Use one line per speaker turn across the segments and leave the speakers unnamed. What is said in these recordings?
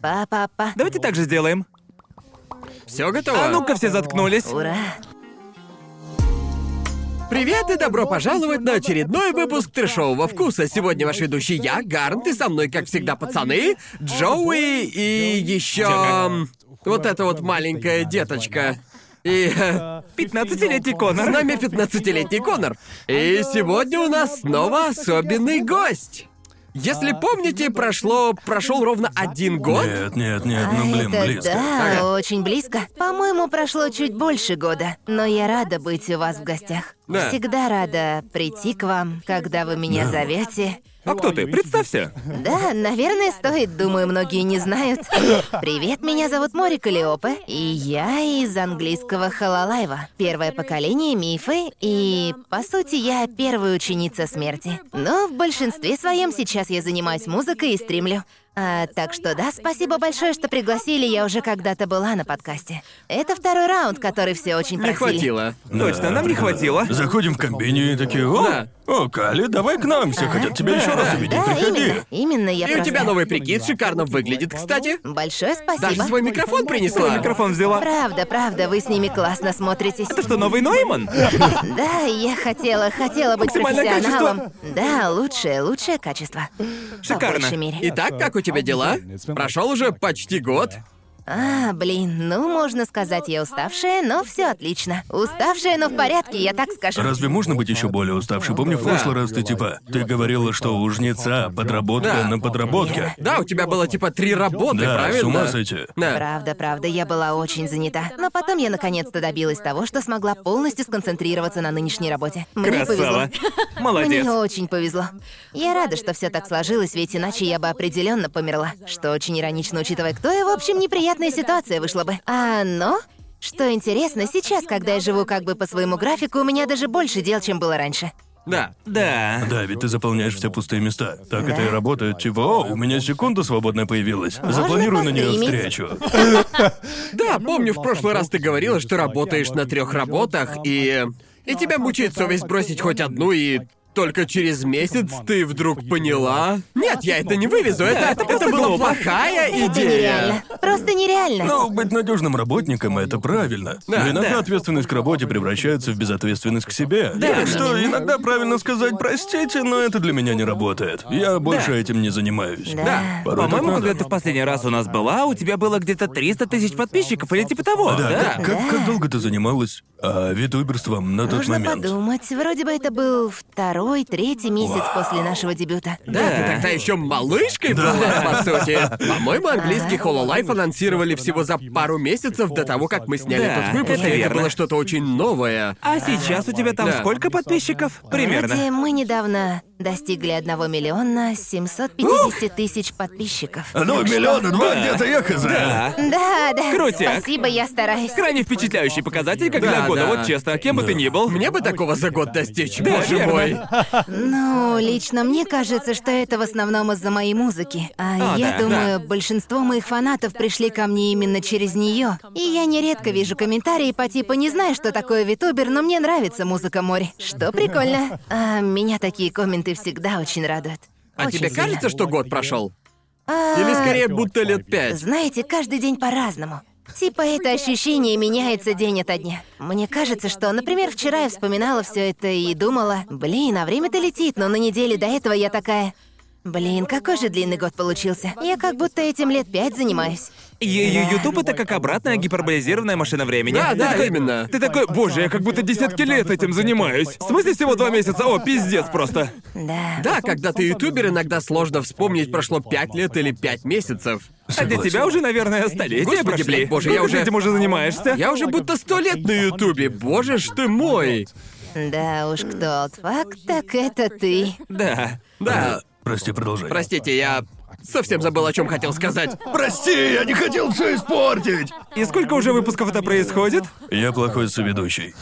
Па-па-па.
Давайте так же сделаем.
Все готово?
А ну-ка все заткнулись.
Ура.
Привет и добро пожаловать на очередной выпуск трешового вкуса. Сегодня ваш ведущий я, Гарнт, и со мной, как всегда, пацаны, Джоуи и еще вот эта вот маленькая деточка. И э,
15-летний
с
Конор.
нами 15-летний Конор. И сегодня у нас снова особенный гость. Если помните, прошло прошел ровно один год.
Нет, нет, нет,
А
ну блин,
это
близко.
Да,
Ага.
очень близко. По-моему, прошло чуть больше года, но я рада быть у вас в гостях.
Да.
Всегда рада прийти к вам, когда вы меня зовете.
А кто ты? Представься.
Да, наверное, стоит, думаю, многие не знают. Привет, меня зовут Мори Калиопе, и я из английского Халалайва. Первое поколение мифы, и, по сути, я первая ученица смерти. Но в большинстве своем сейчас я занимаюсь музыкой и стримлю. А, так что да, спасибо большое, что пригласили, я уже когда-то была на подкасте. Это второй раунд, который все очень
Не
просили.
хватило.
Точно, нам не хватило.
Заходим в комбинию и такие, о,
Да.
о, Кали, давай к нам, все хотят тебя еще раз увидеть,
Да,
приходи.
именно, именно я
И у
просто-
тебя новый прикид шикарно выглядит, кстати.
Большое спасибо.
Даже свой микрофон принесла.
Микрофон взяла.
Правда, правда, вы с ними классно смотритесь.
Это что, новый Нойман?
Да, я хотела, хотела быть
Максимальное
профессионалом. Да, лучшее, лучшее качество.
Шикарно.
По большей мере.
Итак, как у тебя дела? Прошел уже почти год.
А, блин, ну можно сказать, я уставшая, но все отлично. Уставшая, но в порядке, я так скажу.
Разве можно быть еще более уставшей? Помню, в
Да.
прошлый раз ты типа, ты говорила, что ужница, а подработка
Да.
на подработке.
Да, у тебя было типа три работы,
Да,
правильно?
с ума сойти.
Да.
Правда, правда, я была очень занята. Но потом я наконец-то добилась того, что смогла полностью сконцентрироваться на нынешней работе. Мне
Красава.
повезло.
Молодец.
Мне очень повезло. Я рада, что все так сложилось, ведь иначе я бы определенно померла. Что очень иронично, учитывая, кто и, в общем, неприятная ситуация вышла бы. А, но... Что интересно, сейчас, когда я живу как бы по своему графику, у меня даже больше дел, чем было раньше.
Да.
Да.
Да, ведь ты заполняешь все пустые места. Так
Да.
это и работает. Типа, о, у меня секунда свободная появилась. Запланирую на нее
постримить?
встречу.
Да, помню, в прошлый раз ты говорила, что работаешь на трех работах, и. И тебя мучает совесть бросить хоть одну, и только через месяц ты вдруг поняла. Нет, я это не вывезу, это, это, просто была плохая
Это
идея.
нереально. Просто нереально.
Ну, быть надежным работником это правильно.
Да,
Но иногда
да.
ответственность к работе превращается в безответственность к себе. так что иногда правильно сказать простите, но это для меня не работает. Я больше этим не занимаюсь.
Да.
Порой так
По-моему,
надо.
когда ты в последний раз у нас была, у тебя было где-то 300 тысяч подписчиков или типа того,
Да,
да?
Как, как- как долго ты занималась а, витуберством на тот
Нужно
момент?
подумать, вроде бы это был второй, третий месяц после нашего дебюта.
Да, ты тогда еще малышкой была, по сути. По-моему, английский Hololive анонсировали всего за пару месяцев до того, как мы сняли
Да,
этот выпуск,
это
и это
верно.
было что-то очень новое.
А сейчас у тебя там
Да.
сколько подписчиков? Примерно.
Вроде мы недавно достигли 1 миллиона 750 тысяч подписчиков.
Ну, миллиона два где-то я хз.
Да, да.
Крутяк.
Спасибо, я стараюсь.
Крайне впечатляющий показатель, как
Да,
для года,
да.
вот честно, кем бы ты ни был.
Мне бы такого за год достичь,
Да,
боже
верно.
мой. А
Ну, лично мне кажется, что это в основном из-за моей музыки. А
А,
я
да,
думаю, большинство моих фанатов пришли ко мне именно через нее. И я нередко вижу комментарии по типу «Не знаю, что такое витубер, но мне нравится музыка море». Что прикольно. А меня такие комменты всегда очень радуют.
А
Очень
тебе
сильно.
кажется, что год прошел?
А,
Или скорее будто лет пять?
Знаете, каждый день по-разному. Типа это ощущение меняется день ото дня. Мне кажется, что, например, вчера я вспоминала все это и думала, блин, а время-то летит, но на неделе до этого я такая... Блин, какой же длинный год получился. Я как будбудто этим лет пять занимаюсь.
Ее Ютуб это как обратная гиперболизированная машина времени.
Да,
Ты
да,
такой-
именно.
Ты такой, боже, я как будто десятки лет этим занимаюсь. В смысле всего два месяца? О, пиздец просто.
Да.
Да, когда ты ютубер, иногда сложно вспомнить, прошло пять лет или пять месяцев.
А для тебя уже, наверное, столетия
Господи,
прошли.
блядь, боже, я
Сколько ты
уже-
этим уже занимаешься?
Я уже будто сто лет на ютубе, боже ж ты мой.
Да уж, кто олдфак, так это ты.
Да.
Да,
Прости, продолжай.
простите, я совсем забыл, о чем хотел сказать.
Прости, я не хотел все испортить.
И сколько уже выпусков это происходит?
Я плохой соведущий.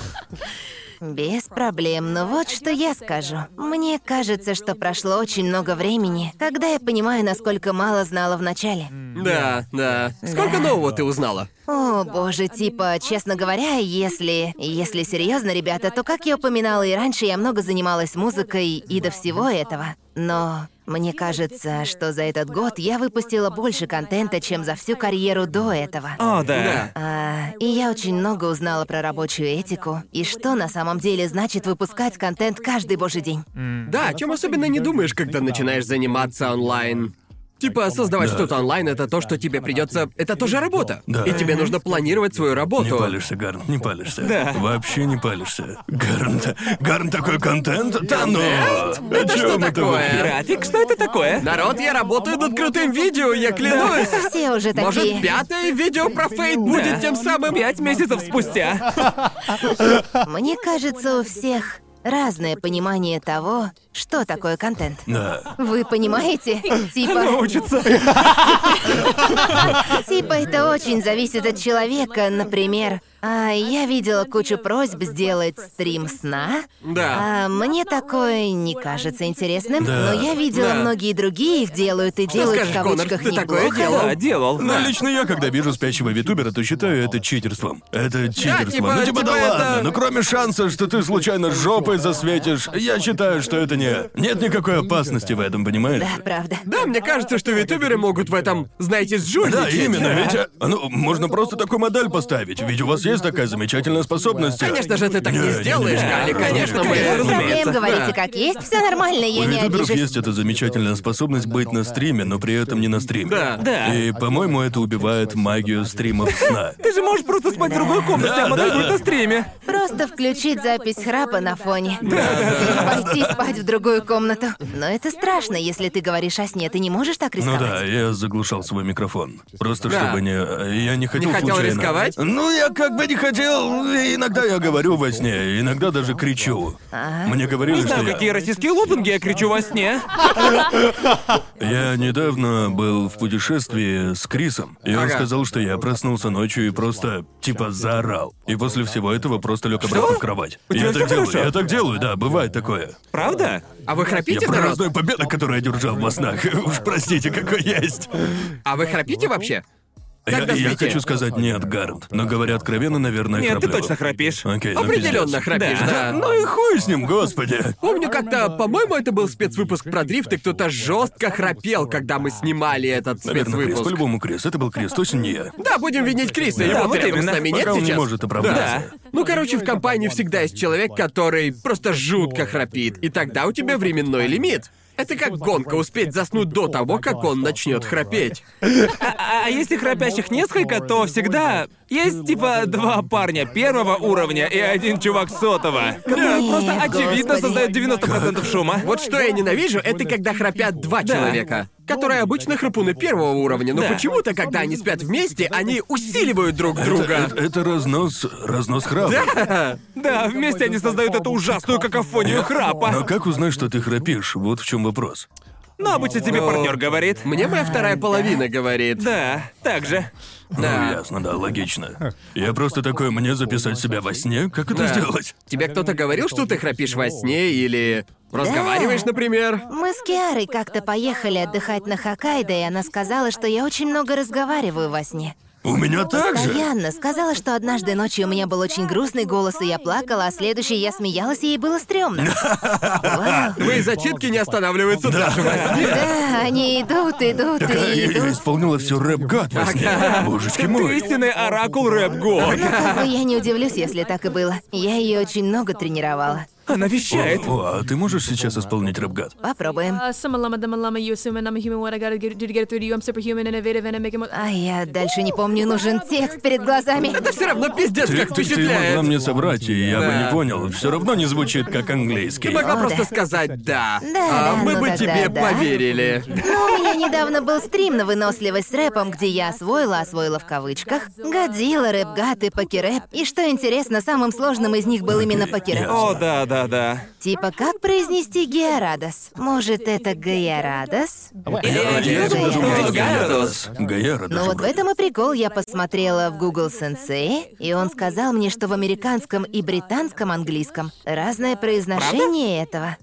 Без проблем, но вот что я скажу. Мне кажется, что прошло очень много времени, когда я понимаю, насколько мало знала в начале.
Да, да. Сколько нового ты узнала?
О, боже, типа, честно говоря, если... Если серьезно, ребята, то, как я упоминала и раньше, я много занималась музыкой и до всего этого. Но мне кажется, что за этот год я выпустила больше контента, чем за всю карьеру до этого.
О, да.
А, и я очень много узнала про рабочую этику и что на самом деле значит выпускать контент каждый божий день.
Да, о чем особенно не думаешь, когда начинаешь заниматься онлайн. Типа, создавать что-то онлайн это то, что тебе придется. Это тоже работа.
Да.
И тебе нужно планировать свою
Не
работу.
палишься, Гарн, не палишься. Да. Вообще не палишься. Гарн, Гарн такой контент? Да ну! О
Это что
чем это вы?
такое?
Рафик, что это такое?
Народ, я работаю над крутым видео, я клянусь!
Все уже такие.
Может, пятое видео про фейт будет тем самым?
Пять месяцев спустя.
Мне кажется, у всех разное понимание того, что такое контент.
Да.
Вы понимаете? Типа,
Научится.
типа это очень зависит от человека, например. А я видела кучу просьб сделать стрим сна.
Да.
А мне такое не кажется интересным,
Да.
но я видела
Да.
многие другие их делают и делают
скажешь,
в
Конор,
кавычках
ты такое
неплохо.
делал?
Да, делал.
Но Ну, лично я, когда вижу спящего витубера, то считаю это читерством. Это читерство.
типа-
ну типа, да
типа это-
ладно, но кроме шанса, что ты случайно жопой засветишь, я считаю, что это не... Нет никакой опасности в этом, понимаешь?
Да, правда.
Да, мне кажется, что ютуберы могут в этом, знаете, сжульничать.
Да, именно, ведь а, ну, можно просто такую модель поставить, ведь у вас есть такая замечательная способность.
Конечно же, ты так не,
Не-не-не,
сделаешь, Кали, конечно, мы...
конечно,
Без проблем,
разумеется,
говорите,
Да.
как есть, все нормально,
У
я не
ютуберов
обижусь.
есть эта замечательная способность быть на стриме, но при этом не на стриме.
Да.
Да.
И, по-моему, это убивает магию стримов сна.
Ты же можешь просто спать в другой комнате, а модель будет на стриме.
Просто включить запись храпа на фоне. И пойти спать в другую комнату. Но это страшно, если ты говоришь о сне, ты не можешь так
Ну
рисковать.
да, я заглушал свой микрофон. Просто
Да.
чтобы не... Я не хотел
Не хотел
случайно-
рисковать?
Ну, я как бы не хотел. И Иногда я говорю во сне, иногда даже кричу.
А?
Мне говорили,
Не
что
знаю,
я...
какие российские лозунги я кричу во сне.
Я недавно был в путешествии с Крисом, и он
Ага.
сказал, что я проснулся ночью и просто, типа, заорал. И после всего этого просто лег обратно в кровать.
тебя
Я
всё
так делаю,
хорошо?
я так делаю, да, бывает такое.
Правда?
А вы
Я
храпите, народ?
праздную победу, которую я держал во снах. Уж простите, какой есть.
А вы храпите вообще?
Я,
Тогда
я
спите.
хочу сказать нет, Гарнт. Но говоря откровенно, наверное,
Нет, ты
храплю.
точно храпишь.
Окей, ну
Определенно
пиздец.
храпишь, да.
Ну и хуй с ним, господи.
Помню, как-то, по-моему, это был спецвыпуск про дрифт, и кто-то жестко храпел, когда мы снимали этот
Наверное, Крис.
спецвыпуск.
По-любому Крис. Это был Крис, точно не я.
Да, будем винить Криса, его
вот
рядом
именно.
с нами нет
Пока он не
сейчас.
может оправдаться.
Да. Ну, короче, в компании всегда есть человек, который просто жутко храпит, и тогда у тебя временной лимит. Это как гонка, успеть заснуть до того, как он начнет храпеть.
А, а если храпящих несколько, то всегда есть типа два парня первого уровня и один чувак сотого. Который
Нет,
просто очевидно
господи.
создает 90% шума.
Вот что я ненавижу, это когда храпят два
Да.
человека, которые обычно храпуны первого уровня, но
Да.
почему-то, когда они спят вместе, они усиливают друг друга.
Это, это разнос... разнос храпа.
Да, вместе они создают эту ужасную какофонию
Но
храпа.
как узнать, что ты храпишь? Вот в чем вопрос.
Но обычно тебе партнер говорит.
Мне моя вторая половина говорит.
Да, так же.
Ну, ясно, да, логично. Я просто такой, мне записать себя во сне? Как это
Да.
сделать?
Тебе кто-то говорил, что ты храпишь во сне или разговариваешь, например?
Мы с Киарой как-то поехали отдыхать на Хоккайдо, и она сказала, что я очень много разговариваю во сне.
У меня так же.
Постоянно сказала, что однажды ночью у меня был очень грустный голос, и я плакала, а следующей я смеялась, и ей было стрёмно. Вау.
Твои зачитки не останавливаются даже во сне.
Да, они идут, идут
Так, а,
и
я, я
идут.
исполнила все рэп-гад во сне. Божечки
Ты
мой.
истинный оракул рэп-год.
Ну, как бы я не удивлюсь, если так и было. Я ее очень много тренировала.
Она вещает.
О, а ты можешь сейчас исполнить рэп-гад?
Попробуем.
Uh, some lama dama lama you assume and I'm a human what I gotta get, do to get it through to you. I'm superhuman, innovative, and I make it mo-
А я дальше не помню, нужен текст перед глазами.
Это все равно пиздец,
Ты,
как
ты, ты могла
впечатляет.
мне собрать, и я бы
Да.
не понял. Все равно не звучит как английский.
Ты могла
О,
просто
да.
сказать «да».
Да,
А мы
ну
бы
тогда
тебе
да.
поверили.
Ну, у меня недавно был стрим на выносливость с рэпом, где я освоила, освоила в кавычках, годила, рэп-гад и покерэп. И что интересно, самым сложным из них был именно покерэп.
О, да, да, да.
Типа, как произнести Георадос? Может, это Георадос?
Я, я всегда
Гайарос.
думал, что
Гайарос.
Гайара даже
Но Ну, вот в
вроде.
этом и прикол. Я посмотрела в Google Sensei, и он сказал мне, что в американском и британском английском разное произношение этого.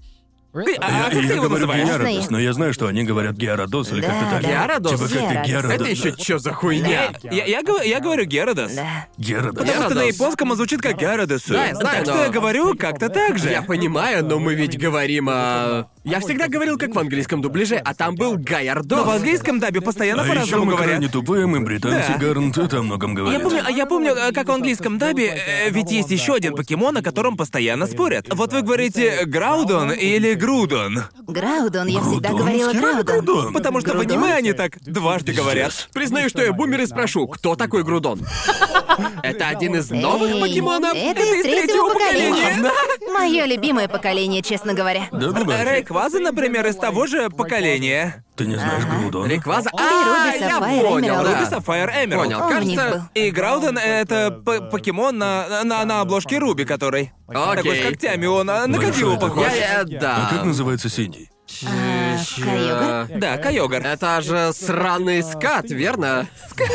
Ты, а, а как ты
Я
его
говорю
называешь?
Гера.
Геородос, но я знаю, что они говорят Геородос или
Да,
как-то так.
да.
Геородос?
Типа как ты
Геородос.
Геродос.
Это еще чё за хуйня?
Я, я, я гов- я говорю Геродос.
Да.
Геродос.
Потому что на
Геродос.
японском он звучит как Геродос.
Да, я знаю,
так
но-
что я говорю как-то так же.
Я понимаю, но мы ведь говорим о... Я всегда говорил, как в английском дубляже, а там был Гайардос.
Но в английском дабе постоянно
А еще
по-разному
мы
говорят.
крайне тупые, мы британцы,
Да.
Гарн, ты о многом
Я
говорит.
помню, а я помню, э, как в английском дабе, э, ведь есть еще один покемон, о котором постоянно спорят. Вот вы говорите Граудон или Грудон.
Граудон, я
Грудон?
всегда говорила
С хера на
Граудон.
Грудон?
Потому что в
Грудон?
аниме они так дважды говорят.
Признаю, что я бумер и спрошу, кто такой Грудон? Это один из новых
Эй,
покемонов?
Это из третьего поколения.
Ладно.
Мое любимое поколение, честно говоря.
Да ну
Р-
нафиг.
Рейкваза, например, из того же поколения.
Ты не знаешь Грудона?
Рекваза... А,
Руби,
я
Сапфайр,
понял,
Эмералд.
Руби,
да.
Сафайр, Эмералд.
Понял,
Он в них
кажется...
был.
И Граудон — это п- покемон на, на, на обложке Руби, который. Такой с
Окей.
когтями, он а, на
Большой
Кадилу
такой.
похож.
Я, э,
А как
да.
называется синий?
А, Кайогар?
Э,
Да, Кайогар.
Это же сраный скат, верно?
Да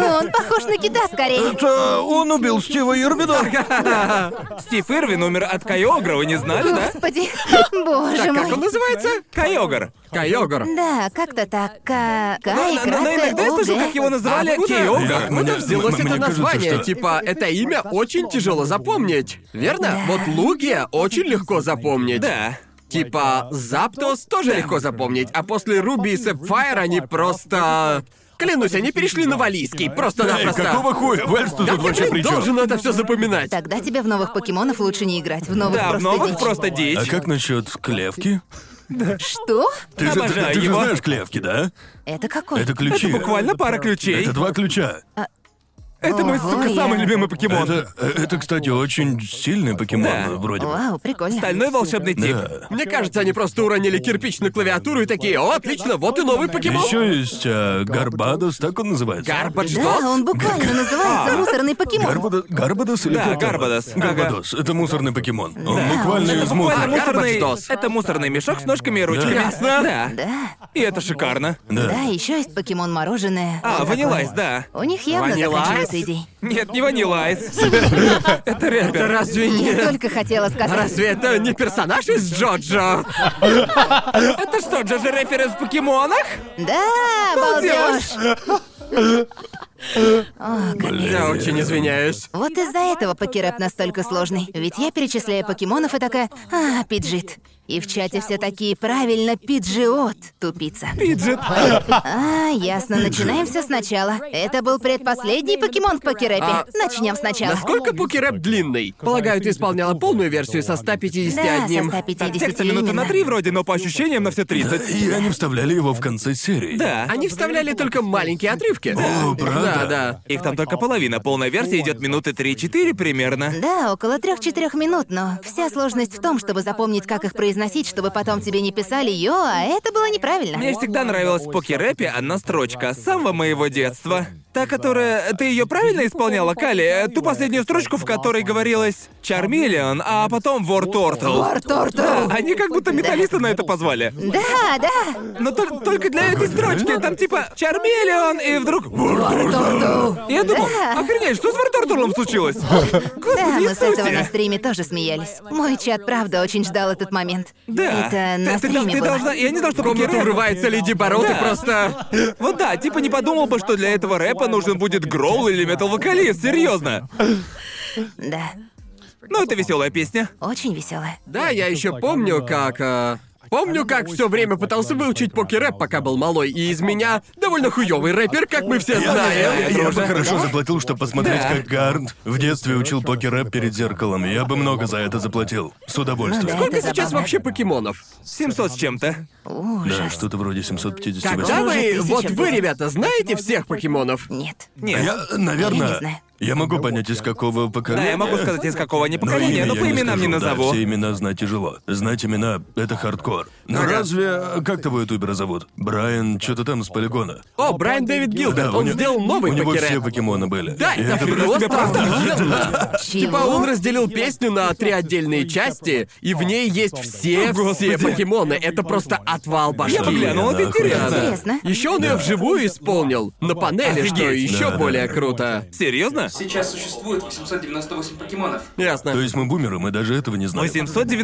ну, он похож на кита
Э,
скорее.
Это он убил Стива Ирвина.
Ну Стив Ирвин умер от Кайогра, вы не знали, да?
Господи, боже
Как он
мой.
называется?
Кайогар.
Кайогар.
Да, как-то так. Ка... Кай,
Но, но- но иногда я слышу, как его
А
называли
Откуда?
Кайогар.
Я-
Откуда
мне-
взялось
мне
это
кажется,
название?
что-
Типа, это имя очень тяжело запомнить, верно? Вот Лугия очень легко запомнить.
Да.
Типа, Заптос тоже легко запомнить, а после Руби и Сэпфайр они просто... Клянусь, они перешли на валийский,
Эй,
просто-напросто.
какого хуя? Уэльс тут
Как я,
вообще
блин,
при чём?
должен это все запоминать?
Тогда тебе в новых покемонов лучше не играть. В новых
Да, в
просто
новых
дичь.
просто
А
дичь.
как насчет клевки?
Что?
Ты же, ты-
Обожаю
ты же
его.
знаешь клевки, да?
Это какой?
Это ключи.
Буквально пара ключей.
Это два ключа.
Это мой,
Ого,
сука,
я-
самый любимый покемон.
Это, э, это, кстати, очень сильный покемон,
Да.
вроде бы.
Вау, прикольно.
Стальной волшебный тип.
Да.
Мне кажется, они просто уронили кирпич на клавиатуру и такие, о, отлично, вот и новый покемон.
Еще есть э, Гарбадос, так он называется.
Гарбадж
Да, он буквально
А.
называется мусорный покемон.
Гарбадос, Гарбадос или
Да,
как там?
Гарбадос. Ага.
Гарбадос. Это мусорный покемон. Он буквально Ну, из
Буквально
мусора.
мусорный...
Гарбадждос.
Это мусорный мешок с ножками и ручками.
Да.
Да.
Да.
И это шикарно.
Да,
Да.
еще есть покемон мороженое.
А,
Он
ванилайс,
такой.
да.
У них явно
Ванилайс?
заканчиваются идеи.
Нет, не ванилайс. Это
Это
рэпер.
разве
Я
не...
только хотела сказать.
Разве это не персонаж из Джоджо?
Это что, же рэпер из покемонах?
Да,
Обалдёшь.
балдеж.
Я очень извиняюсь.
Вот из-за этого покерэп настолько сложный. Ведь я перечисляю покемонов и такая, а, пиджит. И в чате все такие, правильно, пиджиот, тупица.
Пиджет.
А, ясно, начинаем все сначала. Это был предпоследний покемон в покерэпе.
А,
Начнем сначала.
Насколько покерэп длинный? Полагаю, ты исполняла полную версию со
Да, со
151.
150
Текста минуты на
именно.
три вроде, но по ощущениям на все 30.
И они вставляли его в конце серии.
Да.
Они вставляли только маленькие отрывки.
О,
Да,
правда?
да.
Их там только половина. Полная версия идет минуты 3-4 примерно.
Да, около трех-четырех минут, но вся сложность в том, чтобы запомнить, как их произносить, чтобы потом тебе не писали «Йо», а это было неправильно.
Мне всегда нравилась в покерэпе одна строчка с самого моего детства. Та, которая... Ты ее правильно исполняла, Кали? Э, Ту последнюю строчку, в которой говорилось «Чармиллион», а потом «Вор Тортл».
Вор Тортл.
Да, они как будто металлиста на это позвали.
Да, да.
Но тол- только для этой строчки там типа «Чармиллион» и вдруг «Вор Тортл». Я думал, охренеть, что с Вор Тортлом случилось?
Да,
Господи
мы с этого на
Иисусе!
стриме тоже смеялись. Мой чат, правда, очень ждал этот момент.
Да.
Это на
ты, ты дол-
стриме
ты
было.
должна... Я не знал, что
В комнату
покерэп-
врывается Леди Барон и
Да.
просто...
Вот да, типа не подумал бы, что для этого рэпа нужен будет гроул или метал-вокалист, серьезно.
Да,
Ну, это веселая песня.
очень веселая.
Да, я еще помню, как... э, Помню, как все время пытался выучить покерэп, пока был малой, и из меня довольно хуёвый рэпер, как мы все
Я, я-
знаем.
я бы хорошо заплатил, чтобы посмотреть,
Да.
как Гарнт в детстве учил покер-рэп перед зеркалом. Я бы много за это заплатил. С удовольствием.
Ну да.
Сколько сейчас
забавно.
вообще покемонов?
700 с чем-то.
Да,
Ужас.
что-то вроде 758.
Когда
Уже
вы...
тысяча
Вот вы,
было.
ребята, знаете всех покемонов?
Нет.
Нет.
А Я, наверное,
Я не знаю.
я могу понять, из какого поколения.
Да, а я могу сказать, из какого они
Но
поколения,
имя
но
я
по
не
именам не
Ну, скажу, да,
назову.
все имена знать тяжело. Знать имена — это хардкор. Но
Ага.
разве... Как того ютубера зовут? Брайан, что-то там с полигона.
О, Брайан Дэвид Гилберт,
у
он
не-
сделал новый
У него все
покерэп.
покемоны были.
Да,
И
это
просто-
просто охуенно.
А,
Типа он
Чего?
разделил песню на три отдельные части, и в ней есть все, все покемоны. Это просто отвал башки.
Я поглянул, это
Да,
интересно.
Интересно.
Еще он ее вживую исполнил, на панели, что еще
Да, да.
более круто.
Серьезно?
Сейчас существует 898 покемонов.
Ясно.
То есть мы бумеры, мы даже этого не знаем.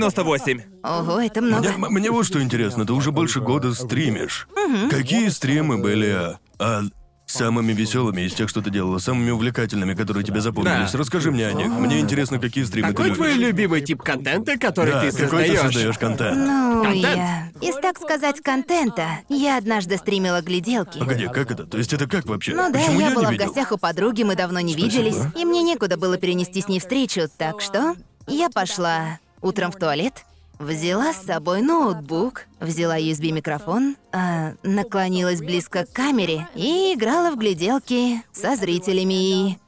898.
Ого, это много.
Мне, м- мне вот что интересно, ты уже больше года стримишь. Какие стримы были а, а, самыми веселыми из тех, что ты делала, самыми увлекательными, которые тебе запомнились?
Да.
Расскажи мне о них. Мне интересно, какие стримы
Какой
ты
твой
любишь.
любимый тип контента, который
Да,
ты
какой ты
создаешь?
создаешь контент.
Ну,
Контент.
я... Из, так сказать, контента. Я однажды стримила гляделки.
Погоди, как это? То есть это как вообще?
Ну да,
Почему
я,
я,
была
не
в
видел?
гостях у подруги, мы давно не виделись, и мне некуда было перенести с ней встречу, так что я пошла утром в туалет, взяла с собой ноутбук, взяла USB-микрофон, а, наклонилась близко к камере и играла в гляделки со зрителями. И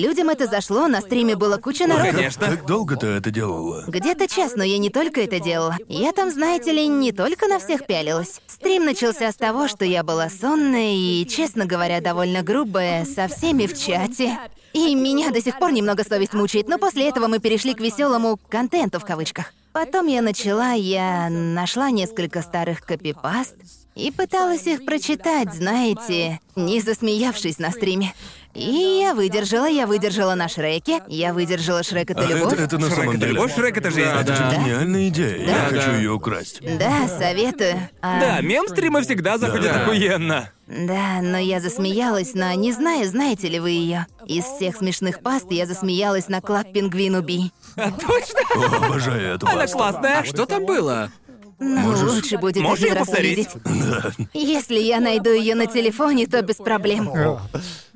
людям это зашло, на стриме было куча
Ну,
народу.
Конечно.
Как долго ты это делала?
Где-то час, но я не только это делала. Я там, знаете ли, не только на всех пялилась. Стрим начался с того, что я была сонная и, честно говоря, довольно грубая со всеми в чате. И меня до сих пор немного совесть мучает, но после этого мы перешли к веселому контенту в кавычках. Потом я начала, я нашла несколько старых копипаст и пыталась их прочитать, знаете, не засмеявшись на стриме. И я выдержала, я выдержала на Шреке, я выдержала Шрека
А
это любовь.
это, это на
Шрек
самом
это
деле. А,
любовь, Шрек это жизнь.
Это же гениальная идея. Я
Да,
хочу
да.
ее украсть.
Да, советую. А,
Да, мем-стримы всегда заходят
Да.
охуенно.
да, но я засмеялась на «Не знаю, знаете ли вы ее. Из всех смешных паст я засмеялась на «Клаб Пингвину Би».
А точно?
О, обожаю эту
Она
пасту.
классная.
А что там было?
Ну, лучше будет
можешь
один
её
раз
повторить?
увидеть. Если я найду ее на телефоне, то без проблем.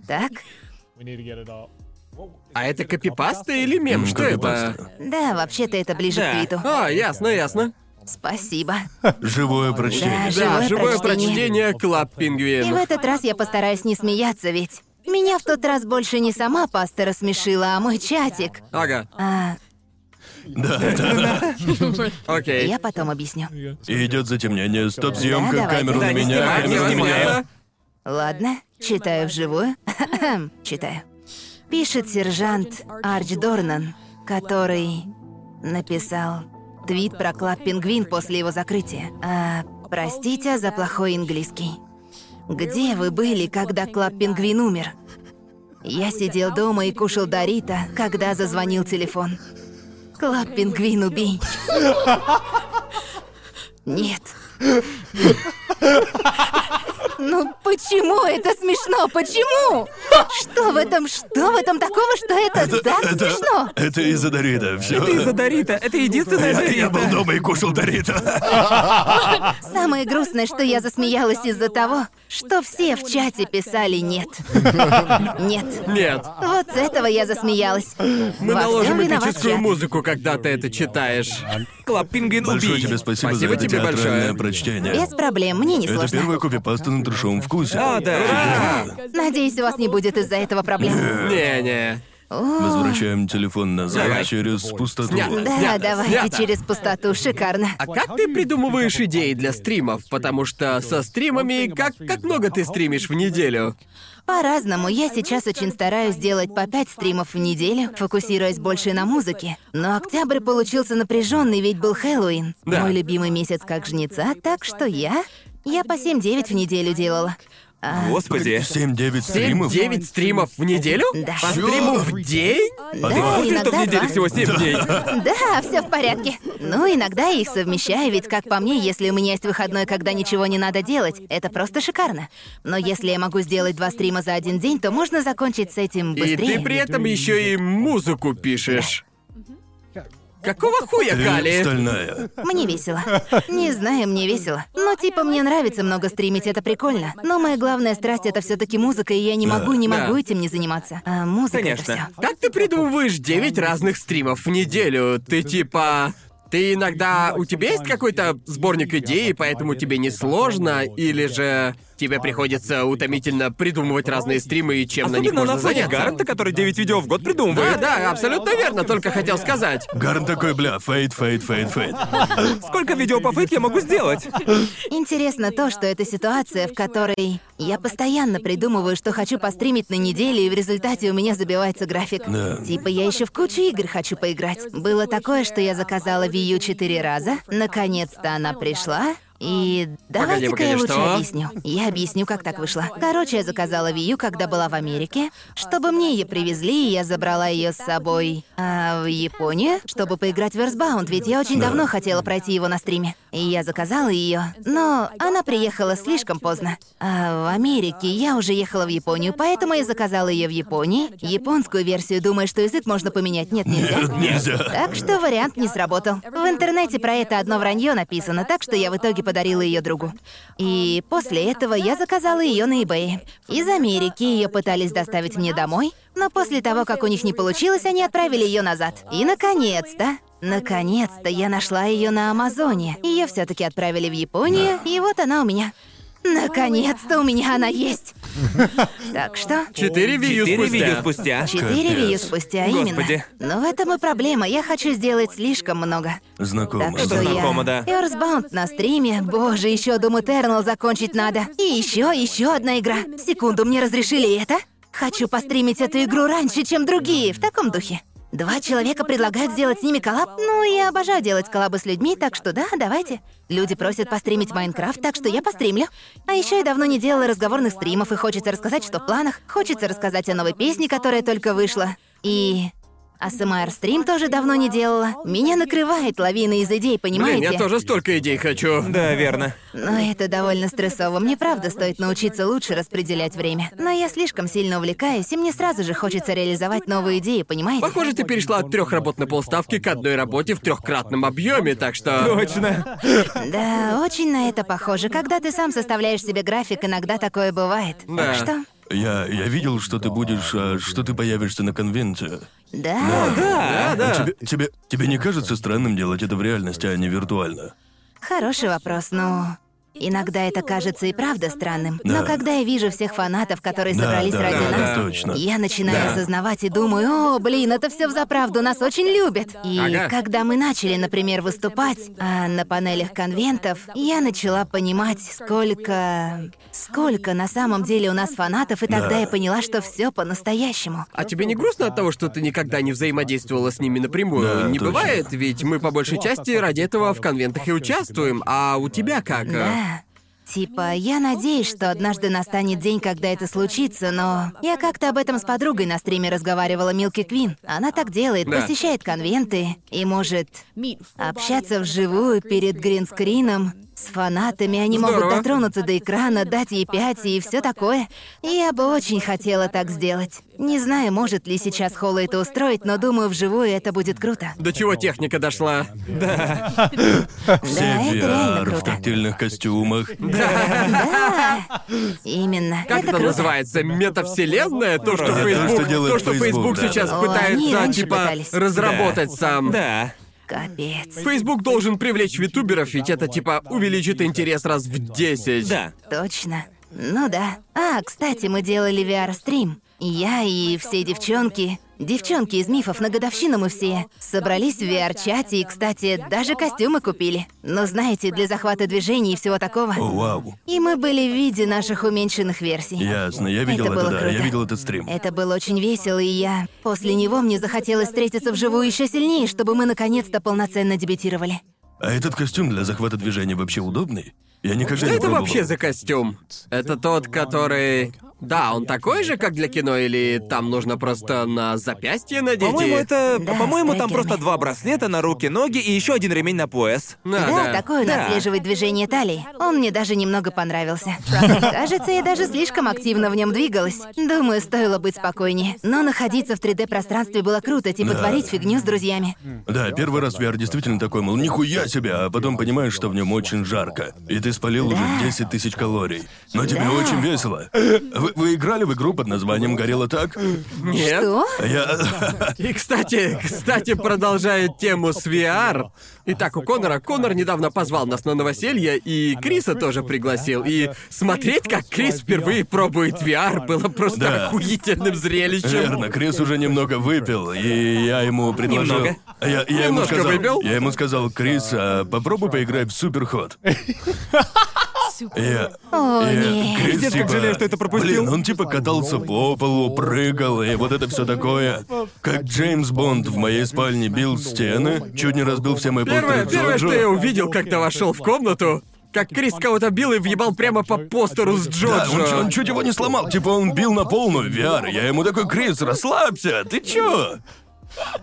Так?
А это копипаста или мем?
М,
Что это?
копипаста.
Да, вообще-то это ближе
Да.
к твиту.
А, ясно, ясно.
Спасибо.
Живое прочтение.
Да,
Живое
живое
прочтение.
прочтение Клаб
И в
Пингвин.
этот раз я постараюсь не смеяться, ведь... Меня в тот раз больше не сама паста рассмешила, а мой чатик.
Ага,
А,
Да, да.
окей.
я потом объясню.
И идет затемнение. Стоп,
Да,
съемка,
давайте.
камеру на
Да, не
меня,
снимай,
камеру на
не
меня.
снимай.
Ладно, читаю вживую. Хм, читаю. Пишет сержант Арч Дорнан, который написал твит про клаб «Пингвин» после его закрытия. А, простите за плохой английский. Где вы были, когда клаб «Пингвин» умер? Я сидел дома и кушал Дорита, когда зазвонил телефон. Клаб «Пингвин» убей. Нет. Ну почему это смешно? Почему? Что в этом, что в этом такого, что это так смешно?
Это из-за
Ты
Дорита,
за
все.
Дорита. Это единственная
Я был
Дорита.
дома и кушал Дорита.
Самое грустное, что я засмеялась из-за того, что все в чате писали «нет». Нет.
Нет.
Вот с этого я засмеялась.
Мы
Во всем
наложим
виноват
эпическую
чат.
музыку, когда ты это читаешь.
Клаб Пингвин
Большое
убий.
тебе спасибо за
Спасибо
это
тебе
театральное
большое.
прочтение.
Без проблем, мне не
Это
сложно.
первая копипаста на трешовом вкусе.
А, да.
Надеюсь, у вас не будет из-за этого проблем.
Не-не.
Возвращаем телефон назад
Давай.
через пустоту.
Снято.
Да,
Снято,
давайте
снято.
через пустоту, шикарно.
А как ты придумываешь идеи для стримов? Потому что со стримами как, как много ты стримишь в неделю?
По-разному, я сейчас очень стараюсь делать по 5 стримов в неделю, фокусируясь больше на музыке. Но октябрь получился напряженный, ведь был Хэллоуин.
Да.
Мой любимый месяц как жнеца, так что я... Я по 7-9 в неделю делала.
Господи.
7-9 стримов?
9 стримов в неделю?
Да.
По стриму в день?
да,
А Ты что в
иногда
неделе
два.
всего 7 дней?
Да, все в порядке. Ну, иногда я их совмещаю, ведь, как по мне, если у меня есть выходной, когда ничего не надо делать, это просто шикарно. Но если я могу сделать два стрима за один день, то можно закончить с этим
И
быстрее.
ты при этом еще и музыку пишешь. Какого хуя,
Ты
Кали?
стальная.
Мне весело. Не знаю, мне весело. Но типа мне нравится много стримить, это прикольно. Но моя главная страсть это все-таки музыка, и я не могу, не
Да.
могу этим не заниматься. А музыка
Конечно.
это все.
Как ты придумываешь 9 разных стримов в неделю? Ты типа... Ты иногда... У тебя есть какой-то сборник идей, поэтому тебе не сложно, или же тебе приходится утомительно придумывать разные стримы и чем на них
Особенно
можно
на фоне
заняться?
Гарнта, который 9 видео в год
Да,
придумывает.
да, абсолютно верно, только хотел сказать.
Гарн такой, бля, фейт, фейт, фейт, фейт.
Сколько видео по фейт я могу сделать?
Интересно то, что это ситуация, в которой я постоянно придумываю, что хочу постримить на неделю, и в результате у меня забивается график. Типа я еще в кучу игр хочу поиграть. Было такое, что я заказала Wii U четыре раза, наконец-то она пришла. И давайте-ка я
погоди,
лучше
что?
объясню. Я объясню, как так вышло. Короче, я заказала Wii U, когда была в Америке, чтобы мне ее привезли, и я забрала ее с собой а, в Японию, чтобы поиграть в Earthbound, ведь я очень давно хотела пройти его на стриме. И я заказала ее, но она приехала слишком поздно. А в Америке я уже ехала в Японию, поэтому я заказала ее в Японии. Японскую версию, думая, что язык можно поменять, нет, нельзя.
Нет, нельзя.
Так что вариант не сработал. В интернете про это одно вранье написано, так что я в итоге подарила ее другу. И после этого я заказала ее на eBay. Из Америки ее пытались доставить мне домой, но после того, как у них не получилось, они отправили ее назад. И наконец-то. Наконец-то я нашла ее на Амазоне. Ее все-таки отправили в Японию, и вот она у меня. Наконец-то у меня она есть. Так что.
Четыре видео
Четыре видео спустя.
спустя.
Четыре
Капец.
вию спустя,
Господи.
именно. Но в этом и проблема. Я хочу сделать слишком много.
Знакомо.
Так что я...
знакомо, да.
Earthbound на стриме. Боже, еще Doom Eternal закончить надо. И еще, еще одна игра. Секунду, мне разрешили это? Хочу постримить эту игру раньше, чем другие. В таком духе. Два человека предлагают сделать с ними коллаб. Ну, я обожаю делать коллабы с людьми, так что да, давайте. Люди просят постримить Майнкрафт, так что я постримлю. А еще я давно не делала разговорных стримов, и хочется рассказать, что в планах. Хочется рассказать о новой песне, которая только вышла. И... АСМР-стрим тоже давно не делала. Меня накрывает лавина из идей, понимаете?
Блин, я тоже столько идей хочу.
Да, верно.
Но это довольно стрессово. Мне правда стоит научиться лучше распределять время. Но я слишком сильно увлекаюсь, и мне сразу же хочется реализовать новые идеи, понимаете?
Похоже, ты перешла от трех работ на полставки к одной работе в трехкратном объеме, так что.
Точно.
Да, очень на это похоже. Когда ты сам составляешь себе график, иногда такое бывает.
Да.
Так что,
Я, я видел, что ты будешь, а, что ты появишься на конвенте.
да,
Да, да.
А, Тебе, тебе, тебе не кажется странным делать это в реальности, а не виртуально?
хороший вопрос, но... Иногда это кажется и правда странным.
Да.
Но когда я вижу всех фанатов, которые
Да,
собрались
да,
ради
да,
нас,
да, точно.
Я начинаю
Да.
осознавать и думаю, о, блин, это все взаправду, нас очень любят. И
Ага.
когда мы начали, например, выступать а, на панелях конвентов, я начала понимать, сколько... сколько на самом деле у нас фанатов, и тогда я поняла, что все по-настоящему.
А тебе не грустно от того, что ты никогда не взаимодействовала с ними напрямую?
Да,
не
точно.
бывает, ведь мы по большей части ради этого в конвентах и участвуем. А у тебя как? а?
Да. Типа, я надеюсь, что однажды настанет день, когда это случится, но... Я как-то об этом с подругой на стриме разговаривала, Милки Квин. Она так делает,
Да.
посещает конвенты и может...
Meet full body
Общаться
of
вживую
green
перед
screen.
гринскрином с фанатами, они могут
Здорово.
дотронуться до экрана, дать ей пять и все такое. Я бы очень хотела так сделать. Не знаю, может ли сейчас Холла это устроить, но думаю, вживую это будет круто.
До чего техника дошла?
Да, это реально
VR в
круто.
тактильных костюмах.
Да, именно.
Как это,
это круто.
называется? Метавселенная? То, что
Да, то,
Facebook,
что делает
то, что
Facebook,
Facebook
да,
сейчас
да.
О, они
пытается,
раньше
типа,
пытались.
разработать сам.
Да.
Капец.
Facebook должен привлечь ютуберов, ведь это, типа, увеличит интерес раз в 10.
Да.
Точно. Ну да. А, кстати, мы делали VR-стрим. Я и все девчонки. Девчонки из мифов на годовщину мы все собрались в VR-чате и, кстати, даже костюмы купили. Но знаете, для захвата движений и всего такого.
О, вау.
И мы были в виде наших уменьшенных версий.
Ясно, я видел
Это
это,
было
да, я
круто.
видел этот стрим.
Это было очень весело, и я... После него мне захотелось встретиться вживую еще сильнее, чтобы мы наконец-то полноценно дебютировали.
А этот костюм для захвата движения вообще удобный? Я никогда
Что
не
это
пробовал.
вообще за костюм? Это тот, который... Да, он такой же, как для кино, или там нужно просто на запястье надеть?
По-моему,
и-
это.
Да,
По-моему, там
стрекерами.
просто два браслета на руки, ноги и еще один ремень на пояс.
Да,
да,
да.
такой он
Да.
отслеживает движение талии. Он мне даже немного понравился. Кажется, я даже слишком активно в нем двигалась. Думаю, стоило быть спокойнее. Но находиться в 3D-пространстве было круто, типа
Да.
творить фигню с друзьями.
Да, первый раз VR действительно такой, мол, нихуя себе, а потом понимаешь, что в нем очень жарко. И ты спалил уже 10 тысяч калорий. Но тебе
Да.
очень весело. Вы, вы играли в игру под названием «Горело так»?
Нет.
Что?
Я...
И, кстати, кстати, продолжая тему с VR. Итак, у Конора. Конор недавно позвал нас на новоселье, и Криса тоже пригласил. И смотреть, как Крис впервые пробует VR, было просто
Да.
охуительным зрелищем.
Верно, Крис уже немного выпил, и я ему предложил...
Немного.
Я, я ему
Немножко
сказал,
выпил?
Я ему сказал, Крис, а попробуй поиграй в Суперход. Я...
О,
я-
нет.
Крис,
Пиздец, как
типа,
жалею, что это пропустил.
Блин, он типа катался по полу, прыгал, и вот это все такое. Как Джеймс Бонд в моей спальне бил в стены, чуть не разбил все мои
Первое,
постеры
первое,
Джоджо.
что я увидел, когда вошел в комнату, как Крис кого-то бил и въебал прямо по постеру с
Да,
а,
он, чё-
Джоджо.
он чуть его не сломал, типа он бил на полную VR. Я ему такой, Крис, расслабься, ты чё?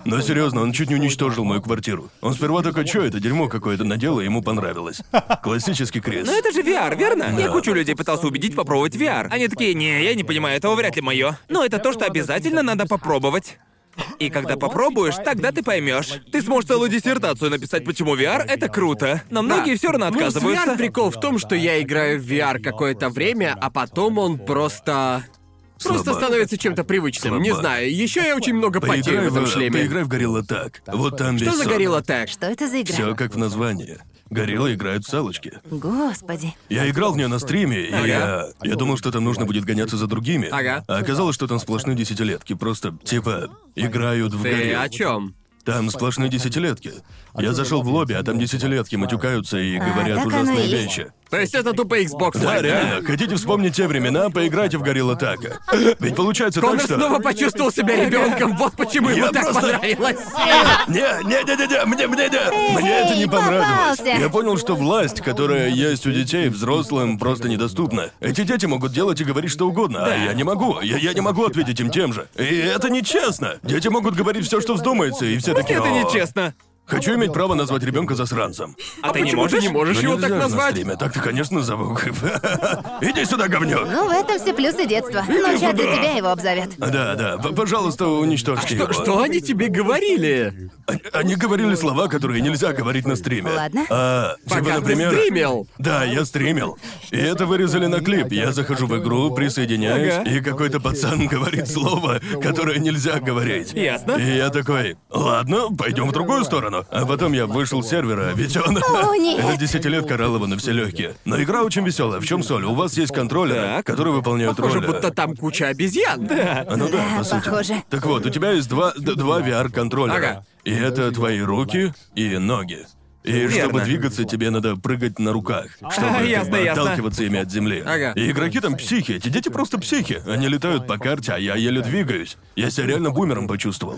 Но серьезно, он чуть не уничтожил мою квартиру. Он сперва такой, чё это дерьмо какое-то надело, и ему понравилось. Классический Крис.
Но
Ну,
это же VR, верно? Я кучу людей пытался убедить попробовать VR. Они такие, не, я не понимаю, этого вряд ли мое. Но это то, что обязательно надо попробовать. И когда попробуешь, тогда ты поймешь. Ты сможешь целую диссертацию написать, почему VR это круто. Но многие все равно
Ну, с
отказываются.
VR прикол в том, что я играю в VR какое-то время, а потом он просто... Просто
Слабак.
становится чем-то привычным. Не
Слабак.
знаю, еще я очень много потею
Поиграй
в этом
в,
шлеме.
поиграй в Горилла так. Вот там
Что
весь
за горилла так?
Что это за игра?
Все как в названии. Горилла играет в салочки.
Господи.
Я играл в нее на стриме, и
Ага.
я, я думал, что там нужно будет гоняться за другими.
Ага.
А оказалось, что там сплошные десятилетки. Просто, типа, играют в
Ты
гориллу.
о чем?
Там сплошные десятилетки. Я зашел в лобби, а там десятилетки матюкаются и говорят
А, так оно
ужасные
и есть.
вещи.
То есть это тупо Xbox
Да,
Live,
реально, хотите вспомнить те времена, поиграйте в Горилла Така. Ведь получается
Конор
так, что...
снова почувствовал себя ребенком, вот почему
Я
ему так
просто-
понравилось.
Не, не, не, не, не, мне, мне, не, мне это не понравилось.
попался.
Я понял, что власть, которая есть у детей, взрослым просто недоступна. Эти дети могут делать и говорить что угодно, а я не могу. Я, я не могу ответить им тем же. И это нечестно. Дети могут говорить все, что вздумается, и все такие.
Это
«О,
нечестно.
Хочу иметь право назвать ребенка засранцем.
А, ты не
почему
можешь?
ты не можешь
Ну,
его
нельзя
так
же на
назвать?
стриме. Так ты, конечно, зову. Иди сюда, говнюк.
Ну, в этом все плюсы детства. Ну, сейчас за тебя его обзовет.
Да, да, п- пожалуйста, уничтожьте
А Что,
его.
что они тебе говорили?
Они- Они говорили слова, которые нельзя говорить на стриме.
Ладно.
А, типа,
Пока
например...
ты стримил.
Да, я стримил. И это вырезали на клип. Я захожу в игру, присоединяюсь,
Ага.
и какой-то пацан говорит слово, которое нельзя говорить.
Ясно.
И я такой, ладно, пойдем в другую сторону. А потом я вышел с сервера, ведь он...
О, нет.
Это 10 лет Кораллова на все легкие. Но игра очень веселая. В чем соль? У вас есть контроллеры,
Так.
которые выполняют
Похоже,
роли.
будто там куча обезьян.
А, Ну да, по сути.
похоже.
Так вот, у тебя есть два, д- два VR-контроллера.
Ага.
И это твои руки и ноги. И чтобы
Верно.
двигаться, тебе надо прыгать на руках, чтобы
А,
как
ясно,
бы,
ясно.
отталкиваться ими от земли.
Ага.
И игроки там психи, эти дети просто психи. Они летают по карте, а я еле двигаюсь. Я себя реально бумером почувствовал.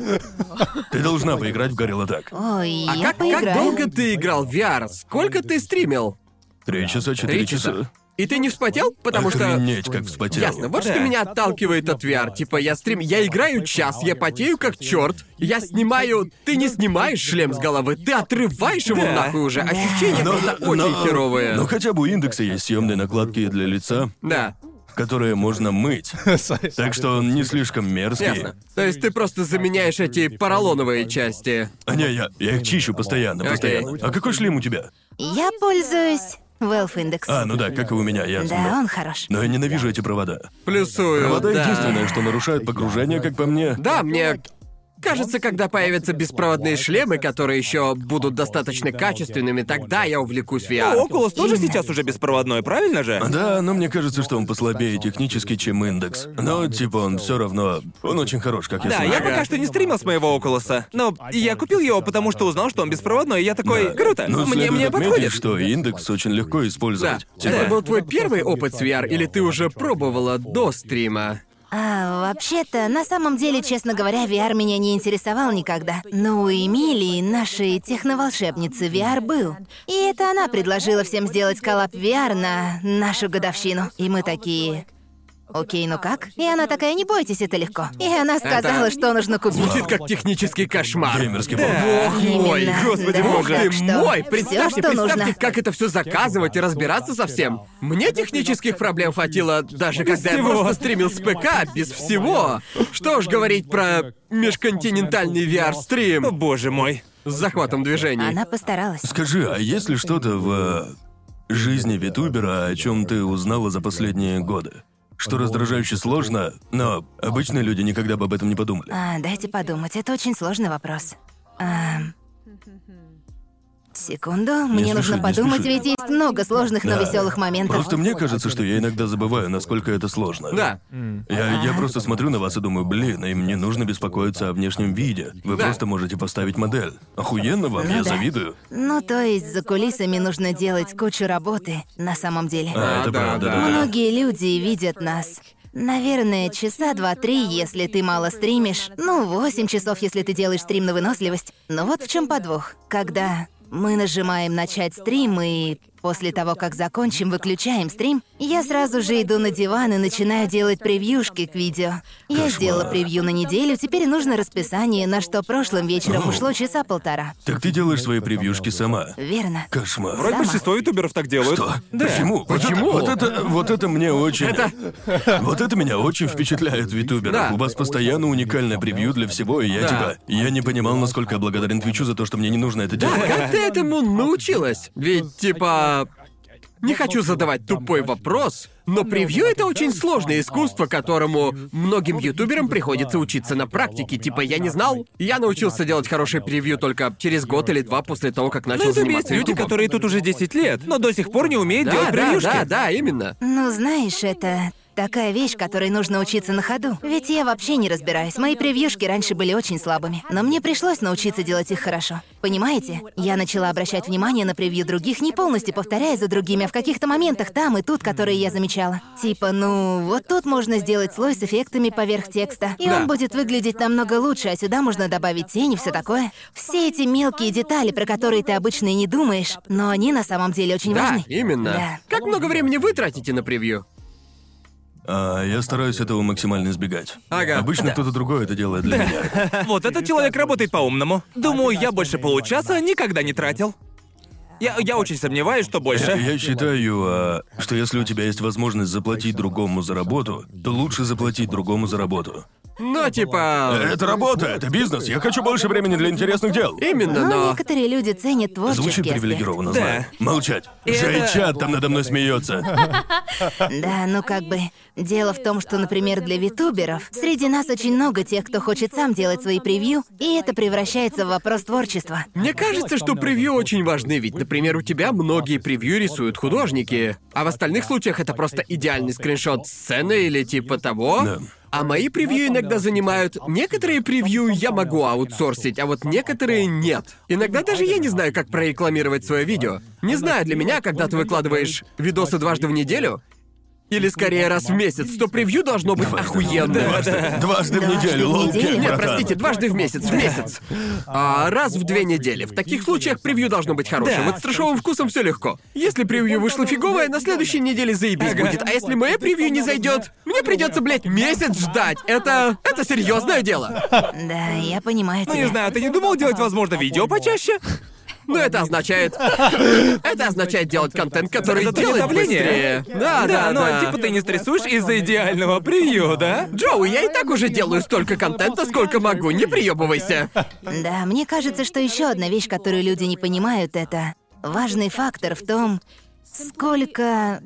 Ты должна поиграть в Горилла так.
Ой,
А
я
как,
поиграю.
как долго ты играл в VR? Сколько ты стримил?
Три часа, четыре
Три
часа.
часа. И ты не вспотел? Потому что...
Охренеть, как вспотел.
Ясно, вот что
Да.
меня отталкивает от VR. Типа, я стрим... Я играю час, я потею как черт. Я снимаю... Ты не снимаешь шлем с головы, ты отрываешь его
Да.
нахуй уже. Ощущения
Но-
просто
но-
очень херовые.
Но Ну, хотя бы у индекса есть съемные накладки для лица,
Да,
которые можно мыть. Так что он не слишком мерзкий.
ясно. То есть ты просто заменяешь эти поролоновые части.
А не, я, я их чищу постоянно,
Окей.
постоянно. А какой шлем у тебя?
Я пользуюсь Valve Index.
А, ну да, как и у меня, ясно.
да, он хорош.
Но я ненавижу эти провода.
Плюсую,
Провода
Э, да.
Ну, единственное, что нарушает погружение, как по мне.
Да, мне кажется, когда появятся беспроводные шлемы, которые еще будут достаточно качественными, тогда я увлекусь
О,
VR.
А Oculus тоже сейчас уже беспроводной, правильно же?
Да, но мне кажется, что он послабее технически, чем индекс. Но типа он все равно. Он очень хорош, как я
Да,
слышал.
я пока что не стримил с моего Oculus, но я купил его, потому что узнал, что он беспроводной, и я такой, круто,
Но
мне,
следует
мне
отметить,
подходит.
что индекс очень легко
Да.
использовать. Типа,
Это был твой первый опыт с VR, или ты уже пробовала до стрима?
А, вообще-то, на самом деле, честно говоря, VR меня не интересовал никогда. Но у Эмилии, нашей техноволшебницы, VR был. И это она предложила всем сделать коллап VR на нашу годовщину. И мы такие... Окей, ну как? И она такая, не бойтесь, это легко. И она сказала,
Это-
что нужно купить.
Звучит как технический кошмар.
Геймерский
Бог мой,
Именно,
господи,
да.
бог ты
Так что
мой!
всё,
Представьте,
что
представьте,
нужно.
как это все заказывать и разбираться со всем. Мне технических проблем хватило, даже
Без
когда
всего.
я просто стримил с ПК, без всего. Что ж говорить про межконтинентальный
О,
VR-стрим
боже мой.
с захватом движений.
Она постаралась.
Скажи, а есть ли что-то в э, жизни витубера, о чем ты узнала за последние годы? Что раздражающе сложно, но обычные люди никогда бы об этом не подумали.
А, дайте подумать, это очень сложный вопрос. Ам. Секунду, мне нужно
спеши, не
подумать,
спеши.
ведь есть много сложных, но
Да.
веселых моментов.
Просто мне кажется, что я иногда забываю, насколько это сложно.
Да.
Я, я просто смотрю на вас и думаю, блин, им не нужно беспокоиться о внешнем виде. Вы
Да.
просто можете поставить модель. Охуенно вам, я
да.
завидую.
Ну, то есть за кулисами нужно делать кучу работы, на самом деле.
А,
А,
это
да,
правда,
да.
да.
Многие люди видят нас. Наверное, часа два-три, если ты мало стримишь. Ну, восемь часов, если ты делаешь стрим на выносливость. Но вот в чем подвох. Когда мы нажимаем «Начать стрим» и После того, как закончим, выключаем стрим, я сразу же иду на диван и начинаю делать превьюшки к видео. Я сделала превью на неделю, теперь нужно расписание, на что прошлым вечером ушло часа полтора.
Так ты делаешь свои превьюшки сама.
Верно.
Кошмар.
Вроде
Сама.
большинство ютуберов так делают.
Что? Почему?
Почему?
Вот это, вот это мне очень... Вот это меня очень впечатляет в ютуберах.
Да.
У вас постоянно уникальное превью для всего, и я
Да.
типа... Я не понимал, насколько я благодарен Твичу за то, что мне не нужно это делать.
А как ты этому научилась? Ведь, типа... Не хочу задавать тупой вопрос, но превью — это очень сложное искусство, которому многим ютуберам приходится учиться на практике. Типа, я не знал, я научился делать хорошее превью только через год или два после того, как
Ну,
начал
это есть
заниматься
люди,
ютубом.
которые тут уже 10 лет, но до сих пор не умеют делать
Да, да,
превьюшки.
да, да, именно.
Ну, знаешь, это такая вещь, которой нужно учиться на ходу. Ведь я вообще не разбираюсь. Мои превьюшки раньше были очень слабыми. Но мне пришлось научиться делать их хорошо. Понимаете? Я начала обращать внимание на превью других, не полностью повторяя за другими, а в каких-то моментах там и тут, которые я замечала. Типа, ну, вот тут можно сделать слой с эффектами поверх текста. И он будет выглядеть намного лучше, а сюда можно добавить тень и все такое. Все эти мелкие детали, про которые ты обычно и не думаешь, но они на самом деле очень
Да,
важны.
именно.
Да.
Как много времени вы тратите на превью?
А, я стараюсь этого максимально избегать.
Ага.
Обычно кто-то другой это делает для меня.
Вот этот человек работает по-умному. Думаю, я больше получаса никогда не тратил. Я, я очень сомневаюсь, что
Я-
больше.
Я считаю, а, что если у тебя есть возможность заплатить другому за работу, то лучше заплатить другому за работу.
Ну, типа...
Это работа, это бизнес. Я хочу больше времени для интересных дел.
Но
Именно, но...
некоторые люди ценят творческий
Звучит
аспект.
привилегированно,
Да.
знаю. Молчать.
И это-
Жей чат там надо мной смеется.
Да, ну как бы. Дело в том, что, например, для витуберов среди нас очень много тех, кто хочет сам делать свои превью, и это превращается в вопрос творчества.
Мне кажется, что превью очень важны, ведь, например, у тебя многие превью рисуют художники, а в остальных случаях это просто идеальный скриншот сцены или типа того.
Да.
А мои превью иногда занимают... Некоторые превью я могу аутсорсить, а вот некоторые нет. Иногда даже я не знаю, как прорекламировать свое видео. Не знаю, для меня, когда ты выкладываешь видосы дважды в неделю, или скорее раз в месяц, то превью должно быть охуенное.
Дважды в неделю,
в
лоукек,
неделю.
Не,
братан.
Э, простите, дважды в месяц, в месяц. А раз в две недели. В таких случаях превью должно быть хорошее.
Да.
Вот с трешовым вкусом все легко. Если превью вышло фиговое, на следующей неделе заебись будет. А если мое превью не зайдет, мне придется, блядь, месяц ждать. Это. это серьезное дело.
Да, я понимаю
Ну, не
тебя.
знаю, ты не думал делать, возможно, видео почаще?
Но это означает. Это означает делать контент, который
Зато не
делает
давление.
быстрее. Да, да,
но
да.
типа ты не стрессуешь из-за идеального превью, да?
Джоуи, я и так уже делаю столько контента, сколько могу, не приебывайся.
Да, мне кажется, что еще одна вещь, которую люди не понимают, это важный фактор в том, сколько...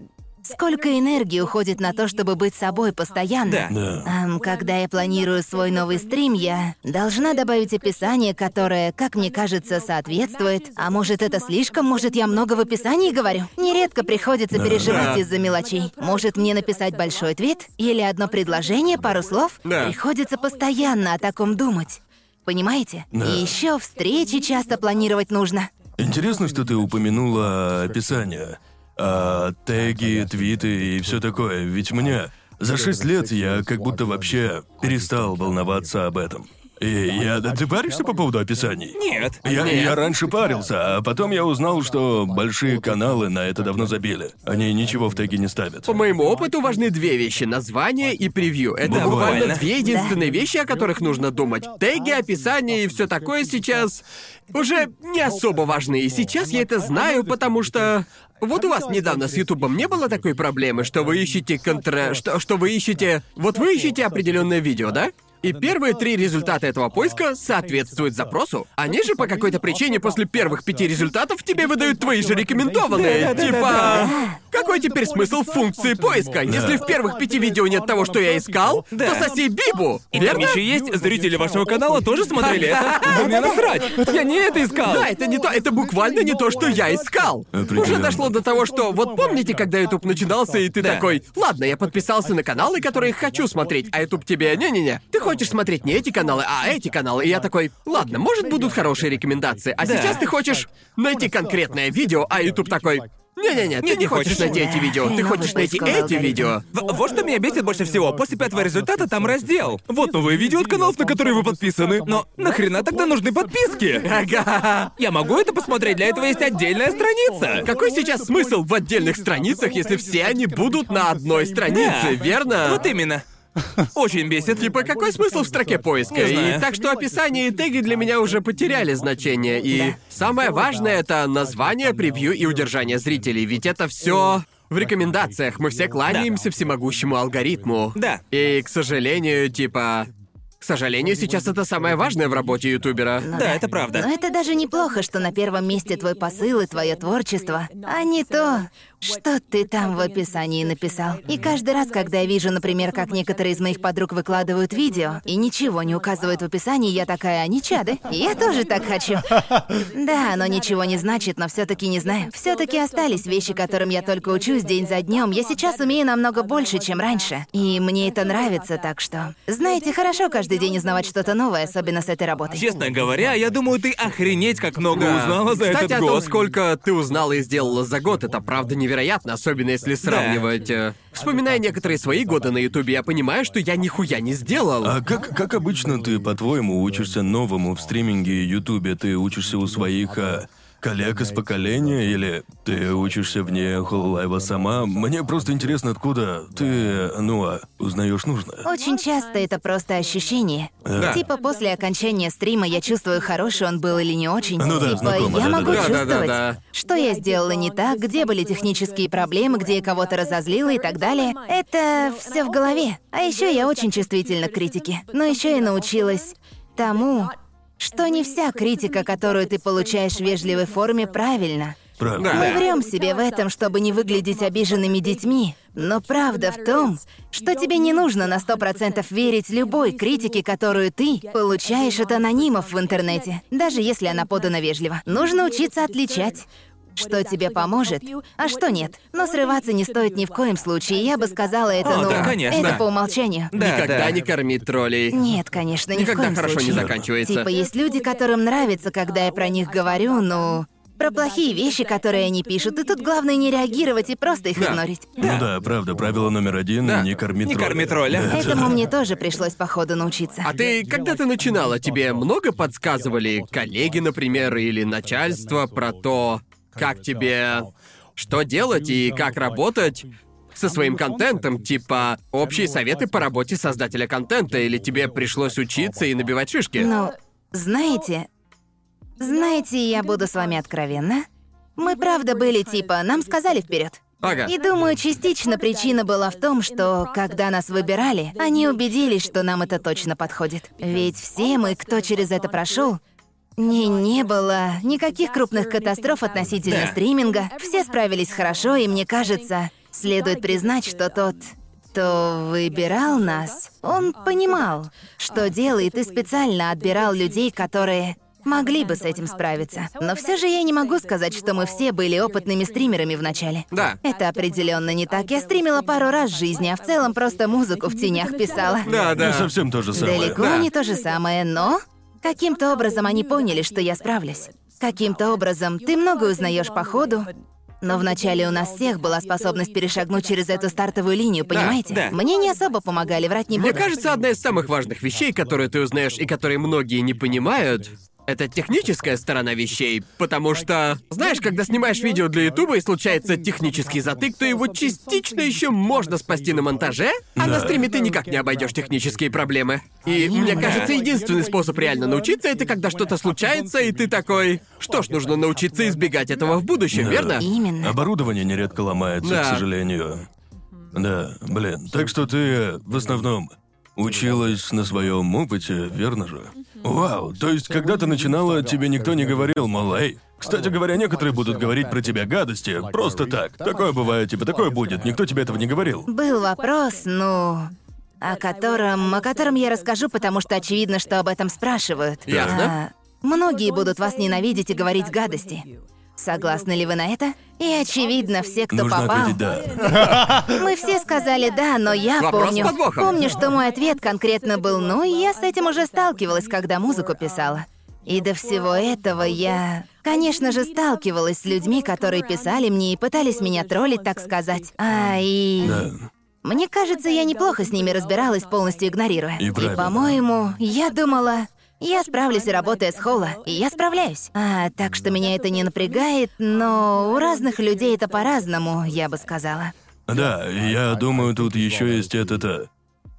Сколько энергии уходит на то, чтобы быть собой постоянно.
Да.
Да.
Ам, когда я планирую свой новый стрим, я должна добавить описание, которое, как мне кажется, соответствует. А может, это слишком, может, я много в описании говорю? Нередко приходится переживать
Да.
из-за мелочей. Может, мне написать большой твит или одно предложение, пару слов?
Да.
Приходится постоянно о таком думать. Понимаете?
Да.
И еще встречи часто планировать нужно.
Интересно, что ты упомянула описание. А, теги, твиты и все такое. Ведь мне за шесть лет я как будто вообще перестал волноваться об этом. И я... да Ты паришься по поводу описаний?
Нет.
Я, я раньше парился, а потом я узнал, что большие каналы на это давно забили. Они ничего в теги не ставят.
По моему опыту важны две вещи: название и превью. Это
Буквально.
буквально две единственные вещи, о которых нужно думать. Теги, описание и все такое сейчас уже не особо важны. И сейчас я это знаю, потому что. Вот у вас недавно с Ютубом не было такой проблемы, что вы ищете контра... Что, что вы ищете... Вот вы ищете определенное видео, да? И первые три результата этого поиска соответствуют запросу. Они же по какой-то причине после первых пяти результатов тебе выдают твои же рекомендованные.
Да-да-да-да.
Типа... Какой теперь смысл в функции поиска? Если в первых пяти видео нет того, что я искал,
Да.
то соси Бибу,
И там
верно?
еще есть зрители вашего канала тоже смотрели это. Да мне насрать. Я не это искал.
Да, это не то, это буквально не то, что я искал.
Определенно.
Уже дошло до того, что вот помните, когда YouTube начинался, и ты
Да.
такой, ладно, я подписался на каналы, которые хочу смотреть, а YouTube тебе, не-не-не, ты хочешь смотреть не эти каналы, а эти каналы, и я такой, ладно, может будут хорошие рекомендации, а сейчас ты хочешь найти конкретное видео, а YouTube такой, Не-не-не, ты
Нет,
не
не
хочешь
хочешь.
найти эти видео, ты
Хреново
хочешь найти
поисковый
эти
алгоритм.
видео.
В- вот что меня бесит больше всего. После пятого результата там раздел. Вот новые видео от каналов, на которые вы подписаны. Но нахрена тогда нужны подписки? Ага. Я могу это посмотреть, для этого есть отдельная страница.
А Какой сейчас смысл в отдельных страницах, если все они будут на одной странице,
Да. Ну,
верно?
Вот именно. Очень бесит.
Типа, какой смысл в строке поиска?
Не
И
знаю.
так что описание и теги для меня уже потеряли значение. И самое важное это название, превью и удержание зрителей. Ведь это все в рекомендациях. Мы все кланяемся всемогущему алгоритму.
Да.
И, к сожалению, типа... К сожалению, сейчас это самое важное в работе ютубера.
Да, это правда.
Но это даже неплохо, что на первом месте твой посыл и твое творчество, а не то, что ты там в описании написал. И каждый раз, когда я вижу, например, как некоторые из моих подруг выкладывают видео и ничего не указывают в описании, я такая, они чады. Я тоже так хочу. Да, оно ничего не значит, но все-таки не знаю. Все-таки остались вещи, которым я только учусь день за днем. Я сейчас умею намного больше, чем раньше. И мне это нравится, так что. Знаете, хорошо каждый день узнавать что-то новое, особенно с этой работой.
Честно говоря, я думаю, ты охренеть как много
Да.
узнала за
Кстати,
этот
о том,
год.
сколько ты узнала и сделала за год, это правда невероятно, особенно если сравнивать. э, Вспоминая некоторые свои годы на Ютубе, я понимаю, что я нихуя не сделал.
А как, как обычно ты, по-твоему, учишься новому в стриминге и ютубе? Ты учишься у своих а, коллег из поколения или ты учишься вне Хололайва сама? Мне просто интересно, откуда ты, ну, а, узнаешь нужно.
Очень часто это просто ощущение.
Да.
Типа после окончания стрима я чувствую, хороший он был или не очень.
Ну да,
типа
знакомо,
я
да-да-да.
могу чувствовать,
Да-да-да-да.
что я сделала не так, где были технические проблемы, где я кого-то разозлила и так далее. Это все в голове. А еще я очень чувствительна к критике. Но еще и научилась тому, что не вся критика, которую ты получаешь в вежливой форме, правильно.
Правда.
Мы
Да.
врем себе в этом, чтобы не выглядеть обиженными детьми. Но правда в том, что тебе не нужно на сто процентов верить любой критике, которую ты получаешь от анонимов в интернете, даже если она подана вежливо. Нужно учиться отличать что тебе поможет, а что нет. Но срываться не стоит ни в коем случае. Я бы сказала это,
О,
ну,
да, конечно.
это по умолчанию.
Да,
Никогда
да.
не корми троллей.
Нет, конечно, ни в
Никогда
коем
хорошо не
случае.
заканчивается.
Типа есть люди, которым нравится, когда я про них говорю, но про плохие вещи, которые они пишут, и тут главное не реагировать и просто их
Да.
игнорить.
Ну да, правда, правило номер один
Да.
не корми
Не
тролля.
корми тролля.
Да.
Этому мне тоже пришлось походу научиться.
А ты, когда ты начинала, тебе много подсказывали коллеги, например, или начальство про то, как тебе, что делать и как работать со своим контентом, типа общие советы по работе создателя контента, или тебе пришлось учиться и набивать шишки?
Ну, знаете, знаете, я буду с вами откровенна. Мы правда были типа, нам сказали вперед.
Ага.
И думаю, частично причина была в том, что когда нас выбирали, они убедились, что нам это точно подходит. Ведь все мы, кто через это прошел, не, не было никаких крупных катастроф относительно
Да.
стриминга. Все справились хорошо, и мне кажется, следует признать, что тот, кто выбирал нас, он понимал, что делает, и специально отбирал людей, которые могли бы с этим справиться. Но все же я не могу сказать, что мы все были опытными стримерами в начале.
Да.
Это определенно не так. Я стримила пару раз в жизни, а в целом просто музыку в тенях писала.
А, Да,
Не
да.
совсем то же самое.
Далеко
Да.
не то же самое, но каким-то образом они поняли, что я справлюсь. Каким-то образом ты много узнаешь по ходу, но вначале у нас всех была способность перешагнуть через эту стартовую линию, понимаете?
да.
Мне не особо помогали, врать не буду.
Мне кажется, одна из самых важных вещей, которые ты узнаешь и которые многие не понимают, это техническая сторона вещей, потому что, знаешь, когда снимаешь видео для Ютуба и случается технический затык, то его частично еще можно спасти на монтаже, а на стриме ты никак не обойдешь технические проблемы. И мне кажется, единственный способ реально научиться это когда что-то случается, и ты такой. Что ж, нужно научиться избегать этого в будущем,
Да.
верно?
Именно.
А?
Оборудование нередко ломается,
Да.
к сожалению. Да, блин. Так что ты э, в основном училась на своем опыте, верно же? Вау, то есть, когда ты начинала, тебе никто не говорил, мол, «Эй, Кстати говоря, некоторые будут говорить про тебя гадости, просто так. Такое бывает, типа, такое будет, никто тебе этого не говорил.
Был вопрос, ну, о котором, о котором я расскажу, потому что очевидно, что об этом спрашивают.
Ясно.
А, многие будут вас ненавидеть и говорить гадости. Согласны ли вы на это? И очевидно, все, кто
Нужно
попал,
ответить «да».
мы все сказали да, но я
Вопрос с
помню,
подвохом.
помню, что мой ответ конкретно был, ну, я с этим уже сталкивалась, когда музыку писала. И до всего этого я, конечно же, сталкивалась с людьми, которые писали мне и пытались меня троллить, так сказать. А и... Мне кажется, я неплохо с ними разбиралась, полностью игнорируя.
И правильно.
по-моему, я думала, я справлюсь, работая с холла, и я справляюсь. А, так что меня это не напрягает, но у разных людей это по-разному, я бы сказала.
Да, я думаю, тут еще есть этот э,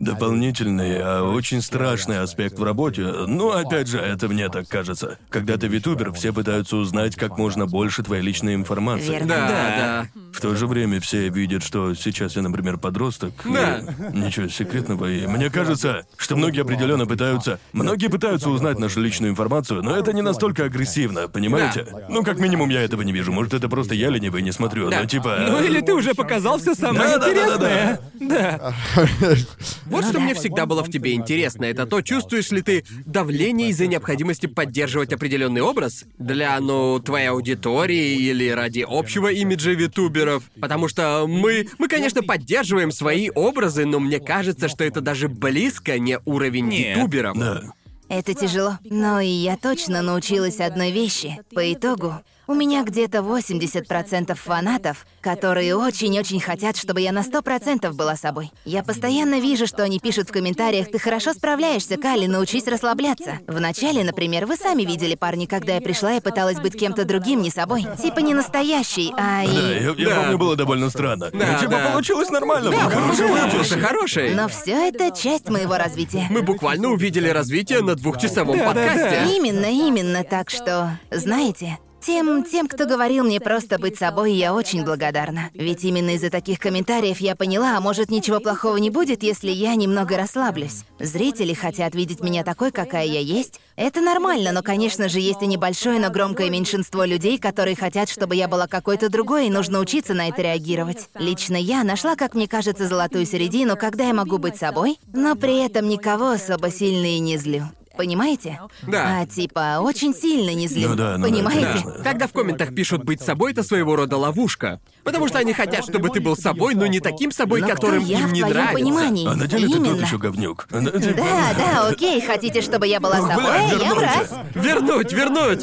дополнительный, а очень страшный аспект в работе. Ну, опять же, это мне так кажется. Когда ты витубер, все пытаются узнать как можно больше твоей личной информации.
Верно.
Да, да.
В то же время все видят, что сейчас я, например, подросток.
Да.
и Ничего секретного. И мне кажется, что многие определенно пытаются... Многие пытаются узнать нашу личную информацию, но это не настолько агрессивно, понимаете?
Да.
Ну, как минимум, я этого не вижу. Может, это просто я ленивый не смотрю, но типа...
Ну или ты уже показал все самое интересное. Да.
Вот что мне всегда было в тебе интересно, это то, чувствуешь ли ты давление из-за необходимости поддерживать определенный образ для, ну, твоей аудитории или ради общего имиджа витуберов. Потому что мы, мы, конечно, поддерживаем свои образы, но мне кажется, что это даже близко не уровень
Нет. Ну,
витуберов.
Да.
Это тяжело. Но и я точно научилась одной вещи. По итогу, у меня где-то 80% фанатов, которые очень-очень хотят, чтобы я на 100% была собой. Я постоянно вижу, что они пишут в комментариях, «Ты хорошо справляешься, Кали, научись расслабляться». Вначале, например, вы сами видели парни, когда я пришла и пыталась быть кем-то другим, не собой. Типа не настоящей, а
Да,
и...
я, я
Да.
помню, было довольно странно.
Да,
ну, типа,
да.
получилось нормально.
Да,
был хороший
хороший,
выпуск.
просто хороший.
Но все это часть моего развития.
Мы буквально увидели развитие на двухчасовом
Да, да, да.
подкасте.
Именно, именно, так что, знаете, тем, тем, кто говорил мне просто быть собой, я очень благодарна. Ведь именно из-за таких комментариев я поняла, а может ничего плохого не будет, если я немного расслаблюсь. Зрители хотят видеть меня такой, какая я есть. Это нормально, но, конечно же, есть и небольшое, но громкое меньшинство людей, которые хотят, чтобы я была какой-то другой, и нужно учиться на это реагировать. Лично я нашла, как мне кажется, золотую середину, когда я могу быть собой, но при этом никого особо сильно и не злю. Понимаете?
Да.
А типа очень сильно не злю.
Ну да, ну да,
Понимаете?
конечно.
Когда в комментах пишут «быть собой» — это своего рода ловушка. Потому что они хотят, чтобы ты был собой, но не таким собой,
Но
которым
кто я
им
в
не
твоем
нравится.
понимании?
А на деле ты тот
Именно.
еще говнюк. типа,
Да, да, окей, хотите, чтобы я была
бля,
собой, я в раз.
вернулся.
Вернуть, вернуть!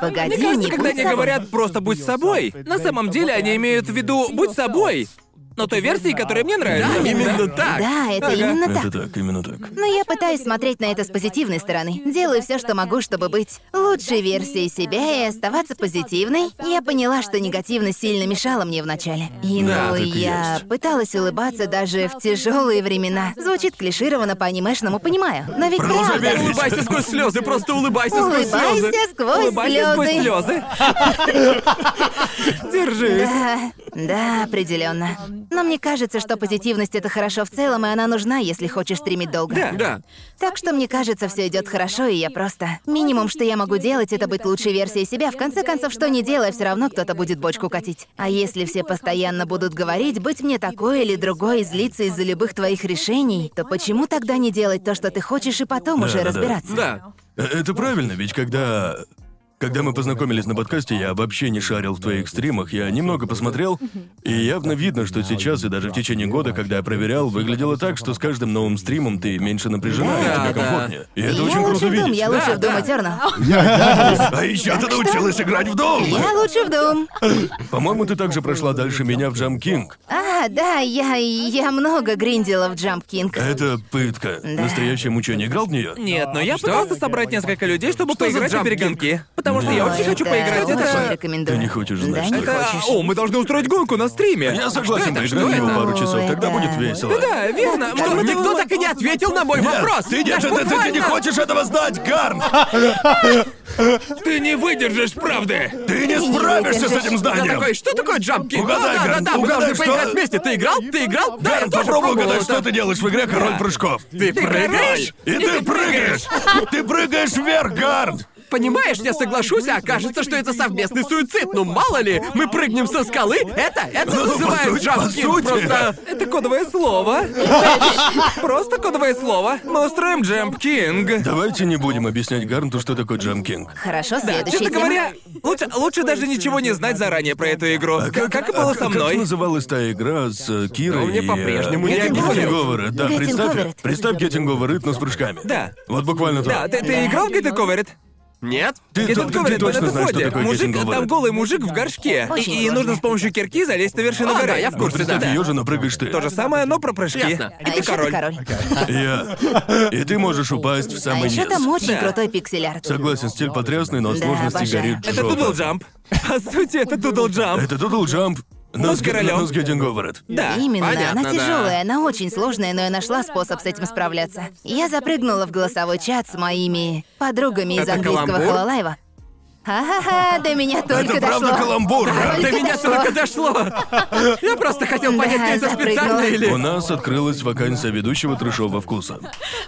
Погоди,
Мне кажется,
не
А когда
будь
они
собой.
говорят просто будь собой, на самом деле они имеют в виду будь собой, но той версии, которая мне нравится.
Именно так.
Да, это именно
Это
так.
так, именно так.
Но я пытаюсь смотреть на это с позитивной стороны. Делаю все, что могу, чтобы быть лучшей версией себя и оставаться позитивной. Я поняла, что негативно сильно мешало мне вначале. И
Да,
ну,
так и
я
есть.
пыталась улыбаться даже в тяжелые времена. Звучит клишированно по анимешному, понимаю. Но ведь правда.
Проверь.
Улыбайся сквозь слезы, просто улыбайся сквозь слезы.
Улыбайся сквозь
Улыбайся сквозь
слезы.
слезы. Держись.
Да, да, определенно. Но мне кажется, что позитивность это хорошо в целом, и она нужна, если хочешь стримить долго.
Да.
Да.
Так что мне кажется, все идет хорошо, и я просто. Минимум, что я могу делать, это быть лучшей версией себя. В конце концов, что не делая, все равно кто-то будет бочку катить. А если все постоянно будут говорить, быть мне такой или другой, и злиться из-за любых твоих решений, то почему тогда не делать то, что ты хочешь, и потом уже
да, да.
разбираться?
Да.
Э, Это правильно, ведь когда... Когда мы познакомились на подкасте, я вообще не шарил в твоих стримах, я немного посмотрел, и явно видно, что сейчас и даже в течение года, когда я проверял, выглядело так, что с каждым новым стримом ты меньше напряжена, и
Да, да.
тебе комфортнее. И это
я
очень
лучше
круто
в Doom,
видеть.
я лучше в Doom
да.
Eternal.
А еще ты научилась играть в дом!
Я лучше в Doom.
По-моему, ты также прошла дальше меня в Джам Кинг.
А, да, я, я много гриндила в Jump King.
Это пытка. Настоящее мучение. Играл в нее?
Нет, но я пытался собрать несколько людей, чтобы
Что за
поиграть в
джампинг?
перегонки. Потому что я
Ой,
очень хочу
да,
поиграть.
очень
Это...
рекомендую.
Ты не хочешь знать,
да,
что
не
это?
это-
хочешь.
О, мы должны устроить гонку на стриме.
Я согласен,
Что это?
поиграй в
Что
него
это?
пару часов,
Ой,
тогда
да.
будет весело.
Да, верно.
Что
Мы-
ты
мы-
кто так и не ответил на мой вопрос?
Ты, нет, ты, ты- ты не хочешь этого знать, Гарн!
Ты не выдержишь правды.
Ты не справишься с этим
Я
знанием!
такой, что такое джампки?
Угадай,
да, да,
Гарн,
да, мы
угадай,
должны
что-
поиграть вместе. Ты играл? Ты играл? Да, я
Гарн,
тоже
попробуй
пробовал
угадать,
это.
что ты делаешь в игре «Король прыжков».
Ты прыгаешь?
И ты прыгаешь! Ты прыгаешь вверх, Гарн!
Понимаешь, я соглашусь, а окажется, что это совместный суицид. Ну мало ли, мы прыгнем со скалы. Это, это
Ну, по
называют
сути, по
джампкин.
сути.
Просто...
Это кодовое слово. Просто кодовое слово. Мы устроим Джамп Кинг.
Давайте не будем объяснять Гарнту, что такое джамкинг.
Хорошо, следующий.
Честно говоря, лучше, лучше даже ничего не знать заранее про эту игру. Как, и было со
А Как
мной.
называлась та игра с э, Кирой
мне
и, э,
по-прежнему не
Getting
объяснил.
Over It, да,
Getting
представь,
Over It.
представь Getting Over It, но с прыжками.
Да.
Вот буквально
Да,
так.
ты, ты играл в Get Covered?
Нет?
Ты,
Я
то-
тут
ты
говорю,
точно
на
знаешь, что
подходе.
такое
мужик,
Гейзенглберг?
там голый мужик в горшке.
Очень
И, и
сложно.
нужно с помощью кирки залезть на вершину
А,
горы.
да, я в курсе,
Представь
да.
ежа, но прыгаешь ты.
То же самое, но про прыжки.
Ясно.
И
А
ты
еще
король.
ты король.
Я. И ты можешь упасть в
А
самый
еще
низ.
там очень
Да.
крутой пиксель-арт.
Согласен, стиль потрясный, но от
Да,
сложности
обожаю.
горит
Это
жопа.
тудл джамп. По сути, это тудл джамп.
Это Дудл Джамп. Но с
королем.
но с Getting Over It.
Да.
Именно,
понятно,
она
да.
тяжелая, она очень сложная, но я нашла способ с этим справляться. Я запрыгнула в голосовой чат с моими подругами из
Это
английского
каламбур?
Хололайва. Ага, до меня только
Это
дошло.
правда каламбур.
До
Только
меня
дошло.
только дошло. Я просто хотел понять,
Да,
ты это
запрыгнула.
специально
У
или...
нас открылась вакансия ведущего трешового вкуса.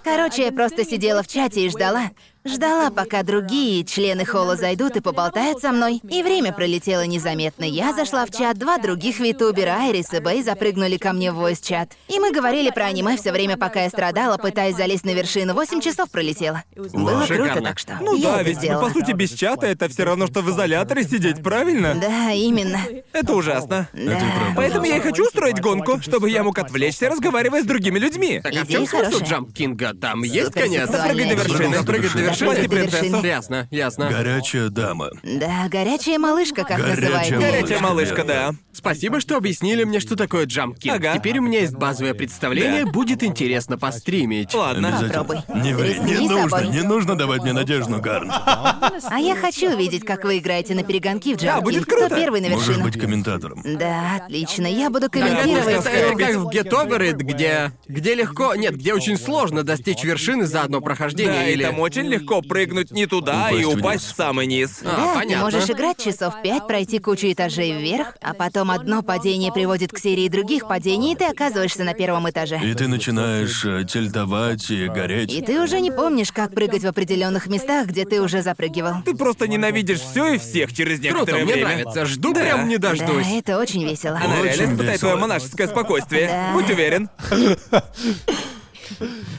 Короче, я просто сидела в чате и ждала. Ждала, пока другие члены холла зайдут и поболтают со мной. И время пролетело незаметно. Я зашла в чат, два других витубера, Айрис и Бэй, запрыгнули ко мне в войс-чат. И мы говорили про аниме все время, пока я страдала, пытаясь залезть на вершину. Восемь часов пролетело. Было круто,
шикарно.
так что
Ну
я
да,
это
ведь ну,
сделала.
по сути без чата это все равно, что в изоляторе сидеть, правильно?
Да, именно.
Это ужасно.
Да.
Поэтому я и хочу устроить гонку, чтобы я мог отвлечься, разговаривая с другими людьми.
Так, а в
Идея
чем смысл
хорошая.
Джамп Кинга? Там есть конец?
Суперсексуальная
Допрыгай до вершины.
Допрыгать до вершины.
Спасти
Допрыгать до
принцессу.
вершины.
Ясно, ясно.
Горячая дама.
Да, горячая малышка, как
Горячая
называют.
малышка.
Горячая малышка, да.
Спасибо, что объяснили мне, что такое Джамп Кинг.
Ага.
Теперь у меня есть базовое представление,
Да.
будет интересно постримить.
Ладно.
Обязательно.
Попробуй.
Не ври, не
Рискни
нужно,
собой.
не нужно давать мне надежду, Гарн.
А я хочу видеть, как вы играете на перегонки в джампинг.
будет
Кто
круто.
первый на
Можешь
вершину?
быть комментатором.
Да, отлично. Я буду
Это
комментировать.
просто
всё.
это как в Get Over It, где... Где легко... Нет, где очень сложно достичь вершины за одно прохождение
Да, и
или...
там очень легко прыгнуть не туда и
Упасть вниз.
упасть в самый низ. Ну,
А,
Да, ты
понятно.
можешь играть часов пять, пройти кучу этажей вверх, а потом одно падение приводит к серии других падений, и ты оказываешься на первом этаже.
И ты начинаешь э, тельтовать и гореть.
И ты уже не помнишь, как прыгать в определенных местах, где ты уже запрыгивал.
Ты просто ненавидишь все и всех через
Круто,
некоторое
мне
время.
нравится. Жду прям не
Да,
дождусь.
это очень весело.
Она
Очень
реально испытает
весело.
твое монашеское спокойствие.
Да.
Будь уверен.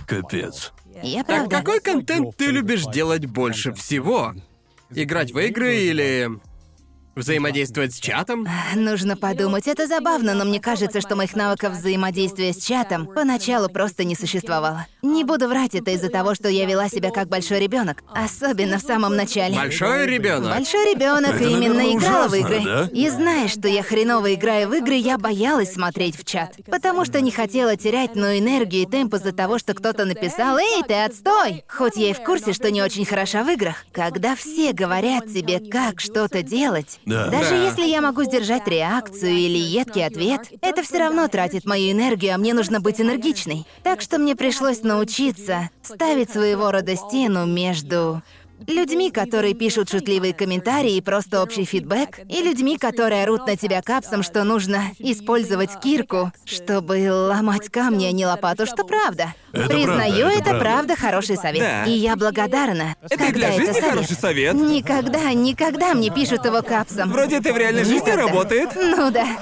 Капец.
Я
Так
правда.
какой контент ты любишь делать больше всего? Играть в игры или взаимодействовать с чатом?
Нужно подумать, это забавно, но мне кажется, что моих навыков взаимодействия с чатом поначалу просто не существовало. Не буду врать, это из-за того, что я вела себя как большой ребенок, особенно в самом начале.
Большой ребенок.
Большой ребенок
Это,
именно
наверное,
играла в
ужасно,
игры.
да?
И зная, что я хреново играю в игры, я боялась смотреть в чат. Потому что не хотела терять, но энергию и темп из-за того, что кто-то написал «Эй, ты отстой!» Хоть я и в курсе, что не очень хороша в играх. Когда все говорят тебе, как что-то делать,
Да.
даже
Да.
если я могу сдержать реакцию или едкий ответ, это все равно тратит мою энергию, а мне нужно быть энергичной. Так что мне пришлось научиться ставить своего рода стену между Людьми, которые пишут шутливые комментарии и просто общий фидбэк, и людьми, которые орут на тебя капсом, что нужно использовать кирку, чтобы ломать камни, а не лопату, что правда.
Это
Признаю,
правда, это
это правда.
правда
хороший совет.
Да.
И я благодарна.
Это и
когда
для жизни
это совет. Ну,
хороший совет.
Никогда, никогда мне пишут его капсом.
Вроде это в реальной жизни
Никогда.
работает.
Ну да.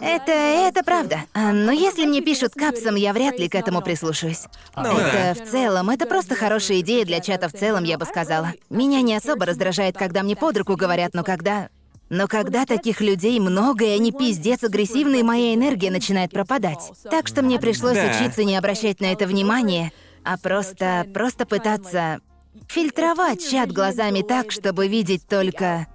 Это, это правда. А, Но если мне пишут капсом, я вряд ли к этому прислушаюсь.
Ну да.
Это в целом, это просто хорошая идея для чата в целом, я бы сказала. Меня не особо раздражает, когда мне под руку говорят, но когда... Но когда таких людей много, и они пиздец агрессивны, и моя энергия начинает пропадать. Так что мне пришлось
Да.
учиться не обращать на это внимания, а просто... просто пытаться фильтровать чат глазами так, чтобы видеть только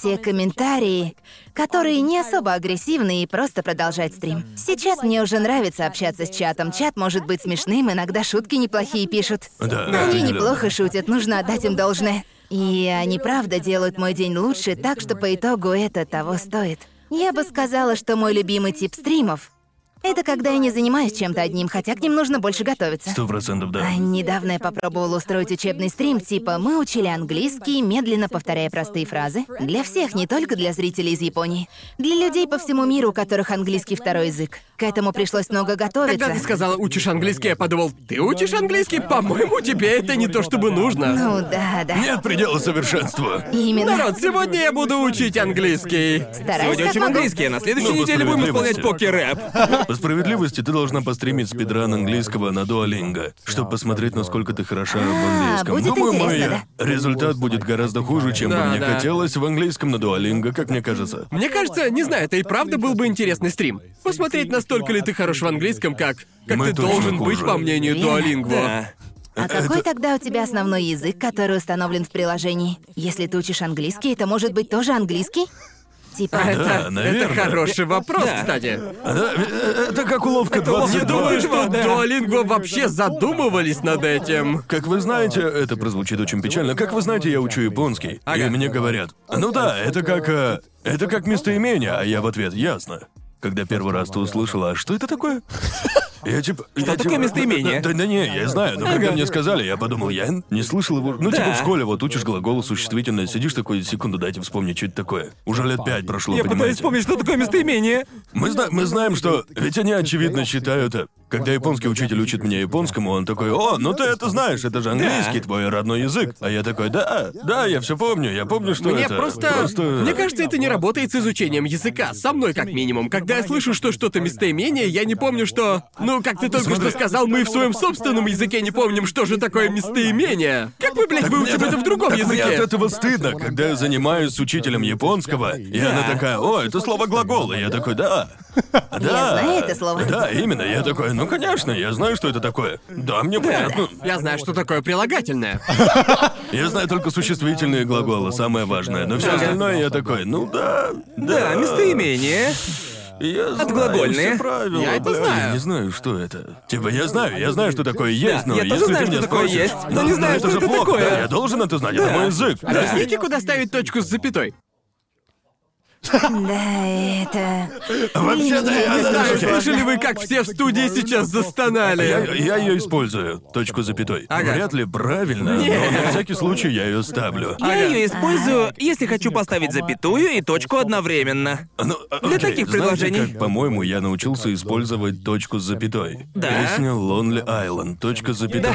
те комментарии, которые не особо агрессивны и просто продолжать стрим. Сейчас мне уже нравится общаться с чатом. Чат может быть смешным, иногда шутки неплохие пишут.
Да, это
Они
недавно.
неплохо шутят, нужно отдать им должное. И они правда делают мой день лучше, так что по итогу это того стоит. Я бы сказала, что мой любимый тип стримов — это когда я не занимаюсь чем-то одним, хотя к ним нужно больше готовиться.
Сто процентов да.
А, Недавно я попробовала устроить учебный стрим, типа мы учили английский, медленно повторяя простые фразы. Для всех, не только для зрителей из Японии. Для людей по всему миру, у которых английский второй язык. К этому пришлось много
Когда ты
готовиться.
сказала «учишь английский», я подумал, ты учишь английский? По-моему, тебе это не то чтобы нужно.
Ну да, да.
Нет предела совершенства.
Именно.
Народ, сегодня я буду учить английский.
Стараюсь
Сегодня
как
учим
могу.
английский, а на следующей
Ну, по
неделе будем
справедливости.
исполнять покер-рэп.
По справедливости ты должна постримить спидран английского на дуалинга, чтобы посмотреть, насколько ты хороша в английском.
А, будет
Думаю,
интересно,
моя результат будет гораздо хуже, чем бы
Да,
мне
да.
хотелось в английском на дуалинга, как мне кажется.
Мне кажется, не знаю, это и правда был бы интересный стрим. Посмотреть, настолько ли ты хорош в английском, как... Как
Мы
ты
точно
должен
хуже.
быть, по мнению Дуалингва.
Да.
А какой тогда у тебя основной язык, который установлен в приложении? Если ты учишь английский, это может быть тоже английский? Типа...
Да,
А Это
наверное.
хороший вопрос,
Да.
кстати.
А, да, э, Это как уловка
Не
22.
думаю, что
да.
Дуолинго вообще задумывались над этим.
Как вы знаете, это прозвучит очень печально. Как вы знаете, я учу японский,
Ага.
и мне говорят, ну да, это как э, это как местоимение, а я в ответ ясно. Когда первый раз ты услышала, «А что это такое? Я типа... я,
такое
типа,
местоимение?
Да, да, да не, я знаю, но когда мне сказали, я подумал, я не слышал его... Ну, типа
Да.
в школе вот учишь глагол существительное, сидишь такой, секунду, дайте вспомнить, что это такое. Уже лет пять прошло,
Я пытаюсь
понимаете?
вспомнить, что такое местоимение.
Мы, зна- мы знаем, что... Ведь они, очевидно, считают... э, Когда японский учитель учит меня японскому, он такой, «О, ну ты это знаешь, это же английский, твой родной язык». А я такой, «Да, да, я все помню, я помню, что
Мне
Ну, это».
просто... Мне кажется, это не работает с изучением языка, со мной как минимум. Когда я слышу, что что-то местоимение, я не помню, что... Ну, как ты только что
Смотри.
сказал, мы в своем собственном языке не помним, что же такое местоимение. Как мы, блядь, выучим это в другом
Так мне от
языке?
этого стыдно, когда я занимаюсь с учителем японского, и она такая, «О, это слово глагол». И я такой, «Да». Да.
Я знаю это слово.
Да, именно. Я такой, ну конечно, я знаю, что это такое. Да, мне понятно.
Я знаю, что такое прилагательное.
Я знаю только существительные глаголы, самое важное. Но все
Да.
остальное я такой, ну да,
Да,
да.
местоимение.
Я знаю
глагольные.
все правила.
Я это
блин.
знаю.
Я не знаю, что это. Типа, я знаю, я знаю, что такое есть, но
я
если
тоже знаю,
ты
что
меня
такое
спросишь...
есть, но не знаю, что
ну, же
это
плохо,
такое.
да, я должен это знать, это
Да.
мой язык. Да.
Объясните, куда ставить точку с запятой.
Да, это...
Вообще-то я...
Не знаю,
Окей.
слышали вы, как все в студии сейчас
Я,
застонали.
я ее использую, точку с запятой.
Ага.
Вряд ли правильно,
Не.
но на всякий случай я ее ставлю.
Я ее
А.
использую, если хочу поставить запятую и точку одновременно.
Ну, а,
Для
окей,
таких
знаете,
предложений.
как, по-моему, я научился использовать точку с запятой.
Да.
Песня Lonely Island, точка с запятой.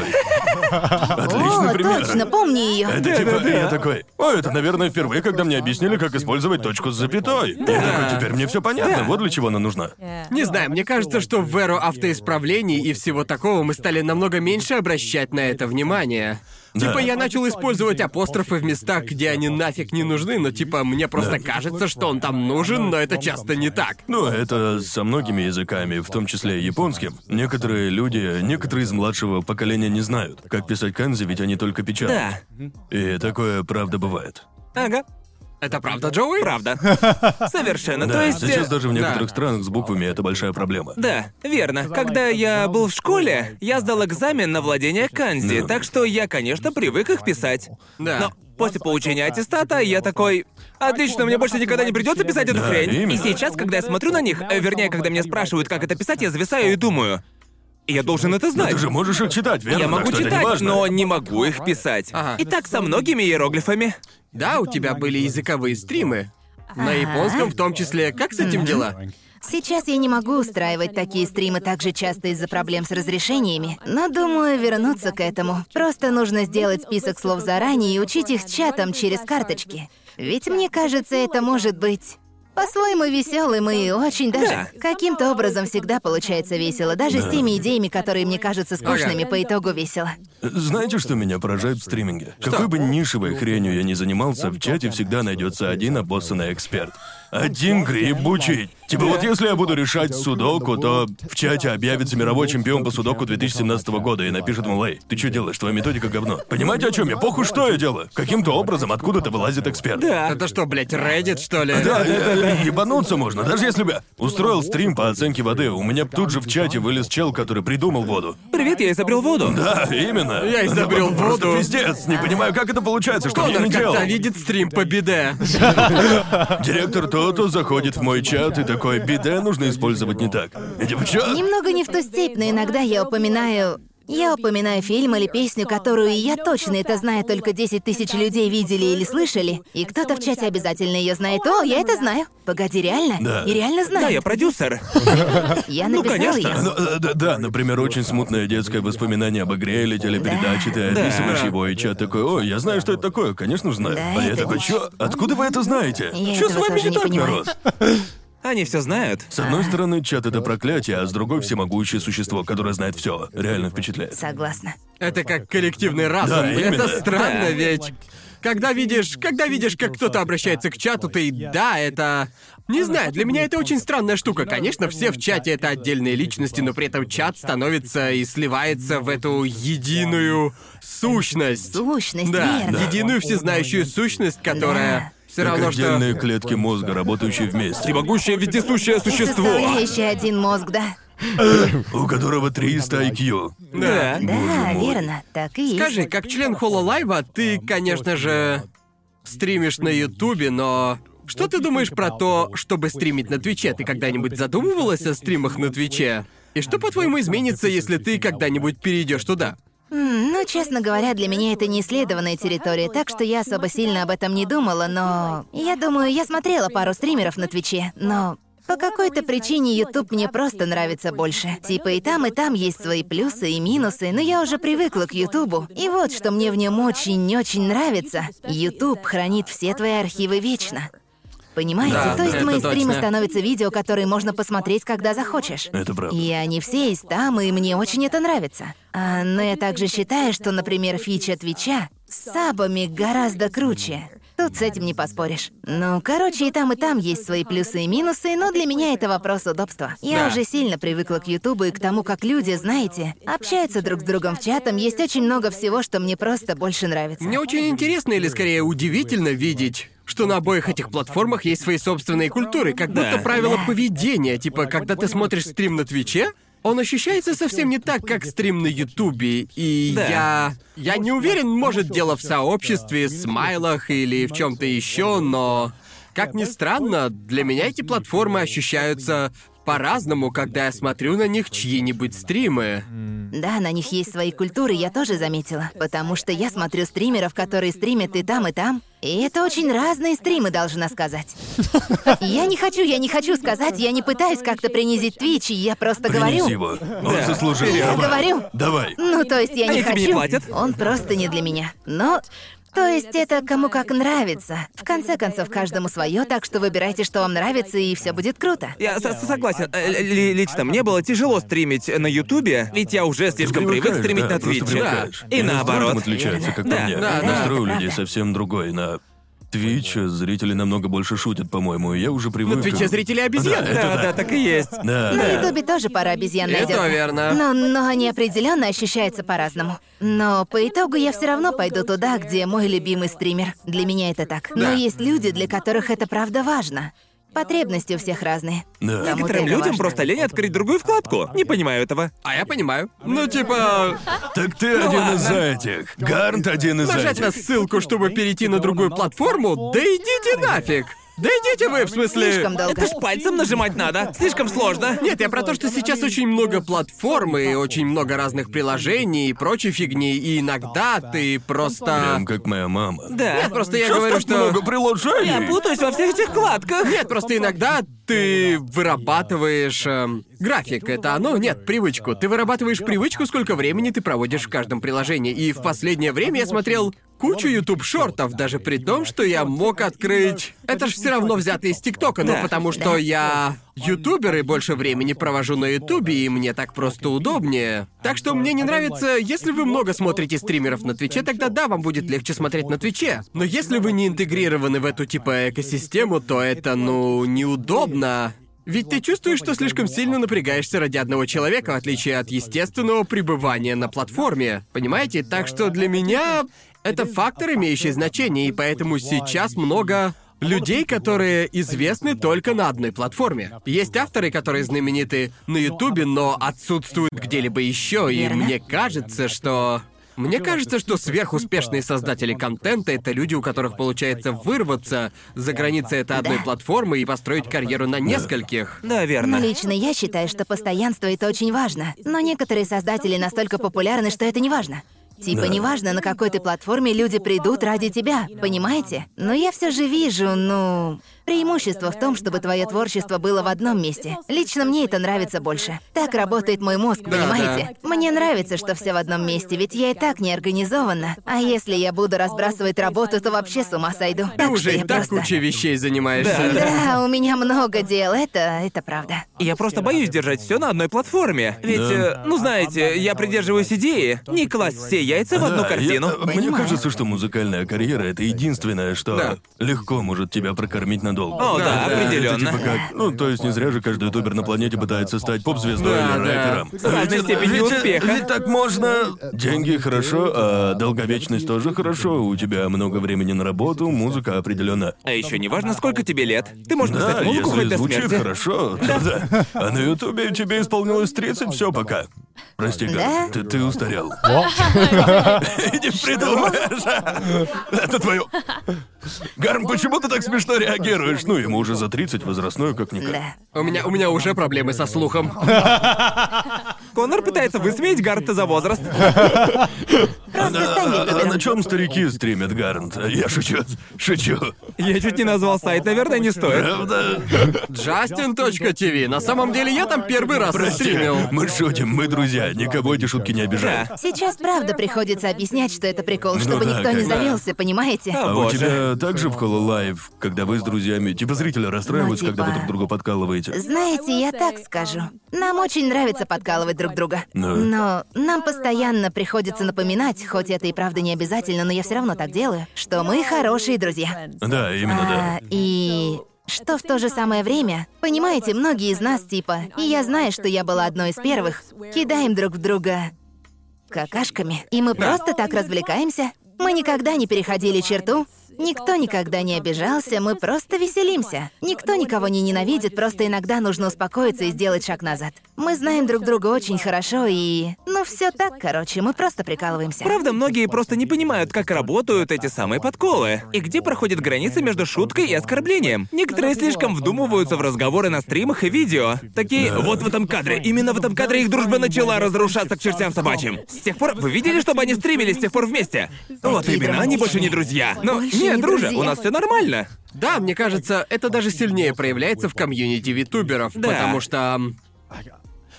Отличный
О,
пример.
точно, помни ее.
Это типа, я такой, о, это, наверное, впервые, когда мне объяснили, как использовать точку с запятой. Я такой, теперь мне все понятно, вот для чего она нужна.
Не знаю, мне кажется, что в эру автоисправлений и всего такого мы стали намного меньше обращать на это внимание.
Да.
Типа я начал использовать апострофы в местах, где они нафиг не нужны, но типа мне просто кажется, что он там нужен, но это часто не так.
Ну, это со многими языками, в том числе и японским. Некоторые люди, некоторые из младшего поколения не знают, как писать канзи, ведь они только печатают.
Да.
И такое правда бывает.
Ага.
Это правда, Джоуи?
Правда. Совершенно. То
Да,
есть. э,
сейчас даже в
да.
некоторых странах с буквами это большая проблема.
Да, верно. Когда я был в школе, я сдал экзамен на владение канзи,
Да.
так что я, конечно, привык их писать.
Да.
Но после получения аттестата я такой... Отлично, мне больше никогда не придется писать эту
Да,
хрень.
именно.
И сейчас, когда я смотрю на них, э, вернее, когда меня спрашивают, как это писать, я зависаю и думаю. Я должен это
Но
Ну,
знать.
ты же можешь их читать, верно?
Я
Так
могу
что это не
читать,
важно.
но не могу их писать.
Ага.
И так со многими иероглифами.
Да, у тебя были языковые стримы. На японском в том числе. Как с этим дела?
Сейчас я не могу устраивать такие стримы так же часто из-за проблем с разрешениями, но думаю вернуться к этому. Просто нужно сделать список слов заранее и учить их чатом через карточки. Ведь мне кажется, это может быть по-своему веселым и очень даже. Каким-то образом всегда получается весело, даже с теми идеями, которые мне кажутся скучными, по итогу весело.
Знаете, что меня поражает в стриминге? Какой бы нишевой хренью я ни занимался, в чате всегда найдется один обоссанный эксперт. Один грибучий. Типа вот если я буду решать судоку, то в чате объявится мировой чемпион по судоку 2017 года и напишет, мол, «Эй, ты что делаешь? Твоя методика говно». Понимаете, о чем я? Похуй, что я делаю. Каким-то образом откуда-то вылазит эксперт.
Да.
Это что, блядь, Reddit, что ли?
Да, э, э, ебануться можно, даже если бы устроил стрим по оценке воды, у меня тут же в чате вылез чел, который придумал воду.
Привет, я изобрел воду.
Да, именно.
Я изобрел
Да, просто
воду.
Пиздец, не понимаю, как это получается, что я
Конор
не делал.
когда видит стрим по биде.
Директор Тото заходит в мой чат и такой, биде нужно использовать не так. И типа, чё?
Немного не в ту степь, но иногда я упоминаю... Я упоминаю фильм или песню, которую я точно это знаю, только 10 тысяч людей видели или слышали, и кто-то в чате обязательно ее знает. О, я это знаю. Погоди, реально?
Да.
И реально
Да,
знаю.
я продюсер.
я написала
конечно.
ее.
Ну, э, да, да, например, очень смутное детское воспоминание об игре или телепередаче, ты описываешь его, и чат такой, ой, я знаю, что это такое, конечно, же знаю.
Да,
а я
это
такой,
не-
чё? Откуда вы это знаете?
Я
Ну, чё с
этого
вами
тоже
не
не
так,
понимаю.
народ?
Они все знают.
С одной стороны, чат — это проклятие, а с другой — всемогущее существо, которое знает все. Реально впечатляет.
Согласна.
Это как коллективный разум.
Да, именно.
это странно,
Да.
ведь Когда видишь, когда видишь, как кто-то обращается к чату, ты да, это. Не знаю, для меня это очень странная штука. Конечно, все в чате это отдельные личности, но при этом чат становится и сливается в эту единую сущность.
Сущность,
Да,
верно.
единую всезнающую сущность, которая все
Как
равно что.
отдельные клетки мозга, работающие вместе,
Всемогущее вездесущее существо.
Составляющая один мозг, да.
у которого 300 IQ.
Да.
Да, верно, так и есть.
Скажи, как член Хололайва, ты, конечно же, стримишь на Ютубе, но что ты думаешь про то, чтобы стримить на Твиче? Ты когда-нибудь задумывалась о стримах на Твиче? И что, по-твоему, изменится, если ты когда-нибудь перейдешь туда?
М, Ну, честно говоря, для меня это неисследованная территория, так что я особо сильно об этом не думала, но... Я думаю, я смотрела пару стримеров на Твиче, но... По какой-то причине YouTube мне просто нравится больше. Типа и там, и там есть свои плюсы и минусы, но я уже привыкла к Ютубу. И вот что мне в нем очень-очень нравится. YouTube хранит все твои архивы вечно. Понимаете?
Да,
То есть
это
мои стримы
точно.
становятся видео, которые можно посмотреть, когда захочешь.
Это правда.
И они все из там, и мне очень это нравится. А, но я также считаю, что, например, фича Твича с сабами гораздо круче. Тут с этим не поспоришь. Ну, короче, и там, и там есть свои плюсы и минусы, но для меня это вопрос удобства. Я
Да.
уже сильно привыкла к Ютубу и к тому, как люди, знаете, общаются друг с другом в чатом. Есть очень много всего, что мне просто больше нравится.
Мне очень интересно или скорее удивительно видеть, что на обоих этих платформах есть свои собственные культуры, как будто
Да.
правила
Да.
поведения, типа, когда ты смотришь стрим на Твиче, он ощущается совсем не так, как стрим на Ютубе, и
Да.
я... Я не уверен, может, дело в сообществе, смайлах или в чем то еще, но... Как ни странно, для меня эти платформы ощущаются по-разному, когда я смотрю на них чьи-нибудь стримы.
Да, на них есть свои культуры, я тоже заметила. Потому что я смотрю стримеров, которые стримят и там, и там. И это очень разные стримы, должна сказать. Я не хочу, я не хочу сказать, я не пытаюсь как-то принизить Твич, и я просто
Принеси
говорю.
его. Он заслужил.
Я
Давай.
говорю.
Давай.
Ну, то есть я не
Они тебе не
хочу.
платят?
Он просто не для меня. Но... То есть это кому как нравится. В конце концов, каждому свое, так что выбирайте, что вам нравится, и все будет круто.
Я с- с- согласен. Э, л- ли- Лично мне было тяжело стримить на Ютубе, ведь я уже слишком привык
Привыкаешь,
стримить
да,
на Твиче.
просто привыкаешь.
И
Настрой там
наоборот.
отличается, как по
Да,
мне.
да, да.
Настрой у
Это
людей
правда.
совсем другой. На Твич зрители намного больше шутят, по-моему. и Я уже привык.
На Твиче зрители обезьяны.
это
Да, да, так и есть.
Да,
На
да.
Ютубе тоже пара обезьян
Это
найдётся.
верно.
Но, но они определенно ощущаются по-разному. Но по итогу я все равно пойду туда, где мой любимый стример. Для меня это так. Но
Да.
есть люди, для которых это правда важно. Потребности у всех разные.
Да.
Кому-то
Некоторым
это
людям
важно.
просто лень открыть другую вкладку. Не понимаю этого.
А я понимаю. Ну, типа,
Так ты один из этих. Гарнт один из
нажать на
этих.
ссылку, чтобы перейти на другую платформу? Да идите нафиг! Да идите вы, в смысле...
Слишком долго.
Это ж пальцем нажимать надо. Слишком сложно.
Нет, я про то, что сейчас очень много платформ и очень много разных приложений и прочей фигни, и иногда ты просто...
Прям как моя мама.
Да.
Нет, просто я
Чё ж
говорю,
так
что...
много приложений?
Я путаюсь во всех этих вкладках.
Нет, просто иногда ты вырабатываешь эм, график. Это оно, нет, привычку. Ты вырабатываешь привычку, сколько времени ты проводишь в каждом приложении. И в последнее время я смотрел кучу YouTube шортов, даже при том, что я мог открыть. Это же все равно взято из ТикТока, но
Да.
потому что я ютубер и больше времени провожу на Ютубе, и мне так просто удобнее. Так что мне не нравится, если вы много смотрите стримеров на Твиче, тогда да, вам будет легче смотреть на Твиче. Но если вы не интегрированы в эту типа экосистему, то это, ну, неудобно. Ведь ты чувствуешь, что слишком сильно напрягаешься ради одного человека, в отличие от естественного пребывания на платформе. Понимаете? Так что для меня это фактор, имеющий значение, и поэтому сейчас много людей, которые известны только на одной платформе. Есть авторы, которые знамениты на Ютубе, но отсутствуют где-либо еще, и
Верно.
мне кажется, что... Мне кажется, что сверхуспешные создатели контента — это люди, у которых получается вырваться за границы этой одной платформы и построить карьеру на нескольких.
Да,
Но
верно.
лично я считаю, что постоянство это очень важно. Но некоторые создатели настолько популярны, что это не важно. Типа
Да.
не важно, на какой ты платформе люди придут ради тебя, понимаете? Но я все же вижу, ну, Преимущество в том, чтобы твое творчество было в одном месте. Лично мне это нравится больше. Так работает мой мозг, понимаете? Мне нравится, что все в одном месте, ведь я и так не организована. А если я буду разбрасывать работу, то вообще с ума сойду.
Ты
Так что
уже и
я
так
просто-
кучей вещей занимаешься.
Да, у меня много дел, это, это правда.
Я просто боюсь держать все на одной платформе. Ведь,
Да.
э, ну знаете, я придерживаюсь идеи не класть все яйца в одну
Да, я-
корзину.
мне кажется, что музыкальная карьера это единственное, что
Да.
легко может тебя прокормить надолго.
О, да,
Да, да,
определенно.
Это типа как- ну, то есть не зря же каждый ютубер на планете пытается стать поп-звездой
Да,
или
да.
рэпером.
С разной
Ведь-
степенью
ведь-
успеха.
Ведь так можно. Деньги хорошо, а долговечность тоже хорошо. У тебя много времени на работу, музыка определенно.
А еще не важно, сколько тебе лет. Ты можешь
Да,
писать музыку хоть
если
до
звучит
смерти.
хорошо, то да. А на ютубе тебе исполнилось 30, все пока. Прости, Гар,
Да?
ты, ты устарел. И не придумаешь. Это твое. Гарм, почему ты так смешно реагируешь? Ну, ему уже за 30, возрастной как-никак.
Да.
У меня, у меня уже проблемы со слухом.
Конор пытается высмеять Гарта за возраст.
Просто стань
А, а на
ютубером.
чем старики стримят, Гарнт? Я шучу. Шучу.
Я чуть не назвал сайт, наверное, не стоит.
Правда?
Justin.tv. На самом деле я там первый раз
Прости,
стримил.
мы шутим, мы друзья, никого эти шутки не обижают.
Да.
Сейчас правда приходится объяснять, что это прикол, чтобы
Ну да,
никто не
как бы.
завелся, понимаете?
Да.
А у
Боже.
тебя также в Hollow Live, когда вы с друзьями, типа зрители расстраиваются,
Ну,
когда вы
типа-
друг друга подкалываете?
Знаете, я так скажу. Нам очень нравится подкалывать друг друга.
Ну.
Но нам постоянно приходится напоминать, хоть это и правда не обязательно, но я все равно так делаю, что мы хорошие друзья.
Да, именно да.
А, и что в то же самое время, понимаете, многие из нас типа, и я знаю, что я была одной из первых, кидаем друг в друга какашками, и мы просто так развлекаемся. Мы никогда не переходили черту, никто никогда не обижался, мы просто веселимся. Никто никого не ненавидит, просто иногда нужно успокоиться и сделать шаг назад. Мы знаем друг друга очень хорошо и... Ну все так, короче, мы просто прикалываемся.
Правда, многие просто не понимают, как работают эти самые подколы, и где проходят границы между шуткой и оскорблением. Некоторые слишком вдумываются в разговоры на стримах и видео. Такие, вот в этом кадре, именно в этом кадре их дружба начала разрушаться к чертям собачьим. С тех пор, вы видели, чтобы они стримили с тех пор вместе? Вот
Такие
именно, они
драматичные.
больше не друзья. Но,
Больше
нет,
не
друже,
друзья.
у нас все нормально.
Да, мне кажется, это даже сильнее проявляется в комьюнити витуберов,
Да.
потому что... м,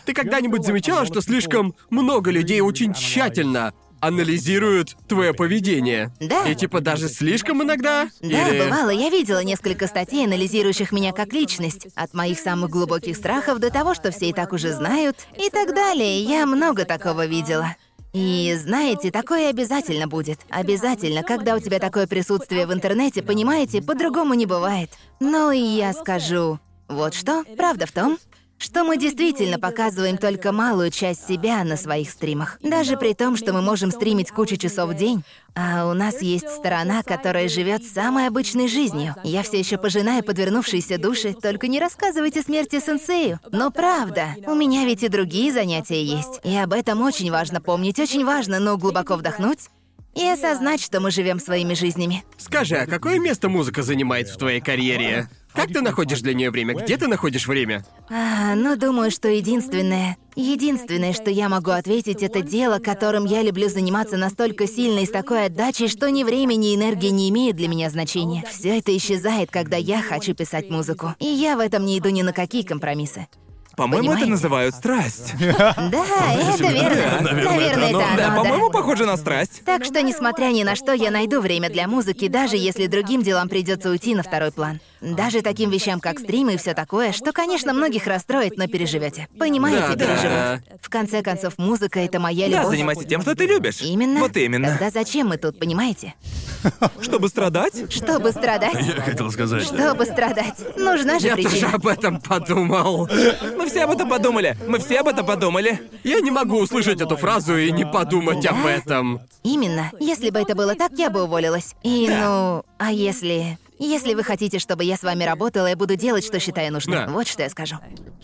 Ты когда-нибудь замечала, что слишком много людей очень тщательно анализируют твое поведение?
Да.
И типа даже слишком иногда?
Да,
Или-
бывало, я видела несколько статей, анализирующих меня как личность. От моих самых глубоких страхов до того, что все и так уже знают, и так далее. Я много такого видела. И знаете, такое обязательно будет. Обязательно, когда у тебя такое присутствие в интернете, понимаете, по-другому не бывает. Но и я скажу, вот что, правда в том, что мы действительно показываем только малую часть себя на своих стримах. Даже при том, что мы можем стримить кучу часов в день. А у нас есть сторона, которая живет самой обычной жизнью. Я все еще пожинаю подвернувшиеся души, только не рассказывайте смерти сенсею. Но правда, у меня ведь и другие занятия есть. И об этом очень важно помнить, очень важно, но глубоко вдохнуть и осознать, что мы живем своими жизнями.
Скажи, а какое место музыка занимает в твоей карьере? Как ты находишь для нее время? Где ты находишь время?
А, ну, думаю, что единственное, единственное, что я могу ответить, это дело, которым я люблю заниматься настолько сильно и с такой отдачей, что ни время, ни энергия не имеют для меня значения. Все это исчезает, когда я хочу писать музыку. И я в этом не иду ни на какие компромиссы.
По-моему, это
Понимаете?
называют страсть.
Да, это верно. Наверное, ну это
Да,
оно,
по-моему, похоже на страсть.
Так что, несмотря ни на что, я найду время для музыки, даже если другим делам придется уйти на второй план. Даже таким вещам, как стримы и все такое, что, конечно, многих расстроит, но переживете. Понимаете,
Да, да.
переживут. В конце концов, музыка это моя
Да,
любовь.
занимайся тем, что ты любишь.
Именно.
Вот именно.
Тогда зачем мы тут, понимаете?
Чтобы страдать?
Чтобы страдать.
Я хотел сказать, да.
Чтобы страдать. Нужна же
Я тоже
причина.
об этом подумал.
Мы все об этом подумали. Мы все об этом подумали.
Я не могу услышать эту фразу и не подумать об этом.
Именно. Если бы это было так, я бы уволилась. И ну, а если... Если вы хотите, чтобы я с вами работала, я буду делать, что считаю нужным.
Да.
Вот что я скажу.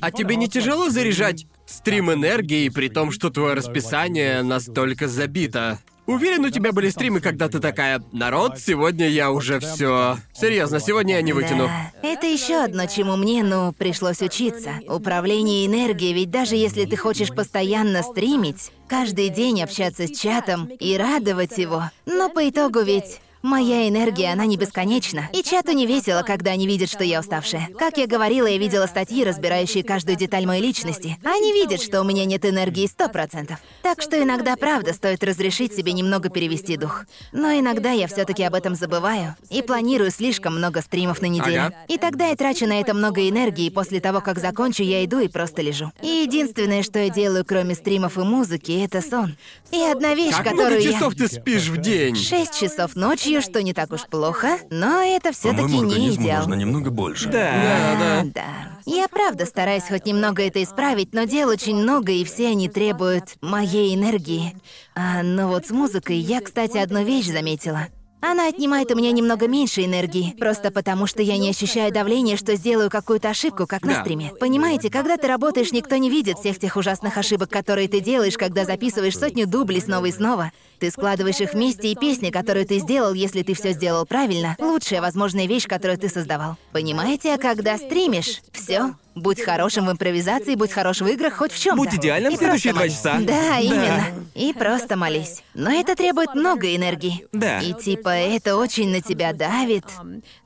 А тебе не тяжело заряжать стрим энергии, при том, что твое расписание настолько забито? Уверен, у тебя были стримы, когда ты такая, народ, сегодня я уже все. Серьезно, сегодня я не вытяну.
Да. Это еще одно, чему мне, ну, пришлось учиться. Управление энергией, ведь даже если ты хочешь постоянно стримить, каждый день общаться с чатом и радовать его, но по итогу ведь Моя энергия, она не бесконечна. И чату не весело, когда они видят, что я уставшая. Как я говорила, я видела статьи, разбирающие каждую деталь моей личности. Они видят, что у меня нет энергии 100%. Так что иногда, правда, стоит разрешить себе немного перевести дух. Но иногда я все таки об этом забываю и планирую слишком много стримов на неделю.
Ага.
И тогда я трачу на это много энергии, и после того, как закончу, я иду и просто лежу. И единственное, что я делаю, кроме стримов и музыки, это сон. И одна вещь,
Как много
которую я...
часов ты спишь в день?
Шесть часов ночью, что не так уж плохо, но это все-таки
По-моему,
не
организму
идеал.
нужно немного больше.
Да.
А, да. Я правда стараюсь хоть немного это исправить, но дел очень много, и все они требуют моей энергии. А, но вот с музыкой я, кстати, одну вещь заметила. Она отнимает у меня немного меньше энергии, просто потому что я не ощущаю давления, что сделаю какую-то ошибку, как на
Да.
стриме. Понимаете, когда ты работаешь, никто не видит всех тех ужасных ошибок, которые ты делаешь, когда записываешь сотню дублей снова и снова. Ты складываешь их вместе, и песни, которую ты сделал, если ты все сделал правильно, лучшая возможная вещь, которую ты создавал. Понимаете, а когда стримишь, все. Будь хорошим в импровизации, будь хорош в играх, хоть в чем
Будь идеальным следующие два часа.
Да, именно. И просто молись. Но это требует много энергии.
Да.
И типа это очень на тебя давит.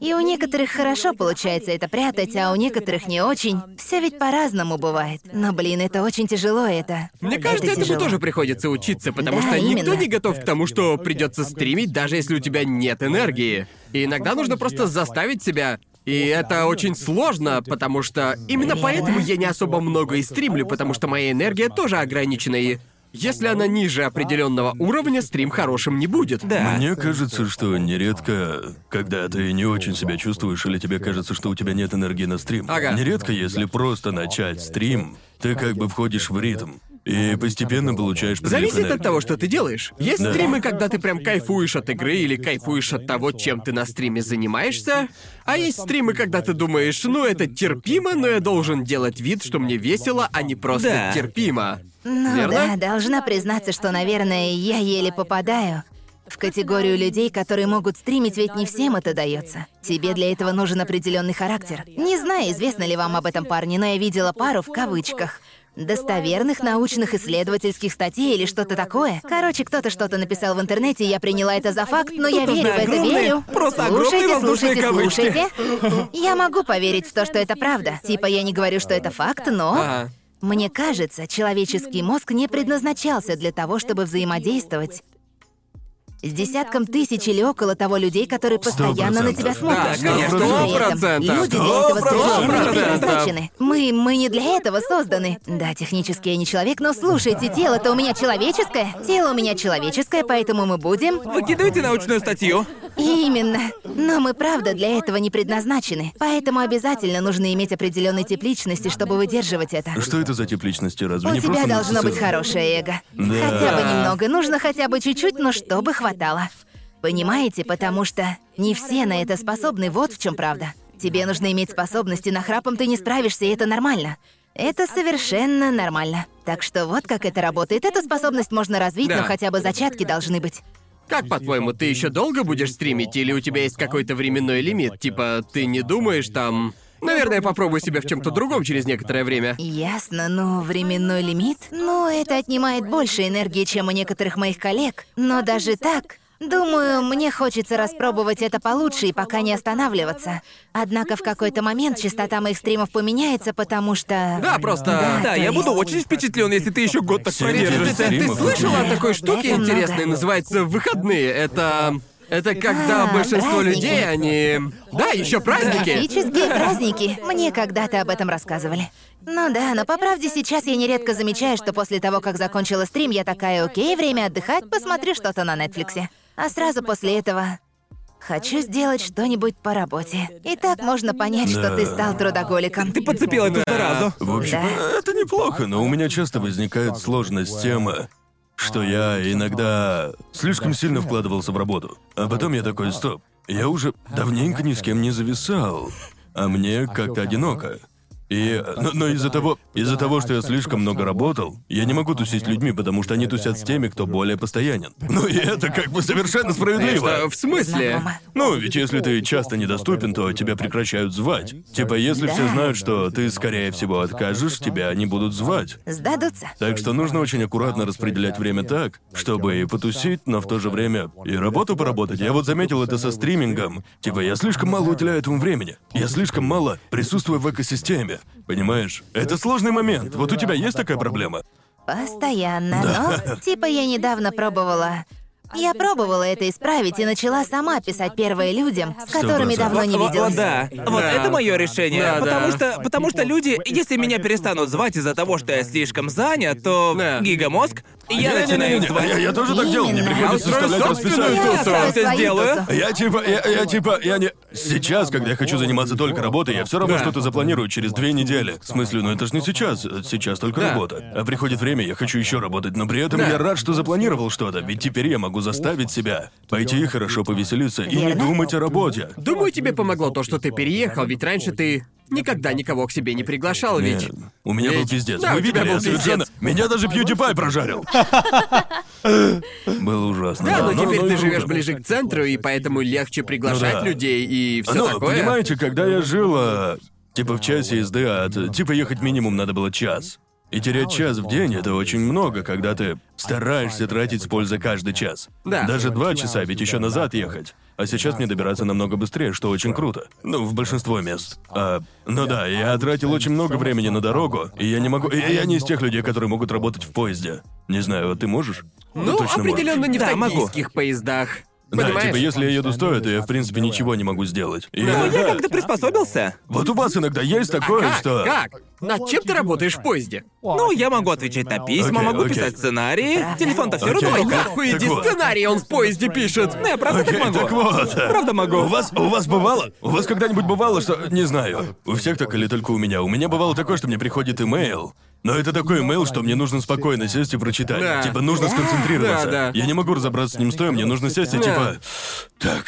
И у некоторых хорошо получается это прятать, а у некоторых не очень. Все ведь по-разному бывает. Но, блин, это очень тяжело это.
Мне кажется,
это
этому
тяжело.
тоже приходится учиться, потому
Да,
что никто
именно.
не готов к тому, что придется стримить, даже если у тебя нет энергии. И иногда нужно просто заставить себя. И это очень сложно, потому что именно
Верно.
поэтому я не особо много и стримлю, потому что моя энергия тоже ограничена и если она ниже определенного уровня, стрим хорошим не будет.
Да.
Мне кажется, что нередко, когда ты не очень себя чувствуешь или тебе кажется, что у тебя нет энергии на стрим,
Ага.
нередко, если просто начать стрим, ты как бы входишь в ритм и постепенно получаешь прилив
Зависит
энергии.
от того, что ты делаешь. Есть
Да.
стримы, когда ты прям кайфуешь от игры или кайфуешь от того, чем ты на стриме занимаешься, а есть стримы, когда ты думаешь, ну это терпимо, но я должен делать вид, что мне весело, а не просто
Да.
терпимо.
Ну
Верно?
да, должна признаться, что, наверное, я еле попадаю в категорию людей, которые могут стримить, ведь не всем это дается. Тебе для этого нужен определенный характер. Не знаю, известно ли вам об этом парне, но я видела пару в кавычках достоверных научных исследовательских статей или что-то такое. Короче, кто-то что-то написал в интернете, я приняла это за факт, но я верю
Тут
в
нужны
это,
огромные,
верю.
просто огромные
слушайте,
воздушные
слушайте,
кавычки.
слушайте. Я могу поверить в то, что это правда. Типа я не говорю, что это факт, но...
Ага.
Мне кажется, человеческий мозг не предназначался для того, чтобы взаимодействовать с десятком тысяч или около того людей, которые постоянно на тебя
процентов.
смотрят.
Да,
Люди
конечно, сто
при этом-
процентов.
Люди для
Сто
этого совершенно не
процентов.
предназначены. Мы, мы не для этого созданы. Да, технически я не человек, но слушайте, тело-то у меня человеческое. Тело у меня человеческое, поэтому мы будем...
Выкидывайте научную статью.
Именно. Но мы правда для этого не предназначены. Поэтому обязательно нужно иметь определенный тип личности, чтобы выдерживать это.
Что это за тип личности? Разве
У
не
тебя
просто
должно быть
нарцисс?
хорошее эго.
Да.
Хотя бы немного, нужно хотя бы чуть-чуть, но чтобы хватало. Понимаете, потому что не все на это способны, вот в чем правда. Тебе нужно иметь способности, на храпом ты не справишься, и это нормально. Это совершенно нормально. Так что вот как это работает. Эту способность можно развить,
Да.
но хотя бы зачатки должны быть.
Как по-твоему, ты еще долго будешь стримить, или у тебя есть какой-то временной лимит? Типа, ты не думаешь там. Наверное, попробую себя в чем-то другом через некоторое время.
Ясно, но временной лимит? Ну, это отнимает больше энергии, чем у некоторых моих коллег. Но даже так, думаю, мне хочется распробовать это получше и пока не останавливаться. Однако в какой-то момент частота моих стримов поменяется, потому что...
Да, просто-
Да,
Да,
то
я буду
есть-
очень впечатлен, если ты еще год так
Семь лет
Ты, ты-
продержишься.
ты
стримов.
слышала о такой штуке
Это много.
интересной? Называется выходные. Это. Это когда
А,
большинство
праздники.
людей, они. Да, еще праздники.
Графические праздники. Мне когда-то об этом рассказывали. Ну да, но по правде сейчас я нередко замечаю, что после того, как закончила стрим, я такая, окей, время отдыхать, посмотрю что-то на Нетфликсе. А сразу после этого хочу сделать что-нибудь по работе. И так можно понять, что ты стал трудоголиком.
Ты подцепил эту заразу.
В общем,
Да.
это неплохо, но у меня часто возникает сложность с тем, э, что я иногда слишком сильно вкладывался в работу. А потом я такой, стоп, я уже давненько ни с кем не зависал, а мне как-то одиноко. И И, но, но из-за того, из-за того, что я слишком много работал, я не могу тусить с людьми, потому что они тусят с теми, кто более постоянен. Ну и это как бы совершенно
Что,
справедливо.
в смысле?
Знакомо.
Ну, ведь если ты часто недоступен, то тебя прекращают звать. Типа, если все
Да.
знают, что ты, скорее всего, откажешь, тебя не будут звать.
Сдадутся.
Так что нужно очень аккуратно распределять время так, чтобы и потусить, но в то же время и работу поработать. Я вот заметил это со стримингом. Типа, я слишком мало уделяю этому времени. Я слишком мало присутствую в экосистеме. Понимаешь? Это сложный момент. Вот у тебя есть такая проблема?
Постоянно. Но, типа, я недавно пробовала... Я пробовала это исправить и начала сама писать первые людям, с которыми
процентов.
давно не
Вот-
виделась.
Вот, да. Вот
Да.
это мое решение.
Да,
потому
да.
что, потому что люди, если меня перестанут звать из-за того, что я слишком занят, то
Да. А
гигамозг, я начинаю их
Не-не-не-не,
звать.
я, я тоже так делал, мне
Именно.
Я
приходится
устрою
составлять
А собственную
расписание.
Я
тусу.
открою
всё
свою
сделаю.
тусу.
Я типа, я, я типа, я не... Сейчас, когда я хочу заниматься только работой, я все равно
Да.
что-то запланирую через две недели. В смысле, ну это ж не сейчас, сейчас только
Да.
работа. А приходит время, я хочу еще работать, но при этом
Да.
я рад, что запланировал что-то, ведь теперь я могу заставить себя пойти и хорошо повеселиться и не
Верно.
думать о работе.
Думаю, тебе помогло то, что ты переехал, ведь раньше ты никогда никого к себе не приглашал, ведь...
Нет, у меня был
ведь-
пиздец.
Да,
Вы
у тебя
видели,
был
я
пиздец.
совершенно... Меня даже PewDiePie прожарил. Было ужасно. Ну,
Да, но теперь
и
ты
круто.
живешь ближе к центру, и поэтому легче приглашать
Ну да.
людей и все
Ну,
такое.
понимаете, когда я жил, э, типа в часе езды от... э, Типа ехать минимум надо было час. И терять час в день — это очень много, когда ты стараешься тратить с пользой каждый час.
Да.
Даже два часа, ведь еще назад ехать. А сейчас мне добираться намного быстрее, что очень круто. Ну, в большинство мест. А, ну да, я тратил очень много времени на дорогу, и я не могу... и я не из тех людей, которые могут работать в поезде. Не знаю, а ты можешь?
Ну,
точно можешь.
определенно не в
Да, могу.
токийских поездах.
Да,
Понимаешь?
типа, если я еду стоя, то я, в принципе, ничего не могу сделать. И
Ну,
иногда-
я как-то приспособился.
Вот у вас иногда есть такое,
А Как?
что...
Как? Над чем ты работаешь в поезде?
Ну, я могу отвечать на письма,
Окей,
могу
окей.
писать сценарии. Телефон-то все
Окей.
равно в
Ой,
руках.
Нахуй, Ну, иди
вот.
сценарий он в поезде пишет.
Ну, я правда
Окей,
так могу.
Э, так вот.
Правда могу.
У вас, у вас бывало? У вас когда-нибудь бывало, что... Не знаю. У всех так или только у меня. У меня бывало такое, что мне приходит имейл. Но это такой имейл, что мне нужно спокойно сесть и прочитать.
Да.
Типа нужно сконцентрироваться.
Да, да.
Я не могу разобраться с ним стоя, мне нужно сесть и
Да.
типа... Так.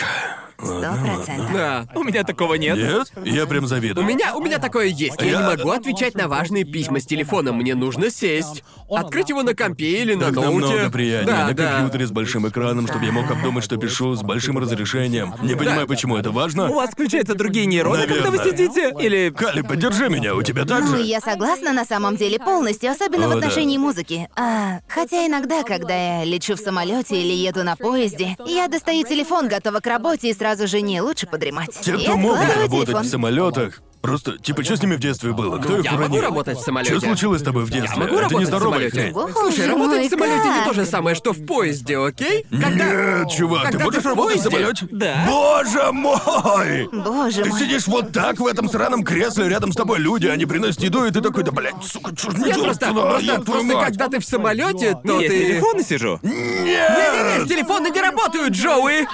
Сто процентов.
Да.
У меня такого нет.
Нет? Я прям завидую.
У меня, у меня такое есть. Я
Я-
не могу отвечать на важные письма с телефона. Мне нужно сесть, открыть его на компе или на
Так
ноуте.
намного приятнее.
Да,
на
да.
компьютере с большим экраном, чтобы я мог обдумать, что пишу, с большим разрешением. Не понимаю, почему это важно.
У вас включаются другие нейроны, когда вы
Наверное.
сидите? Или...
Кали, поддержи меня, у тебя так
Ну,
же?
я согласна на самом деле полностью, особенно
О,
в
да.
отношении музыки. А, хотя иногда, когда я лечу в самолете или еду на поезде, я достаю телефон, готова к работе и сразу же не лучше подремать.
Те,
И
кто могут
откладываю
работать
телефон.
в самолетах, просто, типа, что с ними в детстве было? Кто их
Я могу
уронил?
работать в самолете.
Что случилось с тобой в детстве?
могу
это
работать в
нездоровая
самолете.
хрень.
Боже
Слушай, а работать в
мой,
самолете не
как?
то же самое, что в поезде, окей?
Нет, чувак,
когда
ты
ты
можешь
в
работать в
поезде?
самолете?
Да.
Боже мой!
Боже
Ты
мой.
сидишь вот так в этом сраном кресле, рядом с тобой люди, они приносят еду, и ты такой, да, блядь, сука, чушь не
Я просто,
а?
просто, просто когда ты в самолете, то
Я с
ты...
телефона сижу.
Нет, телефоны не работают, Джоуи!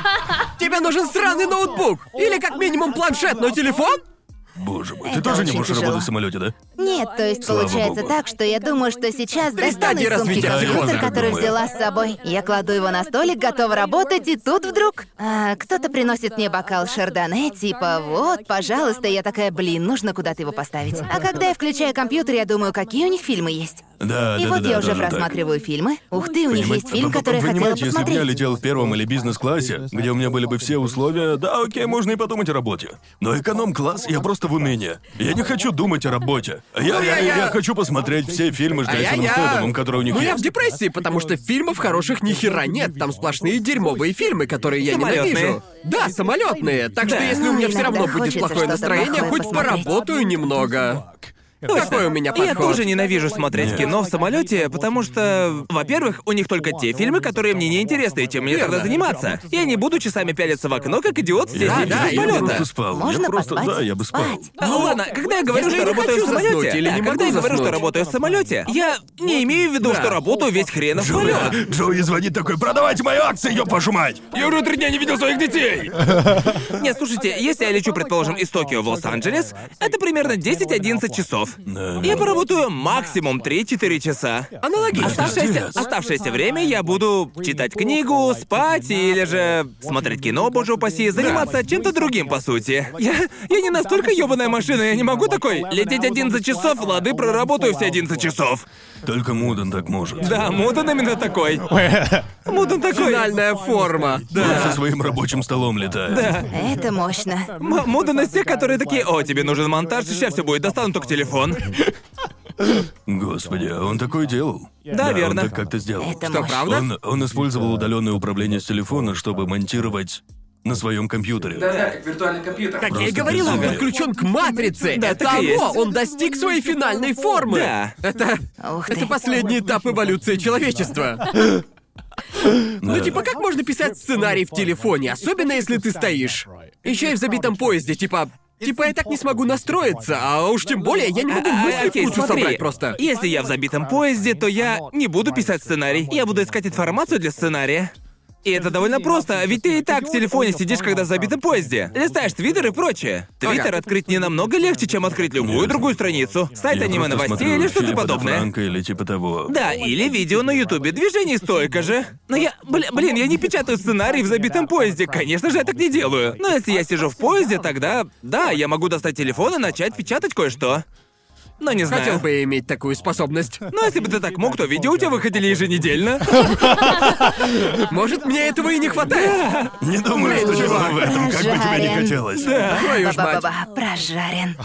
Тебе нужен сраный ноутбук! Или как минимум планшет, но телефон?
Боже мой, ты
Это
тоже не
очень
можешь
тяжело.
работать в самолете, да?
Нет, то есть
Слава
получается
богу.
так, что я думаю, что сейчас достану
стадии
из сумки
развития
компьютер,
психоза,
который
думаю.
взяла с собой. Я кладу его на столик, готова работать, и тут вдруг а, кто-то приносит мне бокал шардоне, типа вот, пожалуйста, я такая, блин, нужно куда-то его поставить. А когда я включаю компьютер, я думаю, какие у них фильмы есть.
Да,
И
да,
вот
да,
я
да,
уже
тоже так.
просматриваю фильмы. Ух ты, у них
Понимаете?
есть фильм,
Вы- вы
который я хотела
понимаете, если бы я
посмотреть.
летел в первом или бизнес-классе, где у меня были бы все условия, да, окей, можно и подумать о работе. Но эконом-класс, я просто в унынии. Я не хочу думать о работе. Я, я, я,
я-
хочу посмотреть все фильмы с
А я,
Джейсоном
я-
Стэтхэмом, которые у них
Ну я в
есть.
депрессии, потому что фильмов хороших ни хера нет. Там сплошные дерьмовые фильмы, которые я
Самолётные.
ненавижу. Да, самолетные. Так что
Да.
если у меня все равно
Иногда
будет
хочется
плохое
что-то
настроение,
плохое
хоть
посмотреть.
поработаю немного. Такой у меня подход.
Я тоже ненавижу смотреть
Нет.
кино в самолете, потому что, во-первых, у них только те фильмы, которые мне не интересны, и чем мне
Верно.
тогда заниматься. Я не буду часами пялиться в окно, как идиот, здесь
Да,
и
да,
без
я
я
полета.
просто спал.
Можно
я просто,
поспать?
да, я бы спал.
Спать.
А, ладно, когда я говорю,
Если
что
я не
работаю в
хочу
самолете,
заснуть или
да,
не
когда
могу
я говорю, что
заснуть.
работаю в самолете, я не имею в виду,
Да.
что работаю весь хренов полет.
Джоуи звонит такой, продавайте мою акцию, ее вашу мать!
Я уже три дня не видел своих детей! Нет, слушайте, если я лечу, предположим, из Токио в Лос-Анджелес, это примерно 10-11 часов. часов.
Да,
Я
да.
поработаю максимум 3-4 часа.
Аналогично.
Оставшееся, оставшееся время я буду читать книгу, спать или же смотреть кино, боже упаси, заниматься чем-то другим, по сути. Я, я не настолько ёбаная машина, я не могу такой лететь 11 часов, лады, проработаю все 11 часов.
Только Мудан так может.
Да, Мудан именно такой. Мудан такой.
Финальная форма.
Он
Да.
со своим рабочим столом летает.
Это мощно.
М- Мудан из тех, которые такие, о, тебе нужен монтаж, сейчас все будет, достану только телефон.
Господи, а он такое делал. Да,
верно.
Он так как-то сделал.
Это
Что,
А
мощно.
правда?
Он, он использовал удаленное управление с телефона, чтобы монтировать на своем компьютере.
Да-да, как виртуальный компьютер.
Так я и
Просто
говорил, он
безумие.
подключен к матрице.
Да,
это
так и
оно,
есть.
он достиг своей финальной формы.
Да.
Это,
Ух ты.
это последний этап эволюции человечества. Ну типа как можно писать сценарий в телефоне, особенно если ты стоишь? Еще и в забитом поезде, типа... Типа я так не смогу настроиться, а уж тем более я не могу
А,
мысли в
окей,
кучу
смотри,
собрать просто.
Если я в забитом поезде, то я не буду писать сценарий. Я буду искать информацию для сценария. И это довольно просто, ведь ты и так в телефоне сидишь, когда в забитом поезде. Листаешь твиттер и прочее. Твиттер
Ага.
открыть не намного легче, чем открыть любую другую страницу. Сайт
Я
аниме
просто смотрю
новостей или что-то
Филиппа де
подобное.
Франко или типа того.
Да, или видео на Ютубе. Движений столько же. Но я. бля- блин, я не печатаю сценарий в забитом поезде. Конечно же, я так не делаю. Но если я сижу в поезде, тогда. Да, я могу достать телефон и начать печатать кое-что. Но не знаю.
Хотел бы я иметь такую способность.
Ну, если бы ты так мог, то видео у тебя выходили еженедельно.
Может, мне этого и не хватает?
Не думаю, что
Блин,
дело в этом, как бы тебе не
Жарен.
хотелось.
Твою ж мать.
Ба-ба-ба-ба, прожарен.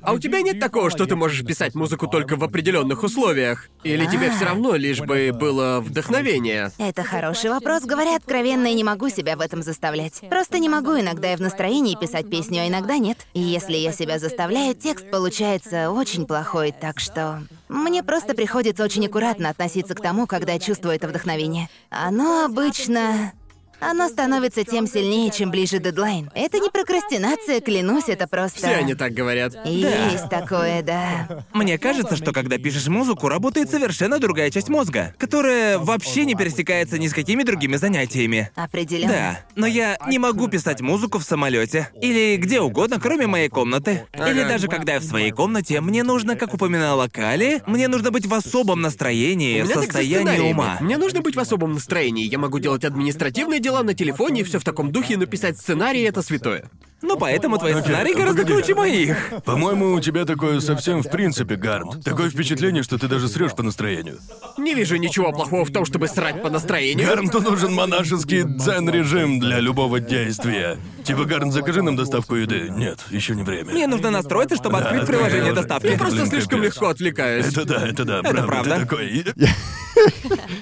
А у тебя нет такого, что ты можешь писать музыку только в определенных условиях? Или тебе все равно лишь бы было вдохновение?
Это хороший вопрос, говоря откровенно, я не могу себя в этом заставлять. Просто не могу, иногда я в настроении писать песню, а иногда нет. И если я себя заставляю, текст получается очень плохой, так что... Мне просто приходится очень аккуратно относиться к тому, когда я чувствую это вдохновение. Оно обычно... Оно становится тем сильнее, чем ближе дедлайн. Это не прокрастинация, клянусь, это просто...
Все они так говорят.
Есть такое, да.
Мне кажется, что когда пишешь музыку, работает совершенно другая часть мозга, которая вообще не пересекается ни с какими другими занятиями.
Определенно.
Да, но я не могу писать музыку в самолете или где угодно, кроме моей комнаты. Или
Ага.
даже когда я в своей комнате, мне нужно, как упоминала Кали, мне нужно быть в особом настроении, в
У меня так со
состоянии
сценариями.
ума.
Мне нужно быть в особом настроении. Я могу делать административные дела на телефоне и все в таком духе, но писать сценарий это святое.
Но Ну, поэтому твои
Окей,
сценарии гораздо
погоди.
круче моих.
По-моему, у тебя такое совсем в принципе, Гарн. Такое впечатление, что ты даже срешь по настроению.
Не вижу ничего плохого в том, чтобы срать по настроению.
Гарнту нужен монашеский дзен-режим для любого действия. Типа, Гарн, закажи нам доставку еды. Нет, еще не время.
Мне нужно настроиться, чтобы открыть
это
приложение
правда.
доставки.
Я просто
Блин,
слишком
капец.
легко отвлекаюсь.
Это да, это да, правда,
правда.
ты такой. и-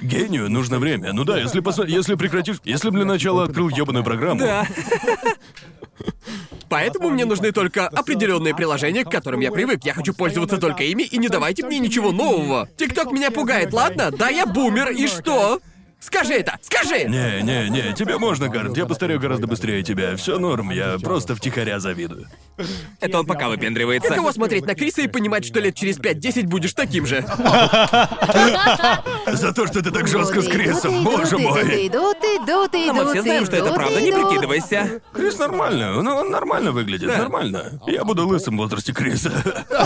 Гению нужно время. Ну да, если посо- если прекратишь, если б для начала открыл ёбаную программу.
Да.
Поэтому мне нужны только определенные приложения, к которым я привык. Я хочу пользоваться только ими, и не давайте мне ничего нового. ТикТок меня пугает, ладно? Да, я бумер, и что? Скажи это! Скажи!
Не, не, не, тебе можно, Гарн. Я постарею гораздо быстрее тебя. Все норм, я просто втихаря завидую.
Это он пока выпендривается.
Каково смотреть на Криса и понимать, что лет через 5-10 будешь таким же?
За то, что ты так жестко с
Идут и
Крисом,
идут,
боже мой.
Идут, идут, идут,
Но Ну, мы
идут,
все знаем, что это
идут,
правда, не
идут.
прикидывайся.
Крис нормально, он, он нормально выглядит, нормально. Я буду лысым в возрасте Криса.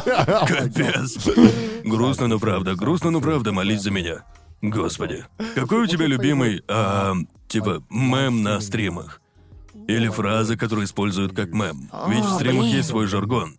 Капец. Грустно, но правда, грустно, но правда, молись за меня. Господи. Какой у тебя любимый, а, типа, мем на стримах? Или фразы, которые используют как мем. Ведь в
О,
стримах
блин.
есть свой жаргон.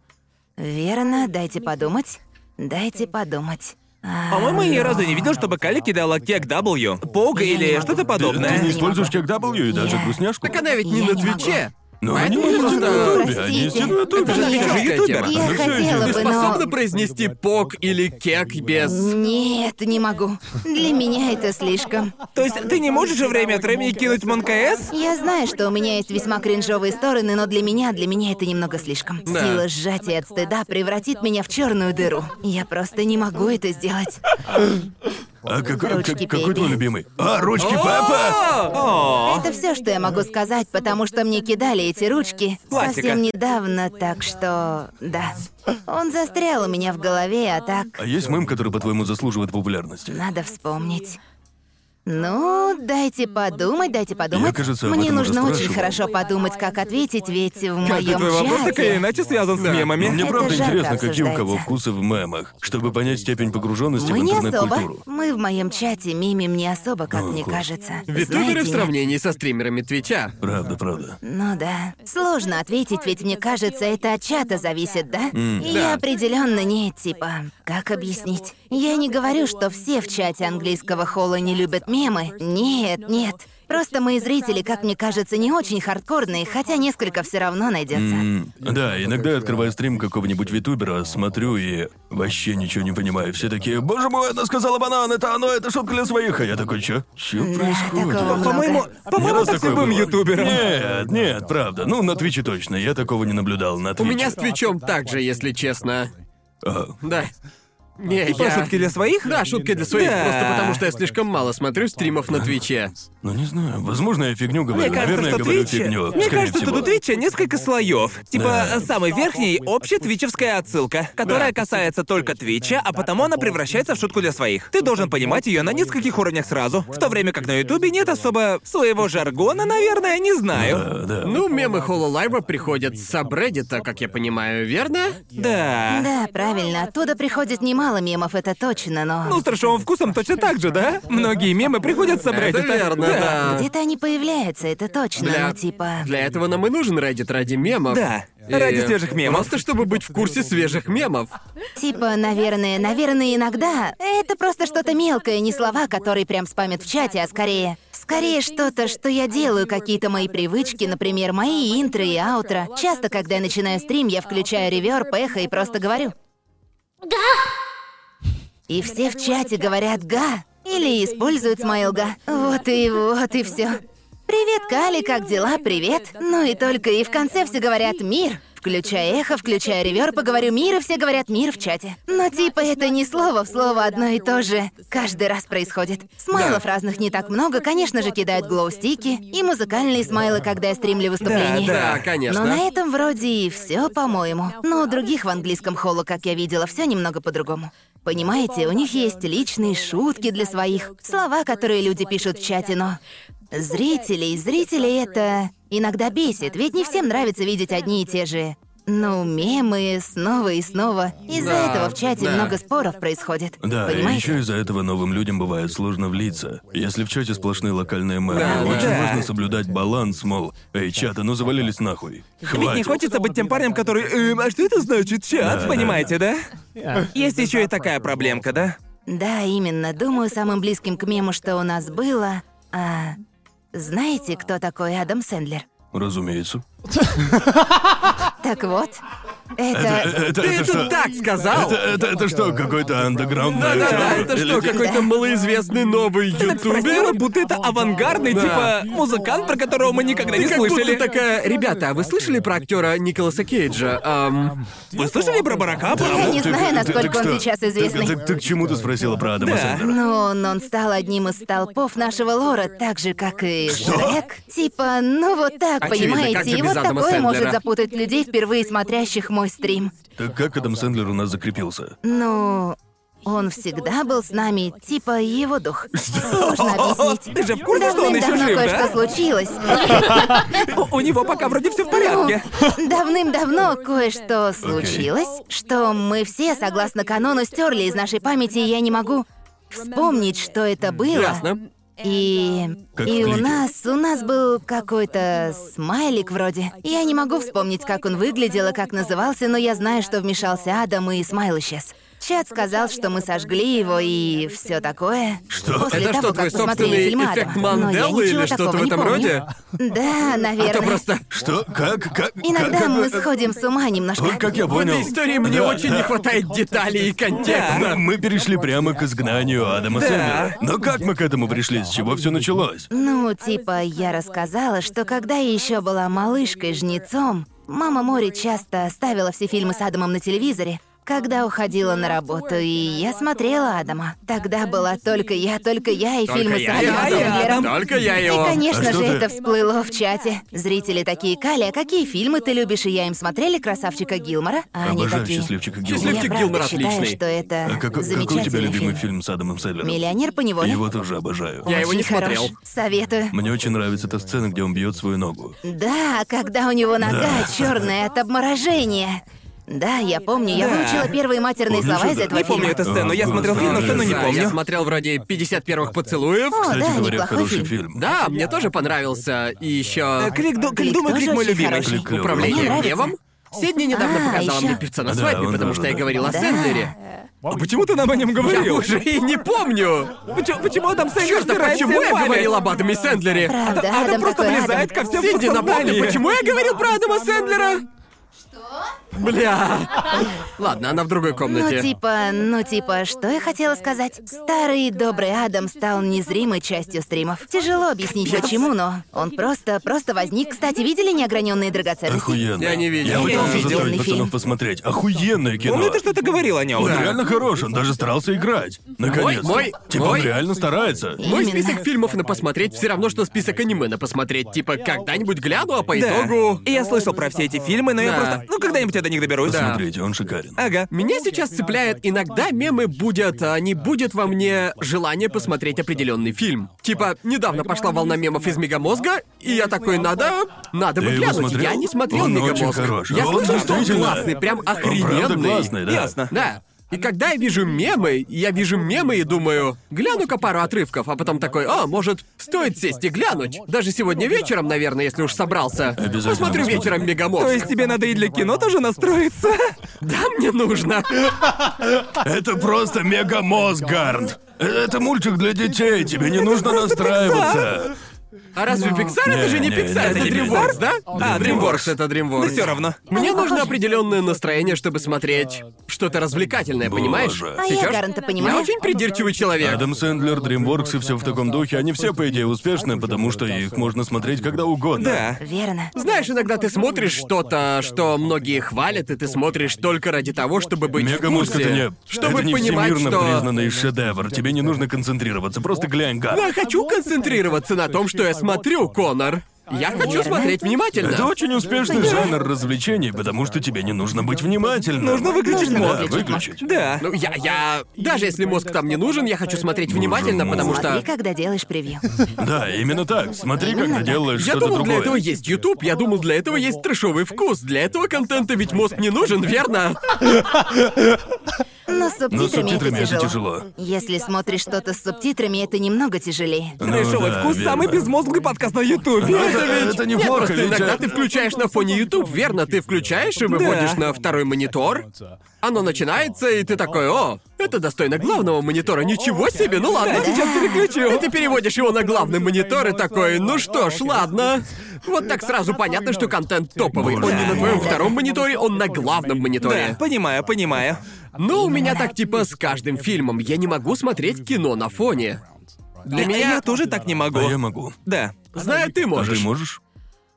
Верно, дайте подумать. Дайте подумать. А,
По-моему, я ни разу не видел, чтобы Кали кидала кек W, пог или что-то
Ты, ты не
подобное.
используешь как W и даже
Я-
грустняшку?
Так она ведь не
Я
на
не
Твиче.
Ну, они
Поэтому
есть и на
просто-
Ютубе, они есть и на
Простите.
Ютубе.
Это же
Я-
не
ютубер.
тема.
Я
Ну, всё,
хотела
Ты
Ты
бы,
способна
но...
произнести пок или кек без...
Нет, не могу. Для меня это слишком.
То есть ты не можешь время от времени кинуть МонКС?
Я знаю, что у меня есть весьма кринжовые стороны, но для меня, для меня это немного слишком.
Да.
Сила сжатия от стыда превратит меня в черную дыру. Я просто не могу это сделать.
А какой,
Ручки
как- какой
Пеппи.
твой любимый? А, ручки Пеппа!
Это все, что я могу сказать, потому что мне кидали эти ручки
Классика.
совсем недавно, так что да. Он застрял у меня в голове, а так
А есть мем, который, по-твоему, заслуживает популярности?
надо вспомнить. Ну, дайте подумать, дайте подумать.
кажется, об
Мне
этом уже
нужно очень хорошо
спрашивал.
подумать, как ответить, ведь в
Каждый
моем
твой вопрос так или
чате.
иначе связан с мемами.
Мне
Это
правда
жарко
интересно, какие у кого
обсуждается.
вкусы в мемах, чтобы понять степень погруженности
Мы
в
не
интернет-культуру.
особо. Мы в моем чате мимим не особо, как мне
Ну, класс.
кажется.
Витуберы в
Знаете,
сравнении со стримерами Твича.
Правда, правда.
Ну да. Сложно ответить, ведь мне кажется, это от чата зависит, да? И
да.
определенно не типа. Как объяснить? Я не говорю, что все в чате английского холла не любят мемы. Нет, нет. Просто мои зрители, как мне кажется, не очень хардкорные, хотя несколько все равно найдется.
М, Да, иногда я открываю стрим какого-нибудь витубера, смотрю и вообще ничего не понимаю. Все такие, боже мой, она сказала банан, это оно, это шутка для своих. А я такой, чё? Чё
такого
происходит?
много.
По-моему,
Не
по-моему,
раз
со
такое
любым
бывало.
ютубером.
Нет, нет, правда. Ну, на Твиче точно. Я такого не наблюдал на
У
Твиче.
меня с Твичом так же, если честно.
А,
Да. Не,
По
я...
шутке для своих?
Да, шутки для своих,
Да.
просто потому что я слишком мало смотрю стримов на Твиче.
ну не знаю. Возможно, я фигню говорю.
Мне кажется,
Наверное,
что
говорю
Твичи-
фигню.
Мне
скорее
кажется, что
всего.
у Твича несколько слоев. Типа
Да.
э, самый верхний — общая твичевская отсылка, которая касается только Твича, а потому она превращается в шутку для своих. Ты должен понимать ее на нескольких уровнях сразу, в то время как на Ютубе нет особо своего жаргона, наверное, не знаю.
Да, да.
Ну, мемы Хололайва приходят с сабреддита, как я понимаю, верно?
Да.
Да, правильно. Оттуда приходит немало мемов, это точно,
Ну,
но...
с трешовым вкусом точно так же, да? Многие мемы приходят с
Это
Reddit.
верно, да.
Где-то они появляются, это точно,
Для-
ну типа...
Для этого нам и нужен Reddit ради мемов.
Да.
И
Ради свежих мемов.
Просто чтобы быть в курсе свежих мемов.
Типа, наверное, наверное, иногда. Это просто что-то мелкое, не слова, которые прям спамят в чате, а скорее... Скорее что-то, что я делаю, какие-то мои привычки, например, мои интро и аутро. Часто, когда я начинаю стрим, я включаю реверб, эхо и просто говорю. И все в чате говорят «га» или используют смайл «га». Вот и вот и все. Привет, Кали, как дела? Привет. Ну и только и в конце все говорят «мир». Включая эхо, включая ревер, поговорю «мир», и все говорят «мир» в чате. Но типа это не слово в слово одно и то же. Каждый раз происходит. Смайлов разных не так много, конечно же, кидают глоу-стики и музыкальные смайлы, когда я стримлю выступление.
Да, конечно.
Но на этом вроде и все, по-моему. Но у других в английском холле, как я видела, все немного по-другому. Понимаете, у них есть личные шутки для своих, слова, которые люди пишут в чате, но зрителей, зрителей это иногда бесит, ведь не всем нравится видеть одни и те же. Ну, мемы снова и снова. Из-за
Да,
этого в чате
да.
много споров происходит.
Да, и
понимаете?
еще из-за этого новым людям бывает сложно влиться. Если в чате сплошные локальные мэры,
Да,
очень
да.
важно соблюдать баланс, мол, эй, чата, ну завалились нахуй.
Ведь не
Хватит.
хочется быть тем парнем, который «Эм, а что это значит, чат?» Понимаете, да? Есть еще и такая проблемка, да?
Да, именно. Думаю, самым близким к мему, что у нас было... а, знаете, кто такой Адам Сэндлер?
Разумеется.
Так вот,
Э,
это...
Ты
Это, это
это
что?
так сказал!
Это, это- это что, какой-то андеграундный
Да, да,
актер?
это
Или-
что, какой-то малоизвестный новый
Спросила,
ютубер?
будто это авангардный,
Да.
типа, музыкант, про которого мы никогда
Ты
не
как
слышали.
будто такая... Ребята, а вы слышали про актера Николаса Кейджа? Ам,
Вы слышали про Барака?
Я не
Ты- ты-
знаю,
э, а, ну, ты-
насколько
так
он
что?
сейчас
Ты-
известный.
Ты, ты к чему ты спросила про Адама
Да.
Сэндлера?
Но он, он стал одим из столпов нашего лора, так же, как и Шрек. Типа, ну вот так,
Очевидно, как
понимаете?
же
И
без
вот
Адама
такое может
Сэндлера.
запутать людей, впервые смотрящих мой стрим.
Так как Адам Сэндлер у нас закрепился?
Ну, он всегда был с нами, типа его дух. Сложно объяснить.
Ты же в курсе, что он еще
Давным-давно
жив,
кое-что
да?
случилось.
У- У него пока вроде все в порядке.
Ну, Давным-давно кое-что случилось, что мы все, согласно канону, стерли из нашей памяти, и я не могу вспомнить, что это было.
Ясно.
И...
Как
и
в
у
клике.
нас, у нас был какой-то смайлик вроде. Я не могу вспомнить, как он выглядел и как назывался, но я знаю, что вмешался Адам, и смайл исчез. Чат сказал, что мы сожгли его и все такое. Что? После
Это
того,
что,
как
твой
посмотрели
собственный
фильмы
эффект
Адама. Но я
Манделы
ничего
или что-то
такого
в
не
этом
помню.
роде?
Да,
Это
наверное.
А просто...
Что? Как? Как?
Иногда
как-
мы сходим с ума немножко.
Вот как я
В
понял.
этой истории мне
Да,
очень
да.
не хватает деталей и
Мы,
контекста.
мы перешли прямо к изгнанию Адама
Да.
Сэндлера. Но как мы к этому пришли? С чего все началось?
Ну, типа, я рассказала, что когда я еще была малышкой-жнецом, мама Мори часто ставила все фильмы с Адамом на телевизоре. когда уходила на работу, и я смотрела Адама. Тогда была только я, только я и
Только
фильмы
я
с
и
Адамом
Адам.
Сэндлером.
Только я и
И,
он.
конечно
А что
же,
ты-
это всплыло в чате. Зрители такие, Кали, а какие фильмы ты любишь? И я им смотрели «Красавчика Гилмора», а они
Обожаю
такие...
счастливчика
«Я
Гилмора.
«Счастливчик
правда
Гилмор»
считаю,
отличный.
что это
А как- какой у
замечательный
тебя любимый
фильм.
фильм с Адамом Сэндлером?
«Миллионер по неволе».
Его тоже обожаю.
Я его не
Очень хорош.
смотрел.
Советую.
Мне очень нравится эта сцена, где он бьет свою ногу.
Да, когда у него нога
Да.
черная от обморожения. Да, я помню, я
Да.
выучила первые матерные
Помнишь
слова из
это?
этого
Не
фильма.
помню эту сцену, я
А,
смотрел фильм, но
господи.
сцену не
Да, ну, Я
помню.
смотрел вроде 50 первых поцелуев.
О,
Кстати
да,
говоря,
неплохой фильм.
хороший фильм.
Да, мне тоже понравился. И еще
Э, Клик, ду- клик,
Клик
думаю,
тоже
клик мой
очень
любимый.
хороший.
Клик клёвый.
Мне
управление
нравится.
гневом. Сидни недавно
А,
показала мне
ещё.
певца на
Да,
свадьбе,
он
потому что
тоже,
я
да.
говорил о
Да.
Сэндлере.
А почему ты нам о нем
Я
говорил?
уже и не помню.
Почему, почему там Сэндлер
Чёрт, а
собирает
почему
всех
я
в баре?
говорил об Адаме Сэндлере?
Правда,
Адам
Адам
А просто
такой
влезает
Адам.
ко всем
Сидни,
по
напомни,
сознанию.
почему я говорил про Адама Сэндлера? Что? Бля. Ладно, она в другой
Ну
комнате.
типа, ну типа, что я хотела сказать? Старый добрый Адам стал незримой частью стримов. Тяжело объяснить почему, но он просто, просто возник. Кстати, видели неограненные драгоценности?
Охуенно.
Я не видел.
Я
Я
пытался
видел.
заставить
Офигенный
пацанов
фильм.
посмотреть. Охуенное кино.
Помню, ты что-то говорил о нем.
Он реально хорош, он даже старался играть. Наконец-то.
мой-
типа он
мой-
реально старается.
Мой
Именно.
список фильмов на посмотреть все равно, что список аниме на посмотреть. Типа, когда-нибудь гляну, а по
Да.
итогу...
И я слышал про все эти фильмы, но я
Да.
просто... Ну, когда-нибудь я до них доберусь.
Да.
Смотрите, он шикарен.
Ага.
Меня сейчас цепляет, иногда мемы будет, а не будет во мне желание посмотреть определенный фильм. Типа, недавно пошла волна мемов из Мегамозга, и я такой, надо, надо
Ты
бы
его
глянуть.
смотрел?
Я не смотрел
Он
Мегамозг.
очень хорош.
Я
Он
слышал, что он
действительно-
классный, прям
Он правда
охрененный.
классный, да.
Ясно.
Да. И когда я вижу мемы, я вижу мемы и думаю, гляну-ка пару отрывков, а потом такой, а, может, стоит сесть и глянуть. Даже сегодня вечером, наверное, если уж собрался.
Обязательно
Посмотрю
посмотрю.
вечером Мегамозг.
То есть тебе надо и для кино тоже настроиться?
Да, мне нужно.
Это просто мегамозг, Гарнт. Э, Это мультик для детей, тебе не нужно настраиваться.
А разве Pixar? Это же не
Не,
Pixar, это
не, не, не.
DreamWorks, да?
Да, DreamWorks.
это DreamWorks.
Да все равно.
Ну, Мне нужно определенное настроение, чтобы смотреть что-то развлекательное, понимаешь?
Боже.
А я,
Сейчас?
Гарнта,
Я
понимаю.
очень придирчивый человек.
Адам Сэндлер, DreamWorks и все в таком духе, они все, по идее, успешны, потому что их можно смотреть когда угодно.
Да.
Верно.
Знаешь, иногда ты смотришь что-то, что многие хвалят, и ты смотришь только ради того, чтобы быть в
Мегамозг
курсе.
это не...
чтобы
это не
понимать,
всемирно
что...
признанный шедевр. Тебе не нужно концентрироваться, просто глянь,
Но
Гарнт.
Ну, я хочу концентрироваться на том, что я смотрю, Конор. Я хочу смотреть внимательно.
Это очень успешный жанр развлечений, потому что тебе не нужно быть внимательным.
Нужно выключить
Да,
мозг.
выключить.
Да.
Ну, я, я... Даже если мозг там не нужен, я хочу смотреть внимательно,
мой.
потому что...
Смотри, когда делаешь превью.
Да, именно так. Смотри, когда делаешь
Я
что-то
думал, для
другое.
этого есть YouTube, я думал, для этого есть трэшовый вкус. Для этого контента ведь мозг не нужен, верно?
Но с
Но
субтитрами
с субтитрами
это
это
тяжело.
тяжело.
Если смотришь что-то с субтитрами, это немного тяжелее.
Ну
Трэшовый
да,
вкус
верно.
самый безмозглый подкаст на Ютубе.
Ну, это, это
Нет,
неплохо,
просто
ведь,
иногда
а-
ты включаешь на фоне YouTube, верно? Ты включаешь и выводишь
Да.
на второй монитор. Оно начинается, и ты такой, о, это достойно главного монитора, ничего себе, ну ладно,
Да, сейчас переключу.
И ты переводишь его на главный монитор и такой, ну что ж, ладно. Вот так сразу понятно, что контент топовый. Он не на твоем втором мониторе, он на главном мониторе.
Да, понимаю, понимаю.
Ну, у меня так типа с каждым фильмом. Я не могу смотреть кино на фоне. Для
Э,
меня...
Я тоже так не
А я
могу.
могу.
Да.
Знаю, ты
А
можешь.
ты можешь?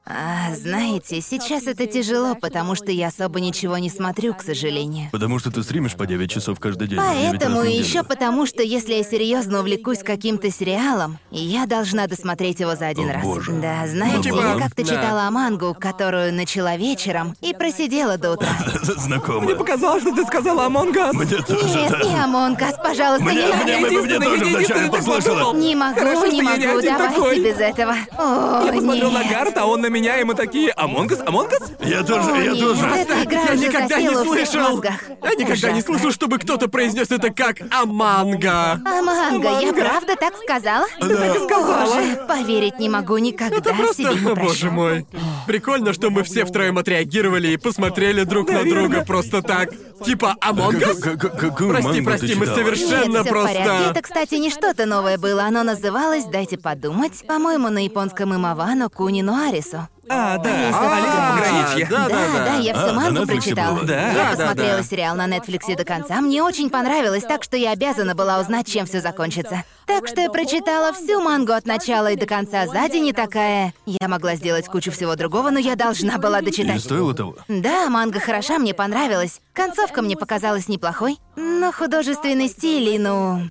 А, знаете, сейчас это тяжело, потому что я особо ничего не смотрю, к сожалению.
Потому что ты стримишь по 9 часов каждый день. 9 раз
Поэтому
в
и
неделю.
еще потому, что если я серьезно увлекусь каким-то сериалом, я должна досмотреть его за один
О,
раз.
боже.
Да, знаете,
Ну,
я
бывало.
как-то
Да.
читала о мангу, которую начала вечером и просидела до утра.
Знакомо.
Мне показалось, что ты сказала Among Us.
Мне тоже,
Нет, не
да.
Among Us, пожалуйста,
Мне,
я
мне, мне, мне
единственный,
тоже
я
вначале
единственный так
послушала.
подумал.
не могу,
Хорошо,
не
что я не
могу,
один
давайте
такой.
без этого. О,
Я посмотрел на
нет.
Гарта, а он на меня, и мы такие «Амонг Us, Among Us?»
Я тоже, я
Нет,
тоже.
эта игра
Я
уже
никогда не
засела у всех в
слышал!
мозгах.
Я никогда не
Ужасно.
слышал, чтобы кто-то произнес это как «Аманга».
А манго, я правда так сказала? Ты так и сказала. Боже, поверить не могу никогда
Это просто,
себе не
о, боже
прощу.
мой. Прикольно, что мы все втроем отреагировали и посмотрели друг на друга просто так. Типа «Амонг Us?
Как- как- Какую
Прости,
мангу
прости,
ты
мы
читала?
соверш- совершенно
Нет, всё
просто-
в порядке. Это, кстати, не что-то новое было. Оно называлось, дайте подумать, по-моему, на японском имавано Куни Нуарису.
А, да,
Алиса.
Алиса пограничье.
Да,
Да, да, я
А,
всю
на
мангу
Netflixе
прочитала.
было?
Да,
я
да,
посмотрела
да.
сериал на Netflix до конца. Мне очень понравилось, так что я обязана была узнать, чем все закончится. Так что я прочитала всю мангу от начала и до конца за день и такая. Я могла сделать кучу всего другого, но я должна была
И
дочитать.
стоило того.
Да, манга хороша, мне понравилась. Концовка мне показалась неплохой. Но художественный стиль и, ну...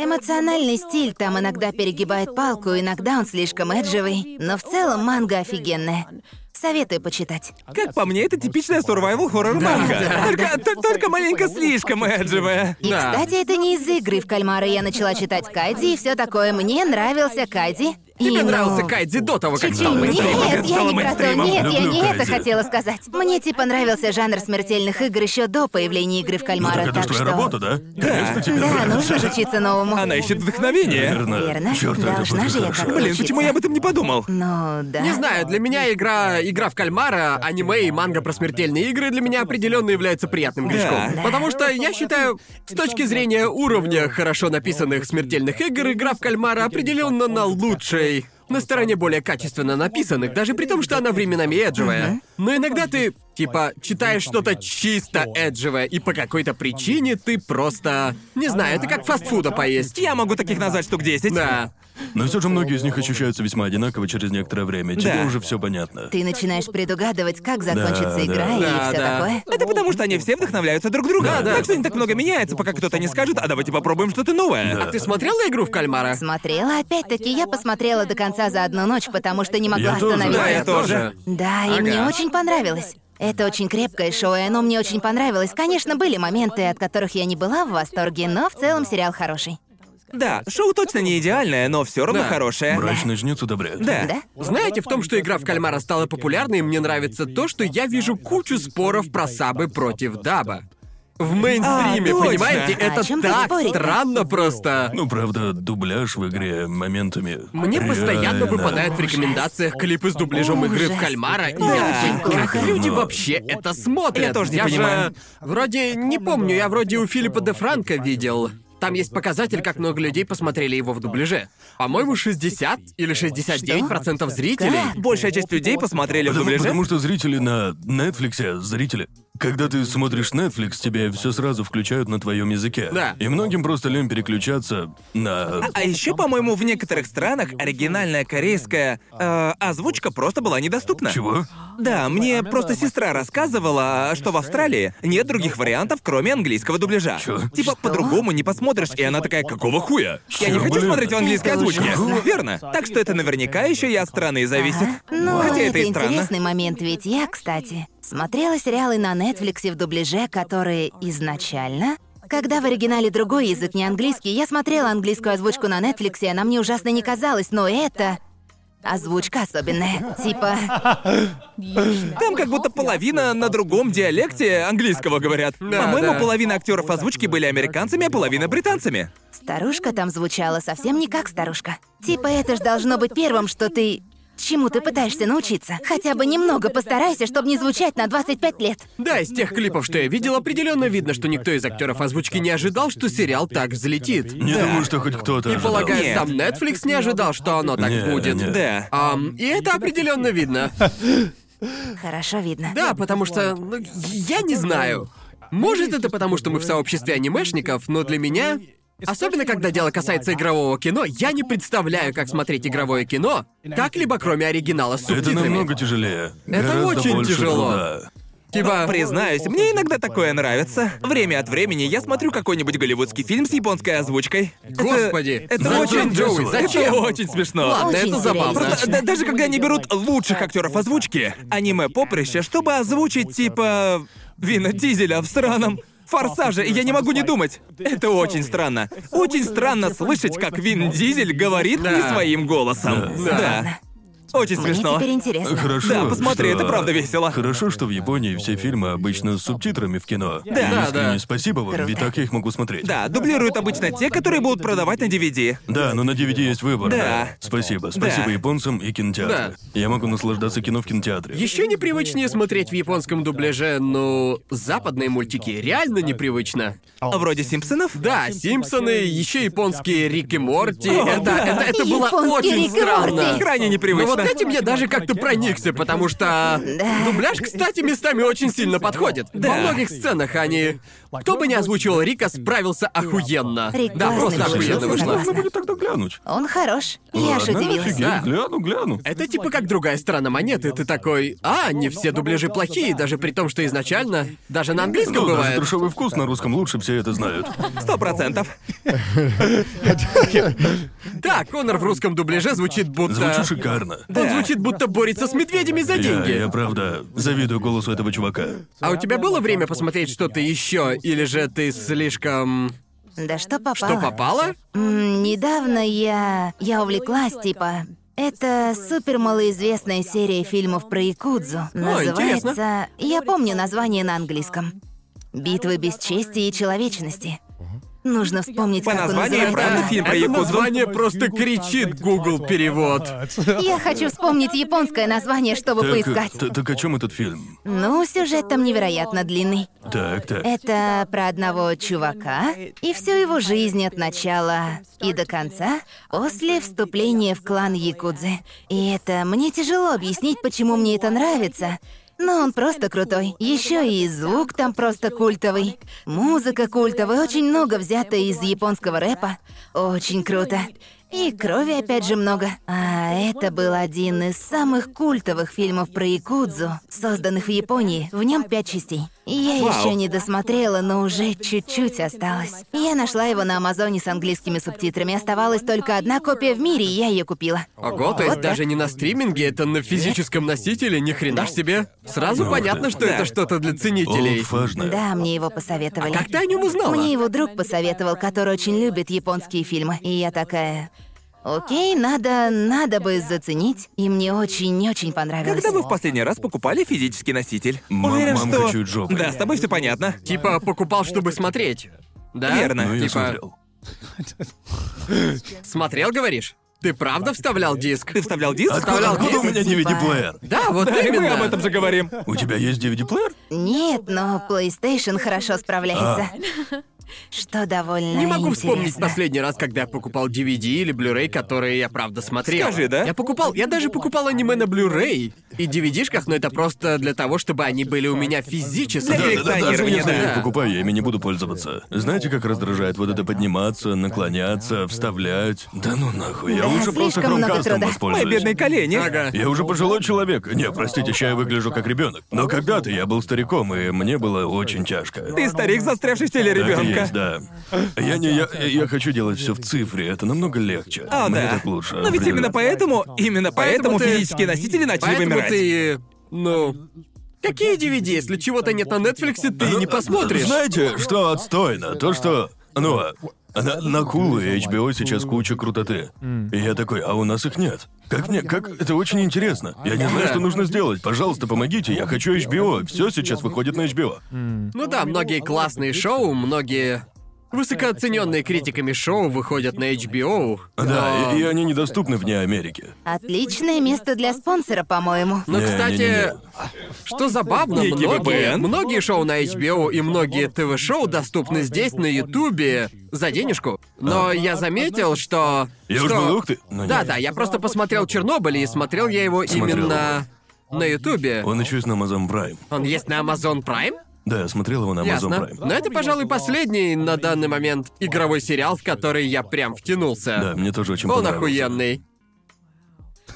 Эмоциональный стиль там иногда перегибает палку, иногда он слишком эджевый. Но в целом манга офигенная. Советую почитать.
Как по мне, это типичная survival хоррор манга. Только, т- только маленько слишком эджевая.
И,
Да.
кстати, это не из игры в кальмара. Я начала читать Кайди и все такое. Мне нравился Кайди. И,
Тебе
ну,
нравился Кайдзи до того, как стал мейнстримом.
Нет, я
Стало
не про то.
мейнстримом.
Нет, я
Люблю
не это
Кайдзи.
хотела сказать. Мне типа нравился жанр смертельных игр еще до появления игры в
Ну
кальмара,
так это ж
так
твоя
что.
работа, да? Конечно, тебе
Да,
нравится.
нужно же учиться новому.
Она ищет вдохновение.
Верно.
Верно.
Чёрт, это
Должна
будет
же я
хорошо.
как-то
Блин, почему я об этом не подумал?
Ну да.
Не знаю, для меня игра, игра в кальмара, аниме и манга про смертельные игры для меня определенно является приятным грешком.
Да.
Потому что я считаю, с точки зрения уровня хорошо написанных смертельных игр, игра в кальмара определенно на лучшей. На стороне более качественно написанных, даже при том, что она временами эджевая. Но иногда ты, типа, читаешь что-то чисто эджевое, и по какой-то причине ты просто... Не знаю, это как фастфуда поесть.
Я могу таких назвать штук 10.
Да.
Но все же многие из них ощущаются весьма одинаково через некоторое время. Тебе
Да.
уже все понятно.
Ты начинаешь предугадывать, как закончится
да.
игра и
Да,
все
да.
такое.
Это потому, что они все вдохновляются друг другом.
Да, да.
Так что не так много меняется, пока кто-то не скажет, а давайте попробуем что-то новое.
Да.
Ты смотрела игру в кальмара?
Смотрела, опять-таки, я посмотрела до конца за одну ночь, потому что не могла
Я тоже.
остановиться.
Да, я тоже.
Да, и
Ага.
мне очень понравилось. Это очень крепкое шоу, и оно мне очень понравилось. Конечно, были моменты, от которых я не была в восторге, но в целом сериал хороший.
Да, шоу точно не идеальное, но все равно
Да.
хорошее.
Мрачный жнец одобряет.
Да.
Да?
Знаете, в том, что игра в кальмара стала популярной, мне нравится то, что я вижу кучу споров про сабы против даба. В мейнстриме,
А, точно.
понимаете?
А о
Это
чём ты
так
споришь?
странно просто.
Ну, правда, дубляж в игре моментами.
Мне постоянно
реально
выпадают в рекомендациях клипы с дубляжом игры в
Ужас.
кальмара, и
Да.
я такой, как
Плохо.
люди вообще это смотрят?
Я тоже не
же
понимаю.
вроде не помню, я вроде у Филиппа де Франко видел. Там есть показатель, как много людей посмотрели его в дубляже. По-моему, 60 или 69% процентов зрителей.
Как?
Большая часть людей посмотрели в
Потому,
дубляже.
потому что зрители на Netflix, зрители. Когда ты смотришь Netflix, тебе все сразу включают на твоем языке.
Да.
И многим просто лень переключаться на.
А еще, по-моему, в некоторых странах оригинальная корейская э, озвучка просто была недоступна.
Чего?
Да, мне просто сестра рассказывала, что в Австралии нет других вариантов, кроме английского дубляжа. Типа, по-другому не посмотришь, и она такая, какого хуя? Я не
Чё,
хочу
блин?
смотреть в английской
Это
озвучке.
ужасно.
Верно. Так что это наверняка еще и от страны зависит.
Ну,
Хотя
это,
это, и странно.
интересный момент, ведь я, кстати, смотрела сериалы на Netflix в дубляже, которые изначально... Когда в оригинале другой язык, не английский, я смотрела английскую озвучку на Netflix, и она мне ужасно не казалась, но это... Озвучка особенная. Типа,
Там как будто половина на другом диалекте английского говорят.
Да,
По-моему,
да.
половина актеров озвучки были американцами, а половина британцами.
Старушка там звучала совсем не как старушка. Типа это ж должно быть первым, что ты... Чему ты пытаешься научиться? Хотя бы немного постарайся, чтобы не звучать на 25 лет.
Да, из тех клипов, что я видел, определенно видно, что никто из актеров озвучки не ожидал, что сериал так взлетит.
Не думаю, что хоть кто-то.
И
ожидал.
полагаю,
Нет.
сам Netflix не ожидал, что оно так
Не,
будет.
не.
Да.
Ам, и это определенно видно.
Хорошо видно.
Да, потому что ну, я не знаю. Может, это потому, что мы в сообществе анимешников, но для меня, особенно когда дело касается игрового кино, я не представляю, как смотреть игровое кино как-либо кроме оригинала с
Это
субтитрами.
намного тяжелее.
Это
Гораздо
очень
больше
тяжело.
труда.
Типа,
Признаюсь, мне иногда такое нравится. Время от времени я смотрю какой-нибудь голливудский фильм с японской озвучкой. Это-
Господи,
это
зачем,
очень
Джоуи,
весело.
зачем?
Это очень смешно.
Ладно,
Очень
это забавно.
серьезно.
Просто да- даже когда они берут лучших актеров озвучки, аниме поприще, чтобы озвучить типа Вина Дизеля в сраном Форсаже, и я не могу не думать. Это очень странно. Очень странно слышать, как Вин Дизель говорит не
Да.
своим голосом.
Да.
Да. Очень
Мне
смешно.
теперь интересно.
Хорошо.
Да, посмотри,
что-
это правда весело.
Хорошо, что в Японии все фильмы обычно с субтитрами в кино. Да,
да.
спасибо вам, ведь так я их могу смотреть.
Да, дублируют обычно те, которые будут продавать на DVD.
Да, но на DVD есть выбор.
Да.
Спасибо. Спасибо
Да.
японцам и кинотеатру.
Да.
Я могу наслаждаться кино в кинотеатре.
Еще непривычнее смотреть в японском дубляже, но западные мультики реально непривычно.
А Вроде Симпсонов?
Да, Симпсоны, еще японские Рик и Морти.
О,
это,
да.
это, это было
Японский
очень
Рик и
странно.
Морти.
Крайне
Но
непривычно.
Ну, вот этим я даже как-то проникся, потому что...
Да.
Дубляж, кстати, местами очень сильно подходит.
Да.
Во многих сценах они... Кто бы ни озвучивал Рика, справился охуенно. Да,
Прекрасно
просто
получилось,
охуенно вышло.
согласна.
Можно будет тогда глянуть.
Он хорош. Я аж
Ладно,
удивилась.
офигеть,
Да.
гляну, гляну.
Это типа как другая сторона монеты. Ты такой, а, не все дубляжи плохие, даже при том, что изначально даже на английском
Ну, даже
бывает.
трешовый вкус на русском лучше все это знают.
Сто процентов.
Да, Конор в русском дубляже звучит будто...
Звучит шикарно.
Он звучит будто борется с медведями за деньги.
Я, я правда завидую голосу этого чувака.
А у тебя было время посмотреть что-то еще, или же ты слишком...
Да что попало?
Что попало?
М, недавно я... Я увлеклась, типа... Это супер малоизвестная серия фильмов про Якудзу. Называется...
интересно.
Я помню название на английском. «Битвы бесчестия и человечности». Нужно вспомнить,
По
как он
названию, правда,
называется.
фильм про
Это
Якудзу.
название просто кричит Google перевод.
Я хочу вспомнить японское название, чтобы
Так,
поискать.
т- так о чем этот фильм?
Ну, сюжет там невероятно длинный.
Так,
Э,
так.
Это про одного чувака и всю его жизнь от начала и до конца после вступления в клан Якудзы. И это мне тяжело объяснить, почему мне это нравится. Но он просто крутой. Еще и звук там просто культовый. Музыка культовая, очень много взято из японского рэпа. Очень круто. И крови опять же много. А это был один из самых культовых фильмов про Якудзу, созданных в Японии. В нем пять частей. И Я
Вау.
еще не досмотрела, но уже чуть-чуть осталось. Я нашла его на Амазоне с английскими субтитрами. Оставалась только одна копия в мире, и я ее купила.
Ого, то есть даже не на стриминге, это на физическом носителе, ни хрена ж себе. Сразу
Ну,
понятно,
да.
что это что-то для ценителей.
Олдфажно.
Да, мне его посоветовали.
Как ты А о нем узнала?
Мне его друг посоветовал, который очень любит японские фильмы. И я такая... Окей, надо, надо бы заценить. И мне очень-очень понравилось.
Когда вы в последний раз покупали физический носитель?
М-
Уверен,
мамка
что...
чует жопой.
Да, с тобой все понятно.
Типа покупал, чтобы смотреть. Да?
Верно.
Ну, я
Типа,
смотрел.
смотрел, говоришь? Ты правда вставлял диск?
Ты вставлял диск?
Откуда,
вставлял
откуда у
диск,
меня
типа?
DVD-плеер?
Да, вот
Да, и мы
именно.
об этом же говорим.
У тебя есть DVD-плеер?
Нет, но PlayStation хорошо справляется. Что довольно
А. Не могу вспомнить
интересно.
последний раз, когда я покупал DVD или Blu-ray, которые я правда смотрел.
Скажи, да?
Я покупал, я даже покупал аниме на Blu-ray и DVD-шках, но это просто для того, чтобы они были у меня физически.
Для
Да, да, даже
коллекционирования,
если я
да.
их покупаю, я ими не буду пользоваться. Знаете, как раздражает вот это подниматься, наклоняться, вставлять? Да ну нахуй, я
Да,
лучше просто
слишком много
хромкастом
труда.
Мои
воспользуюсь.
бедные колени.
Ага.
Я уже пожилой человек. Не, простите, ща я выгляжу как ребенок. Но когда-то я был стариком, и мне было очень тяжко.
Ты старик, застрявший в теле
Так и
ребенка.
есть, да. Я не я, я хочу делать все в цифре, это намного легче.
А,
Мне
да.
так лучше.
Но ведь именно
определенно.
поэтому, именно поэтому,
Поэтому ты-
физические носители начали
Поэтому
вымирать.
ты, ну, какие DVD, если чего-то нет на Netflix, ты
Ну,
не посмотришь?
Знаете, что отстойно? То, что... Ну, а на, на Hulu и HBO сейчас куча крутоты. И я такой, а у нас их нет. Как мне, как это очень интересно. Я не знаю,
Да.
что нужно сделать. Пожалуйста, помогите, я хочу HBO. Все сейчас выходит на HBO.
Ну да, многие классные шоу, многие высокооцененные критиками шоу выходят на HBO.
Да, и, и они недоступны вне Америки.
Отличное место для спонсора, по-моему.
Но,
Не, не, не,
Ну, кстати,
не.
что забавно,
Некий
многие,
VPN.
многие шоу на HBO и многие ТВ-шоу доступны здесь, на Ютубе, за денежку. Но я заметил, что...
А. Я
что-
уж был, ух ты. но нет.
Да-да, я просто посмотрел «Чернобыль» и смотрел я его
Смотрел
именно на Ютубе.
Он еще есть на Amazon Prime.
Он есть на Amazon Prime?
Да, я смотрел его на Amazon
Ясно.
Prime.
Но это, пожалуй, последний на данный момент игровой сериал, в который я прям
Да,
втянулся.
мне тоже очень
Он
понравился.
охуенный.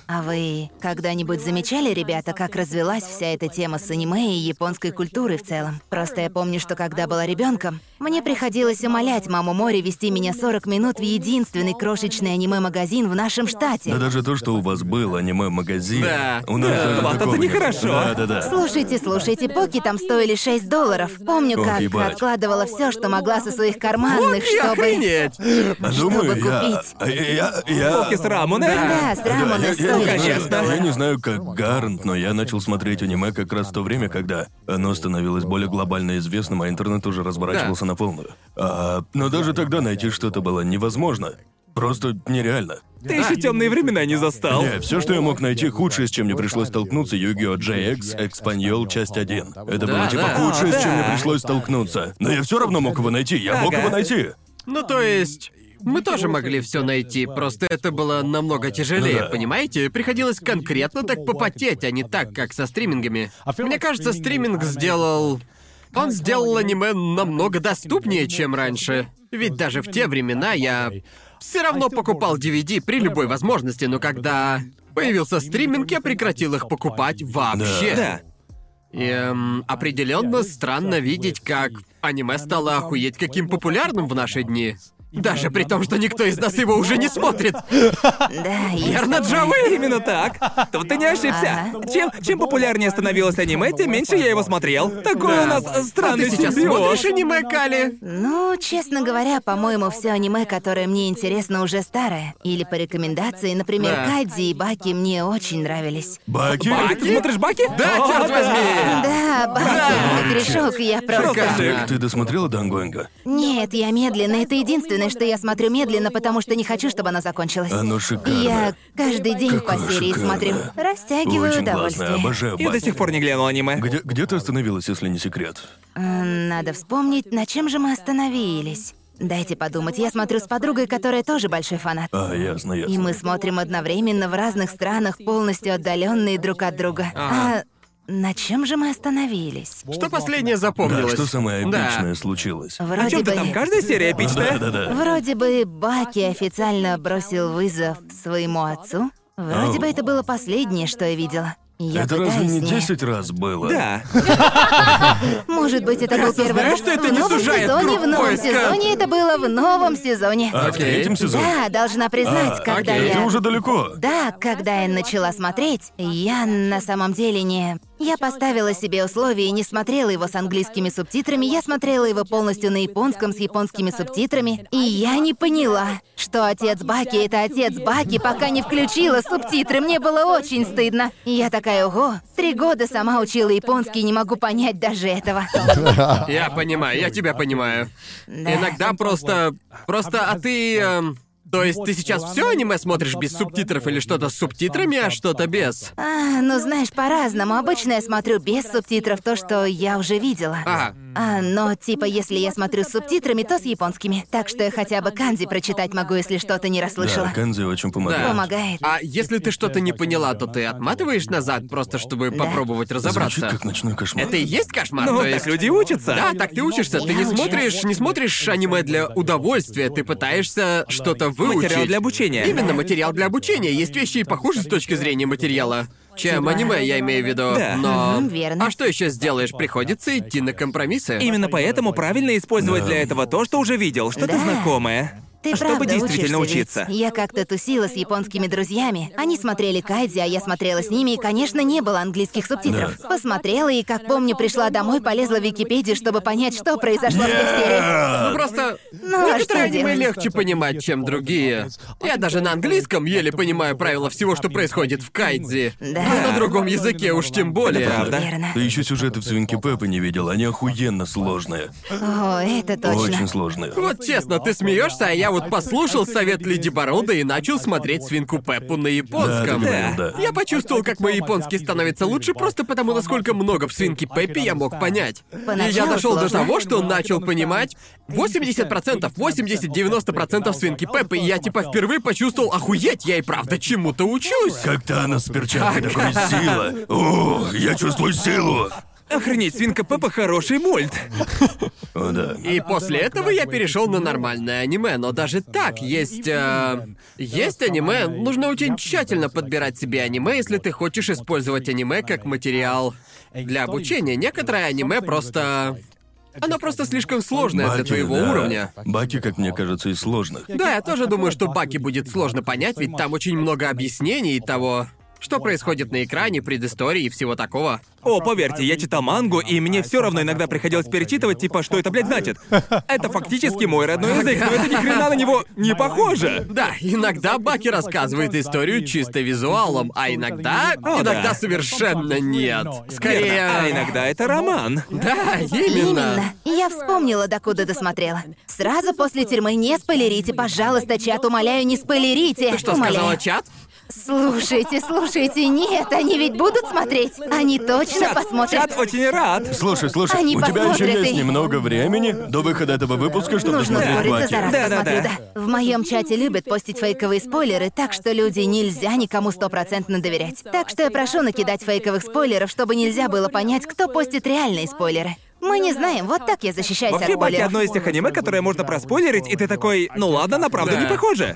А вы когда-нибудь замечали, ребята, как развелась вся эта тема с аниме и японской культурой в целом? Просто я помню, что когда была ребенком, мне приходилось умолять маму Мори вести меня 40 минут в единственный крошечный аниме-магазин в нашем штате.
Да даже то, что у вас был аниме-магазин.
Да.
У нас
Да.
даже
Вот это
такого не было.
нехорошо.
Да-да-да.
Слушайте, слушайте, поки там стоили 6 долларов. Помню,
Ох,
как
ебать.
откладывала все, что могла со своих карманных,
И
чтобы...
охренеть!
А думаю, я...
купить.
а Я... я...
Поки с Рамуне.
Да, с
Да, я-
Рамоне
я,
стоили
не знаю,
6
конечно.
долларов.
я не знаю, как Гарнт, но я начал смотреть аниме как раз в то время, когда оно становилось более глобально известным, а интернет уже разворачивался на полную. А, но даже тогда найти что-то было невозможно. Просто нереально.
Ты еще темные времена не застал.
Не, все, что я мог найти, худшее, с чем мне пришлось столкнуться, Yu-Gi-Oh! JX Экспаньол, часть 1. Это
Да,
было типа
да.
худшее, с чем
Да.
мне пришлось столкнуться. Но я все равно мог его найти, я мог
Ага.
его найти.
Ну, то есть... Мы тоже могли все найти, просто это было намного тяжелее,
Ну да.
понимаете? Приходилось конкретно так попотеть, а не так, как со стримингами. Мне кажется, стриминг сделал... Он сделал аниме намного доступнее, чем раньше. Ведь даже в те времена я все равно покупал DVD при любой возможности, но когда появился стриминг, я прекратил их покупать вообще.
Да.
И эм, определенно странно видеть, как аниме стало охуеть каким популярным в наши дни. Даже при том, что никто из нас его уже не смотрит. А
Да, есть.
Верно, Джоуи?
Именно так. Тут ты не ошибся. Чем, чем популярнее становилось аниме, тем меньше я его смотрел. Такой у нас э,
А
странный
ты сейчас
симбиоз.
смотришь аниме, Кали?
Ну, честно говоря, по-моему, все аниме, которое мне интересно, уже старое. Или по рекомендации, например,
Да.
Кадзи и Баки мне очень нравились.
Баки?
Баки? Ты смотришь Баки?
Да, чёрт возьми!
Да, Баки, мой грешок, я просто...
Шикарно.
Ты, ты досмотрела Дангуэнга?
Нет, я медленно. Это единственное, что я смотрю медленно, потому что не хочу, чтобы оно закончилось.
Оно
Я
шикарное.
каждый день
Какое
по серии
шикарное.
смотрю. Растягиваю
Очень
удовольствие.
классное, обожаю
Я до
Баки.
сих пор не глянул аниме.
Где, где ты остановилась, если не секрет?
М, Надо вспомнить, на чем же мы остановились. Дайте подумать, я смотрю с подругой, которая тоже большой фанат.
А, ясно, ясно.
И мы смотрим одновременно в разных странах, полностью отдаленные друг от друга. А на чем же мы остановились?
Что последнее
Да,
запомнилось?
что самое
Да.
эпичное случилось?
О
Вроде
чем ты
бы.
там? Каждая серия эпичная?
Да-да-да.
Вроде бы Баки официально бросил вызов своему отцу. Вроде
Ау.
бы это было последнее, что я видела. Я
Это
пытаюсь
разве не
не-
10 раз было?
Да.
Может быть, это был первый
осознаешь,
раз.
что это
в
не
новом
сужает
сезоне,
круг
в новом
поиска?
сезоне это было в новом сезоне.
А в
Окей.
третьем сезоне?
Да, должна признать,
А,
когда
окей.
я.
Это уже далеко.
Да, когда я начала смотреть, я на самом деле не... Я поставила себе условия и не смотрела его с английскими субтитрами, я смотрела его полностью на японском с японскими субтитрами, и я не поняла, что отец Баки — это отец Баки, пока не включила субтитры, мне было очень стыдно. И я такая, ого, три года сама учила японский, не могу понять даже этого.
Я понимаю, я тебя понимаю.
Да.
Иногда просто... Просто, а ты... эм, то есть ты сейчас все аниме смотришь без субтитров или что-то с субтитрами, а что-то без?
А, ну знаешь, по-разному. Обычно я смотрю без субтитров то, что я уже видела.
Ага.
А, но типа, если я смотрю с субтитрами, то с японскими. Так что я хотя бы канзи прочитать могу, если что-то не расслышала.
Да, Канзи очень помогает.
Да.
Помогает.
А если ты что-то не поняла, то ты отматываешь назад просто, чтобы попробовать разобраться.
Звучит как ночной кошмар.
Это и есть кошмар,
Ну,
то
так
есть...
люди учатся.
Да, так ты учишься. Ты не
Я учусь.
смотришь, не смотришь аниме для удовольствия, ты пытаешься что-то выучить.
Материал для обучения.
Именно материал для обучения. Есть вещи и похуже с точки зрения материала, чем аниме, я имею в виду.
Да.
Но.
Типа. Мгм, верно.
А что еще сделаешь? Приходится идти на компромиссы.
Именно поэтому правильно использовать для этого то, что уже видел, что-то
Да.
знакомое.
Ты
чтобы
правда
действительно
учишься, ведь?
учиться.
Я как-то тусила с японскими друзьями. Они смотрели Кайдзи, а я смотрела с ними, и, конечно, не было английских субтитров. Посмотрела и, как помню, пришла домой, полезла в Википедию, чтобы понять, что произошло в тех сериях.
Ну просто
Ну, а что
некоторые аниме
делать?
легче понимать, чем другие. Я даже на английском еле понимаю правила всего, что происходит в Кайдзи.
Да.
А на другом языке уж тем более.
Это правда.
Верно.
Ты еще сюжеты в Свинки Пеппа не видел, они охуенно сложные.
О, это точно.
Очень сложные.
Вот честно, ты смеешься, а я вот послушал совет Леди Борода и начал смотреть свинку Пеппу на японском.
Да, ты говорил, да.
Я почувствовал, как мой японский становится лучше просто потому, насколько много в свинке Пеппе я мог понять. И я
Поначалу
дошел до
сложно.
того, что начал понимать 80%, 80-90% свинки Пеппы, и я типа впервые почувствовал, охуеть, я и правда чему-то учусь.
Как-то она с перчаткой такой сила. О, я чувствую силу.
Охренеть, свинка Пеппа хороший мульт.
О, да.
И после этого я перешел на нормальное аниме, но даже так есть... э, есть аниме, нужно очень тщательно подбирать себе аниме, если ты хочешь использовать аниме как материал для обучения. Некоторое аниме просто... Оно просто слишком сложное для
Баки,
твоего
да.
уровня.
Баки, как мне кажется, из сложных.
Да, я тоже думаю, что Баки будет сложно понять, ведь там очень много объяснений и того, что происходит на экране, предыстории и всего такого.
О, поверьте, я читал мангу, и мне все равно иногда приходилось перечитывать, типа, что это, блядь, значит. Это фактически мой родной язык, но это ни хрена на него не похоже.
Да, иногда Баки рассказывает историю чисто визуалом, а иногда...
О, да.
иногда совершенно нет. Скорее...
Верно. А иногда это роман.
Да, именно.
Именно. Я вспомнила, докуда досмотрела. Сразу после тюрьмы не спойлерите, пожалуйста, чат, умоляю, не спойлерите.
Что
умоляю.
сказала чат?
Слушайте, слушайте, нет, они ведь будут смотреть. Они точно посмотрят.
Чат очень рад.
Слушай, слушай,
Они
у тебя еще
посмотрят
есть
и-
немного времени до выхода этого выпуска, чтобы
Нужно
смотреть
ускориться,
Баки.
зараз
Да, да,
посмотрю,
да.
да. В моем чате любят постить фейковые спойлеры, так что люди нельзя никому стопроцентно доверять. Так что я прошу накидать фейковых спойлеров, чтобы нельзя было понять, кто постит реальные спойлеры. Мы не знаем, вот так я защищаюсь от
Вообще, Баки
спойлеров.
одно из тех аниме, которое можно проспойлерить, и ты такой, ну ладно, на правду
Да.
не похоже.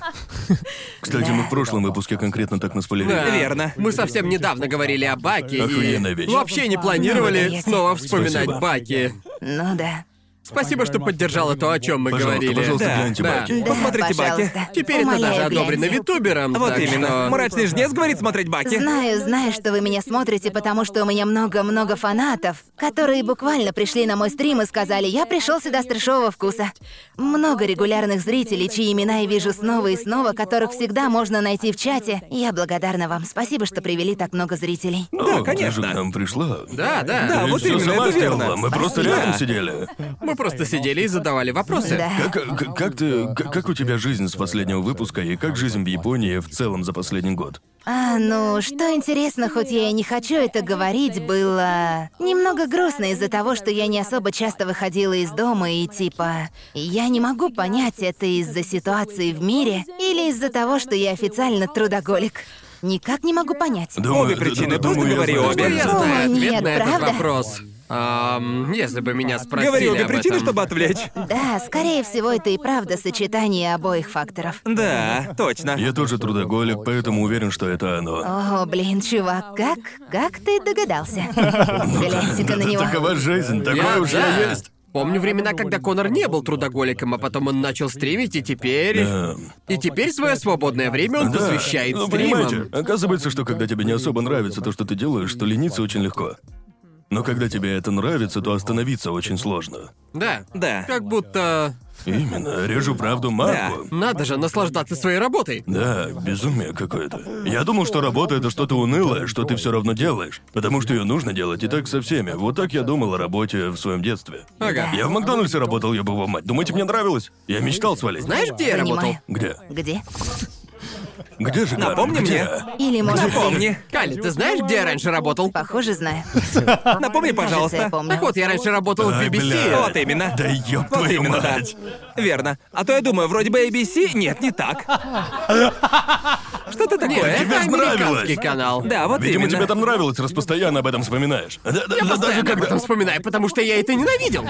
Кстати, мы в прошлом выпуске конкретно так наспойлерили.
Да.
Верно.
Мы совсем недавно говорили о Баке
Охуенная
и
вещь.
вообще не планировали
Надоест.
снова вспоминать
Спасибо.
Баки.
Ну да.
Спасибо, что поддержала то, о чем мы
Пожалуйста,
говорили.
пожалуйста,
Да,
гляньте
да.
Баки.
Да,
Посмотрите, Баки.
пожалуйста.
Теперь это
Умоляю,
даже
гляньте.
одобрено витубером.
Вот
Ну, так
именно.
что-
Мрачный жнец говорит смотреть Баки.
Знаю, знаю, что вы меня смотрите, потому что у меня много-много фанатов, которые буквально пришли на мой стрим и сказали, я пришел сюда с трешового вкуса. Много регулярных зрителей, чьи имена я вижу снова и снова, которых всегда можно найти в чате. Я благодарна вам. Спасибо, что привели так много зрителей.
Ну,
конечно.
Ты же к нам пришла.
Да, да.
Да,
Ты
вот
всё
именно,
сама
это
сделала.
верно.
Мы просто
Спасибо.
рядом сидели.
Мы просто сидели и задавали вопросы.
Да.
Как, как, как ты, как, как у тебя жизнь с последнего выпуска и как жизнь в Японии в целом за последний год?
А, ну, что интересно, хоть я и не хочу это говорить, было немного грустно из-за того, что я не особо часто выходила из дома и типа... Я не могу понять, это из-за ситуации в мире или из-за того, что я официально трудоголик. Никак не могу понять.
Обе причины,
д- д-
просто
думаю, я
говори
знаю,
обе.
что
Я
это.
О,
знаю ответ
нет,
на этот
правда?
вопрос. Ам, если бы меня спросили
Говори обе
об
причины,
этом.
чтобы отвлечь.
Да, скорее всего, это и правда сочетание обоих факторов.
Да, точно.
Я тоже трудоголик, поэтому уверен, что это оно.
О, блин, чувак, как? Как ты догадался? Гляньте-ка на
Это
него.
Ну такова жизнь, такое
Я-
уже
да.
есть.
Помню времена, когда Конор не был трудоголиком, а потом он начал стримить, и теперь...
Да.
И теперь свое свободное время он
Да.
посвящает
Ну,
стримам.
понимаете, оказывается, что когда тебе не особо нравится то, что ты делаешь, то лениться очень легко. Но когда тебе это нравится, то остановиться очень сложно.
Да.
Да.
Как будто...
Именно, режу правду матку.
Надо же наслаждаться своей работой.
Да, безумие какое-то. Я думал, что работа это что-то унылое, что ты все равно делаешь, потому что ее нужно делать, и так со всеми. Вот так я думал о работе в своем детстве.
Ага.
Я в Макдональдсе работал, я его мать. Думаете, мне нравилось? Я мечтал свалить.
Знаешь, где я работал?
Понимаю.
Где?
Где?
Где же? Гарн?
Напомни
Где?
мне.
Или, может, ты?
Напомни.
Кали, ты знаешь, где я раньше работал?
Похоже, знаю. Кажется,
Напомни,
я
пожалуйста.
помню.
Так Ну, вот, я раньше работал в
Ай, бля.
BBC.
Вот именно.
Да ёб
Вот
твою
именно, да.
мать.
Верно. А то я думаю, вроде бы ABC... Нет, не так. Что-то
Нет,
такое.
тебе
это
ж нравилось.
американский канал.
Да, вот
Видимо, тебе
именно.
там нравилось, раз постоянно об этом вспоминаешь. Да, да, да, Ну, даже
Постоянно об
когда...
этом вспоминаю, потому что я это ненавидел.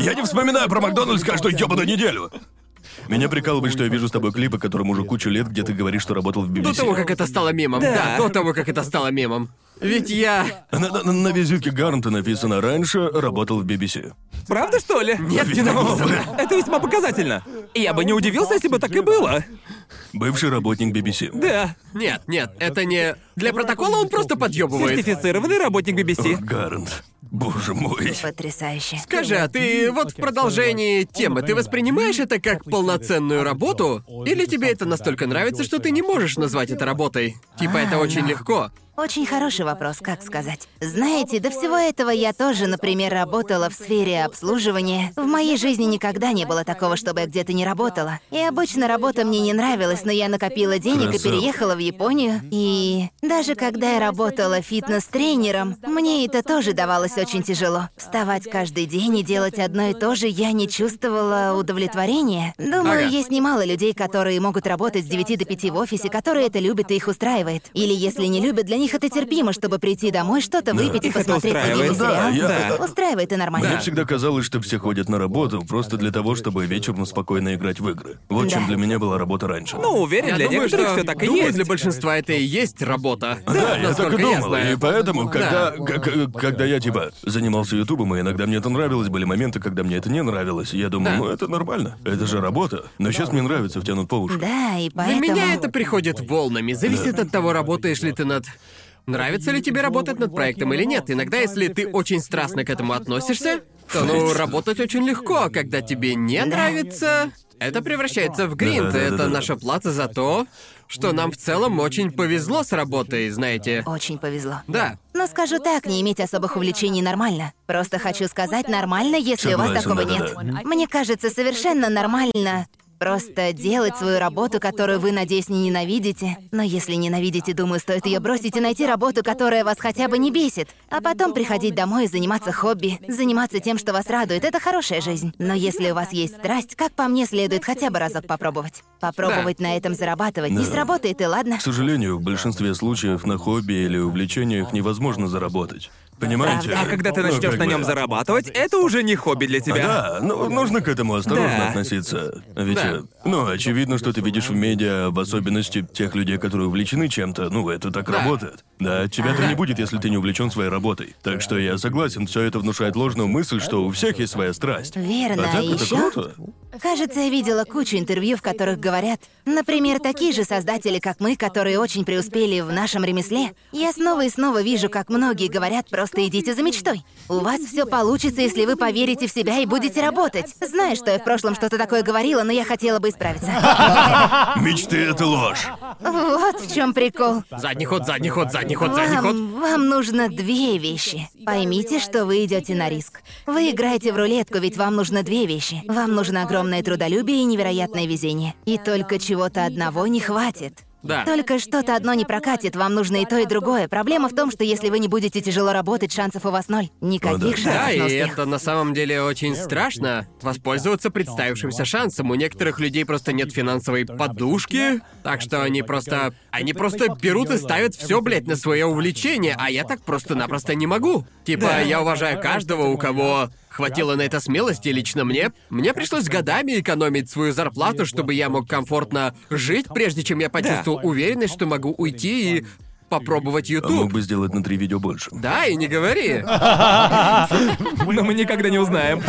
Я не вспоминаю про Макдональдс каждую ёбаную неделю. Меня прикалывает, что я вижу с тобой клипы, которым уже кучу лет, где ты говоришь, что работал в BBC.
До того, как это стало мемом. Да,
Да.
до того, как это стало мемом. Ведь я...
На, на- на- на визитке Гарнта написано «Раньше работал в BBC».
Правда, что ли? Нет,
не написано.
Это весьма показательно. И Я бы не удивился, если бы так и было.
Бывший работник BBC.
Да.
Нет, нет, это не... Для протокола он просто подъебывает.
Сертифицированный работник BBC.
Ох, Гарнт. Боже мой.
Потрясающе.
Скажи, а ты вот в продолжении темы, ты воспринимаешь это как полноценную работу? Или тебе это настолько нравится, что ты не можешь назвать это работой? Типа это очень легко.
Очень хороший вопрос, как сказать. Знаете, до всего этого я тоже, например, работала в сфере обслуживания. В моей жизни никогда не было такого, чтобы я где-то не работала. И обычно работа мне не нравилась, но я накопила денег
Красава.
и переехала в Японию. И даже когда я работала фитнес-тренером, мне это тоже давалось очень тяжело. Вставать каждый день и делать одно и то же я не чувствовала удовлетворения. Думаю,
Ага.
есть немало людей, которые могут работать с 9 до 5 в офисе, которые это любят и их устраивает. Или если не любят, для них это терпимо, чтобы прийти домой, что-то выпить и
Их это
посмотреть любимый
устраивает.
Да,
сериал.
я-
Да.
Устраивает и
Мне
нормально.
всегда казалось, что все ходят на работу просто для того, чтобы вечером спокойно играть в игры. Вот чем
Да.
для меня была работа раньше.
Ну, уверен,
Я
для
думаю,
некоторых
что
все так и
думаю,
есть.
для большинства это и есть работа.
Да, я так и
Насколько
думал.
знаю.
И поэтому, когда, к- к- когда я типа занимался Ютубом, и иногда мне это нравилось, были моменты, когда мне это не нравилось. Я думал,
Да.
ну это нормально, это же работа. Но сейчас мне нравится, втянут по уши.
Да, и
Для
поэтому...
меня это приходит волнами. Зависит от того, работаешь ли ты над... Нравится ли тебе работать над проектом или нет. Иногда, если ты очень страстно к этому относишься, то, ну, работать очень легко, а когда тебе не нравится... Это превращается в гринт, и это
Да-да-да-да.
наша плата за то, что нам в целом очень повезло с работой, знаете.
Очень повезло.
Да.
Но скажу так, не иметь особых увлечений нормально. Просто хочу сказать, нормально, если у вас
Согласен,
такого
да-да-да.
нет. Мне кажется, совершенно нормально Просто делать свою работу, которую вы, надеюсь, не ненавидите. Но если ненавидите, думаю, стоит ее бросить и найти работу, которая вас хотя бы не бесит. А потом приходить домой и заниматься хобби, заниматься тем, что вас радует. Это хорошая жизнь. Но если у вас есть страсть, как по мне, следует хотя бы разок попробовать. Попробовать на этом зарабатывать. Не
Да.
сработает и ладно.
К сожалению, в большинстве случаев на хобби или увлечениях невозможно заработать. Понимаете?
А когда ты
Ну,
начнешь
как
на
бы-
нем зарабатывать, это уже не хобби для тебя.
Да, ну, нужно к этому осторожно
Да.
относиться. Ведь,
Да.
э, ну, очевидно, что ты видишь в медиа, в особенности тех людей, которые увлечены чем-то, ну, это так работает. Да, тебя там не будет, если ты не увлечен своей работой. Так что я согласен, все это внушает ложную мысль, что у всех есть своя страсть.
Верно,
а так
а
это
ещё-
круто.
Кажется, я видела кучу интервью, в которых говорят, например, такие же создатели, как мы, которые очень преуспели в нашем ремесле. Я снова и снова вижу, как многие говорят, просто идите за мечтой. У вас все получится, если вы поверите в себя и будете работать. Знаю, что я в прошлом что-то такое говорила, но я хотела бы исправиться.
Мечты это ложь.
Вот в чем прикол.
Задний ход, задний ход, задний ход, задний ход.
Вам, вам нужно две вещи. Поймите, что вы идете на риск. Вы играете в рулетку, ведь вам нужно две вещи. Вам нужно огромное трудолюбие и невероятное везение. И только чего-то одного не хватит.
Да.
Только что-то одно не прокатит, вам нужно и то, и другое. Проблема в том, что если вы не будете тяжело работать, шансов у вас ноль. Никаких шансов
Да,
на
и
успех.
это на самом деле очень страшно. Воспользоваться представившимся шансом. У некоторых людей просто нет финансовой подушки, так что они просто... Они просто берут и ставят все, блядь, на свое увлечение, а я так просто-напросто не могу. Типа, я уважаю каждого, у кого хватило на это смелости лично мне. Мне пришлось годами экономить свою зарплату, чтобы я мог комфортно жить, прежде чем я почувствовал уверенность, что могу уйти и попробовать
А мог
YouTube.
бы сделать на три видео больше.
Да, и не говори.
Но мы никогда не узнаем.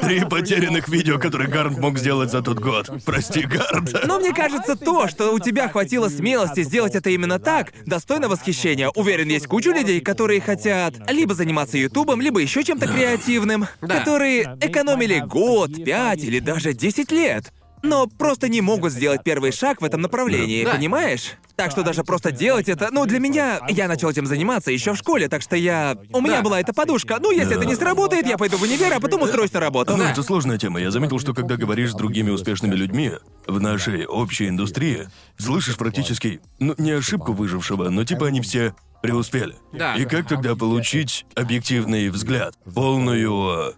Три потерянных видео, которые Гарнт мог сделать за тот год. Прости, Гарнт.
Ну,
Но мне кажется, то, что у тебя хватило смелости сделать это именно так, достойно восхищения. Уверен, есть куча людей, которые хотят либо заниматься Ютубом, либо еще чем-то креативным,
Да.
которые экономили год, пять или даже десять лет. Но просто не могут сделать первый шаг в этом направлении,
Да.
понимаешь? Так что даже просто делать это, ну для меня, я начал этим заниматься еще в школе, так что я... У меня
Да.
была эта подушка. Ну, если это не сработает, я пойду в универ, а потом устроюсь на работу.
Ну, это сложная тема. Я заметил, что когда говоришь с другими успешными людьми в нашей общей индустрии, слышишь практически, ну, не ошибку выжившего, но типа они все преуспели.
Да.
И как тогда получить объективный взгляд, полную...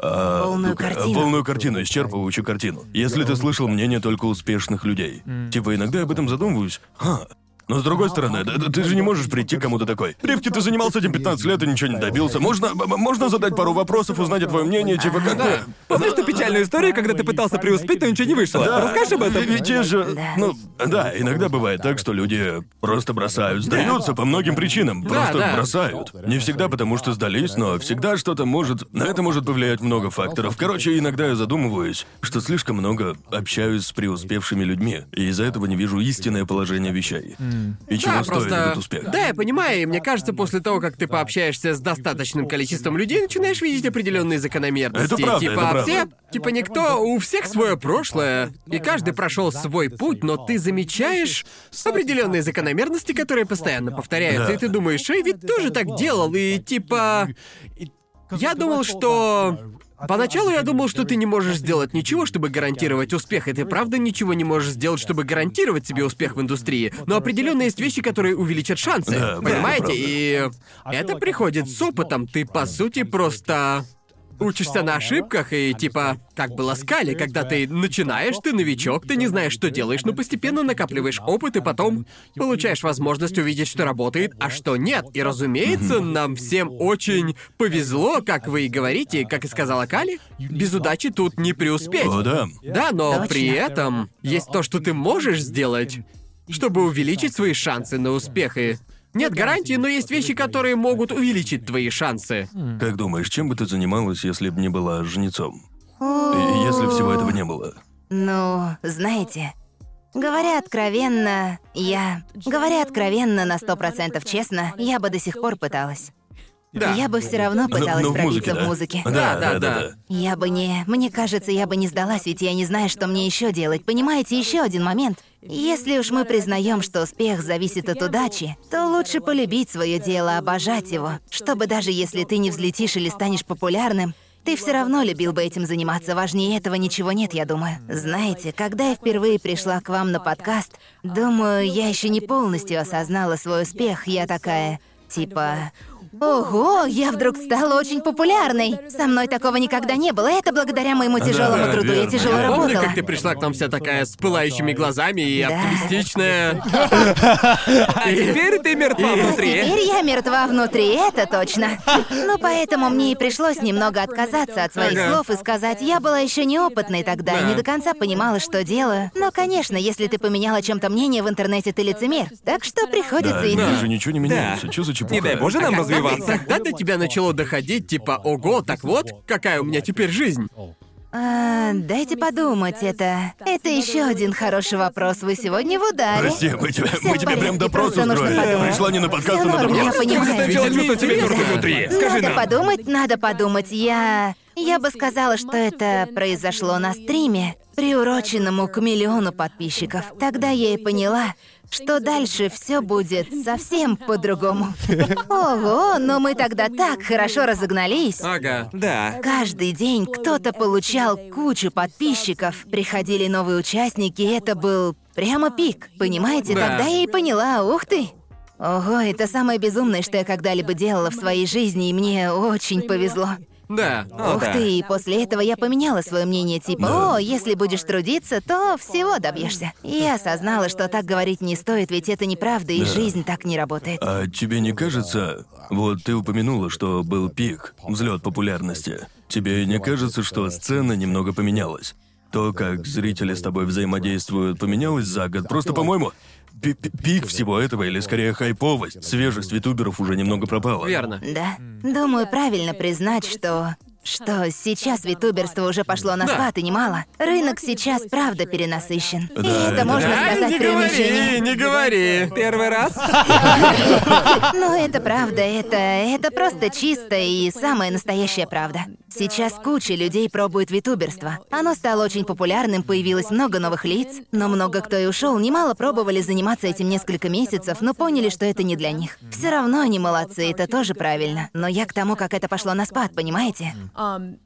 а,
Полную
ну-ка, а,
картину.
Полную картину, исчерпывающую картину. Если ты слышал мнение только успешных людей. Типа иногда я об этом задумываюсь. Ха. Но с другой стороны, да- да ты же не можешь прийти к кому-то такой. Ривки, ты занимался этим 15 лет и ничего не добился. Можно, м- м- можно задать пару вопросов, узнать о твоем мнении, типа как... ты-
Помнишь ту печальную историю, когда ты пытался преуспеть, но ничего не вышло? Расскажешь об этом?
Ведь те же... Ну, да, иногда бывает так, что люди просто бросают. Сдаются по многим причинам. Просто
да.
бросают. Не всегда потому, что сдались, но всегда что-то может... На это может повлиять много факторов. Короче, иногда я задумываюсь, что слишком много общаюсь с преуспевшими людьми, и из-за этого не вижу истинное положение вещей. И чего
Да,
стоит
просто...
этот успех.
Да, я понимаю, и мне кажется, после того, как ты пообщаешься с достаточным количеством людей, начинаешь видеть определенные закономерности.
Это правда,
типа,
это правда.
все, типа никто, у всех свое прошлое, и каждый прошел свой путь, но ты замечаешь определенные закономерности, которые постоянно повторяются,
Да.
и ты думаешь, Эй, ведь тоже так делал, и типа. Я думал, что... Поначалу я думал, что ты не можешь сделать ничего, чтобы гарантировать успех, и ты правда ничего не можешь сделать, чтобы гарантировать себе успех в индустрии. Но определенно есть вещи, которые увеличат шансы,
Да, правда,
понимаете?
правда.
И это приходит с опытом. Ты, по сути, просто учишься на ошибках и типа, как было с Кали, когда ты начинаешь, ты новичок, ты не знаешь, что делаешь, но постепенно накапливаешь опыт и потом получаешь возможность увидеть, что работает, а что нет. И разумеется, нам всем очень повезло, как вы и говорите, как и сказала Кали, без удачи тут не преуспеть.
О, да.
Да, но
Точно.
при этом есть то, что ты можешь сделать, чтобы увеличить свои шансы на успех. И нет гарантии, но есть вещи, которые могут увеличить твои шансы.
Как думаешь, чем бы ты занималась, если бы не была жнецом? И если всего этого не было?
Ну, знаете, говоря откровенно, я... Говоря откровенно, на сто процентов честно, я бы до сих пор пыталась.
Да.
Я бы все равно
Ну,
пыталась
ну, в музыке,
пробиться
да.
в музыке.
Да,
Да,
да,
да,
да.
да.
да.
Я бы не... Мне кажется, я бы не сдалась, ведь я не знаю, что мне еще делать. Понимаете, еще один момент. Если уж мы признаем, что успех зависит от удачи, то лучше полюбить свое дело, обожать его, чтобы даже если ты не взлетишь или станешь популярным, Ты все равно любил бы этим заниматься, важнее этого ничего нет, я думаю. Знаете, когда я впервые пришла к вам на подкаст, думаю, я еще не полностью осознала свой успех. Я такая, типа, Ого, я вдруг стала очень популярной. Со мной такого никогда не было. Это благодаря моему тяжелому
да,
труду. Я
верно,
тяжело
я
Помню,
работала.
как ты пришла к нам вся такая с пылающими глазами и
Да.
оптимистичная.
А теперь ты мертва внутри.
А Теперь я мертва внутри, это точно. Ну, поэтому мне и пришлось немного отказаться от своих
Ага.
слов и сказать, я была еще неопытной тогда и не до конца понимала, что делаю. Но, конечно, если ты поменяла чем-то мнение в интернете, ты лицемер. Так что приходится
Да, люди
идти.
же ничего не меняется. Чё за чепуха?
Не дай боже нам развиваться.
Тогда до тебя начало доходить, типа, ого, так вот, какая у меня теперь жизнь.
А, дайте подумать, это... Это еще один хороший вопрос. Вы сегодня в ударе.
Прости, мы тебя,
Всё
мы
в
тебе прям
порядке,
допрос
просто нужно
устроили.
подумать.
Пришла не на подкаст, а
Всё
на
норм, я
допрос.
понимаю.
Ты сначала чувствовал, что тебе мертва внутри. Скажи
надо
нам.
подумать, надо подумать. Я... Я бы сказала, что это произошло на стриме, приуроченному к миллиону подписчиков. Тогда я и поняла, что дальше все будет совсем по-другому. Ого, но мы тогда так хорошо разогнались.
Ага.
Да.
Каждый день кто-то получал кучу подписчиков, приходили новые участники, и это был прямо пик. Понимаете,
Да.
тогда я и поняла, ух ты! Ого, это самое безумное, что я когда-либо делала в своей жизни, и мне очень повезло.
Да.
О,
Ух
да.
ты, и после этого я поменяла свое мнение, типа,
Да.
о, если будешь трудиться, то всего добьешься. Я осознала, что так говорить не стоит, ведь это неправда, и жизнь так не работает.
А тебе не кажется, вот ты упомянула, что был пик, взлет популярности. Тебе не кажется, что сцена немного поменялась? То, как зрители с тобой взаимодействуют, поменялось за год. Просто, по-моему, пи- пи- пик всего этого, или скорее хайповость, свежесть ютуберов уже немного пропала.
Верно.
Да. Думаю, правильно признать, что... Что сейчас витуберство уже пошло на
Да.
спад, и немало. Рынок сейчас правда перенасыщен. и
Да,
это
да,
можно
да.
сказать
не говори,
преувеличение.
не говори.
Первый раз?
Но Ну, это правда, это... Это просто чистая и самая настоящая правда. Сейчас куча людей пробует витуберство. Оно стало очень популярным, появилось много новых лиц, но много кто и ушел. Немало пробовали заниматься этим несколько месяцев, но поняли, что это не для них. Все равно они молодцы, это тоже правильно. Но я к тому, как это пошло на спад, понимаете?
Um,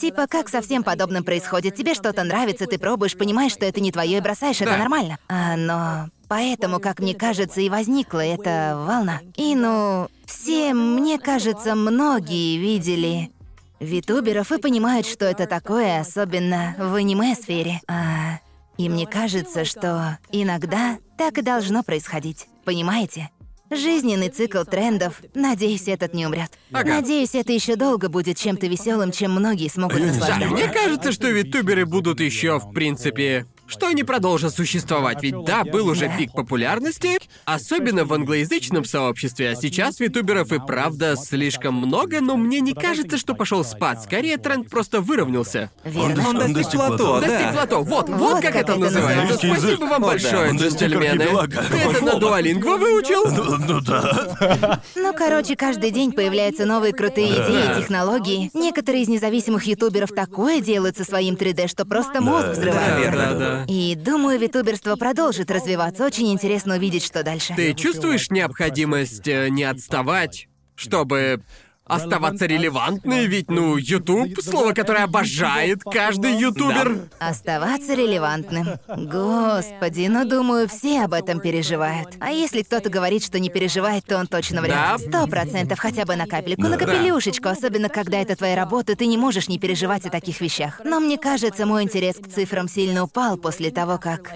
Типа, как со всем подобным происходит? Тебе что-то нравится, ты пробуешь, понимаешь, что это не твое и бросаешь, это нормально. А, но поэтому, как мне кажется, и возникла эта волна. И ну, все, мне кажется, многие видели витуберов и понимают, что это такое, особенно в аниме-сфере. А, и мне кажется, что иногда так и должно происходить. Понимаете? Жизненный цикл трендов. Надеюсь, этот не умрет. Надеюсь, это еще долго будет чем-то веселым, чем многие смогут
Я не
Да,
наслаждаться.
знаю.
мне кажется, что ютуберы будут еще, в принципе, что они продолжат существовать, ведь да, был уже пик популярности, особенно в англоязычном сообществе, а сейчас ютуберов и правда слишком много, но мне не кажется, что пошел спад, скорее тренд просто выровнялся.
Верно.
Он
Он
достиг
достиг
плато,
плато.
Достиг
да.
плато, вот, вот, как это называется.
называется. Английский
Спасибо
язык.
вам
О, да.
большое,
Он достиг
джентльмены.
архипелага.
Ты это на дуалингва выучил?
Ну, ну да.
Ну, короче, каждый день появляются новые крутые идеи и технологии. Некоторые из независимых ютуберов такое делают со своим 3D, что просто мозг взрывает.
верно.
да, да.
И думаю, витуберство продолжит развиваться. Очень интересно увидеть, что дальше.
Ты чувствуешь необходимость э, не отставать, чтобы оставаться релевантной? Ведь, ну, YouTube — слово, которое обожает каждый ютубер.
Оставаться релевантным. Господи, ну думаю, все об этом переживают. А если кто-то говорит, что не переживает, то он точно врет.
Да. Ну
Сто процентов, хотя бы на капельку, на капелюшечку, особенно когда это твоя работа, ты не можешь не переживать о таких вещах. Но мне кажется, мой интерес к цифрам сильно упал после того, как...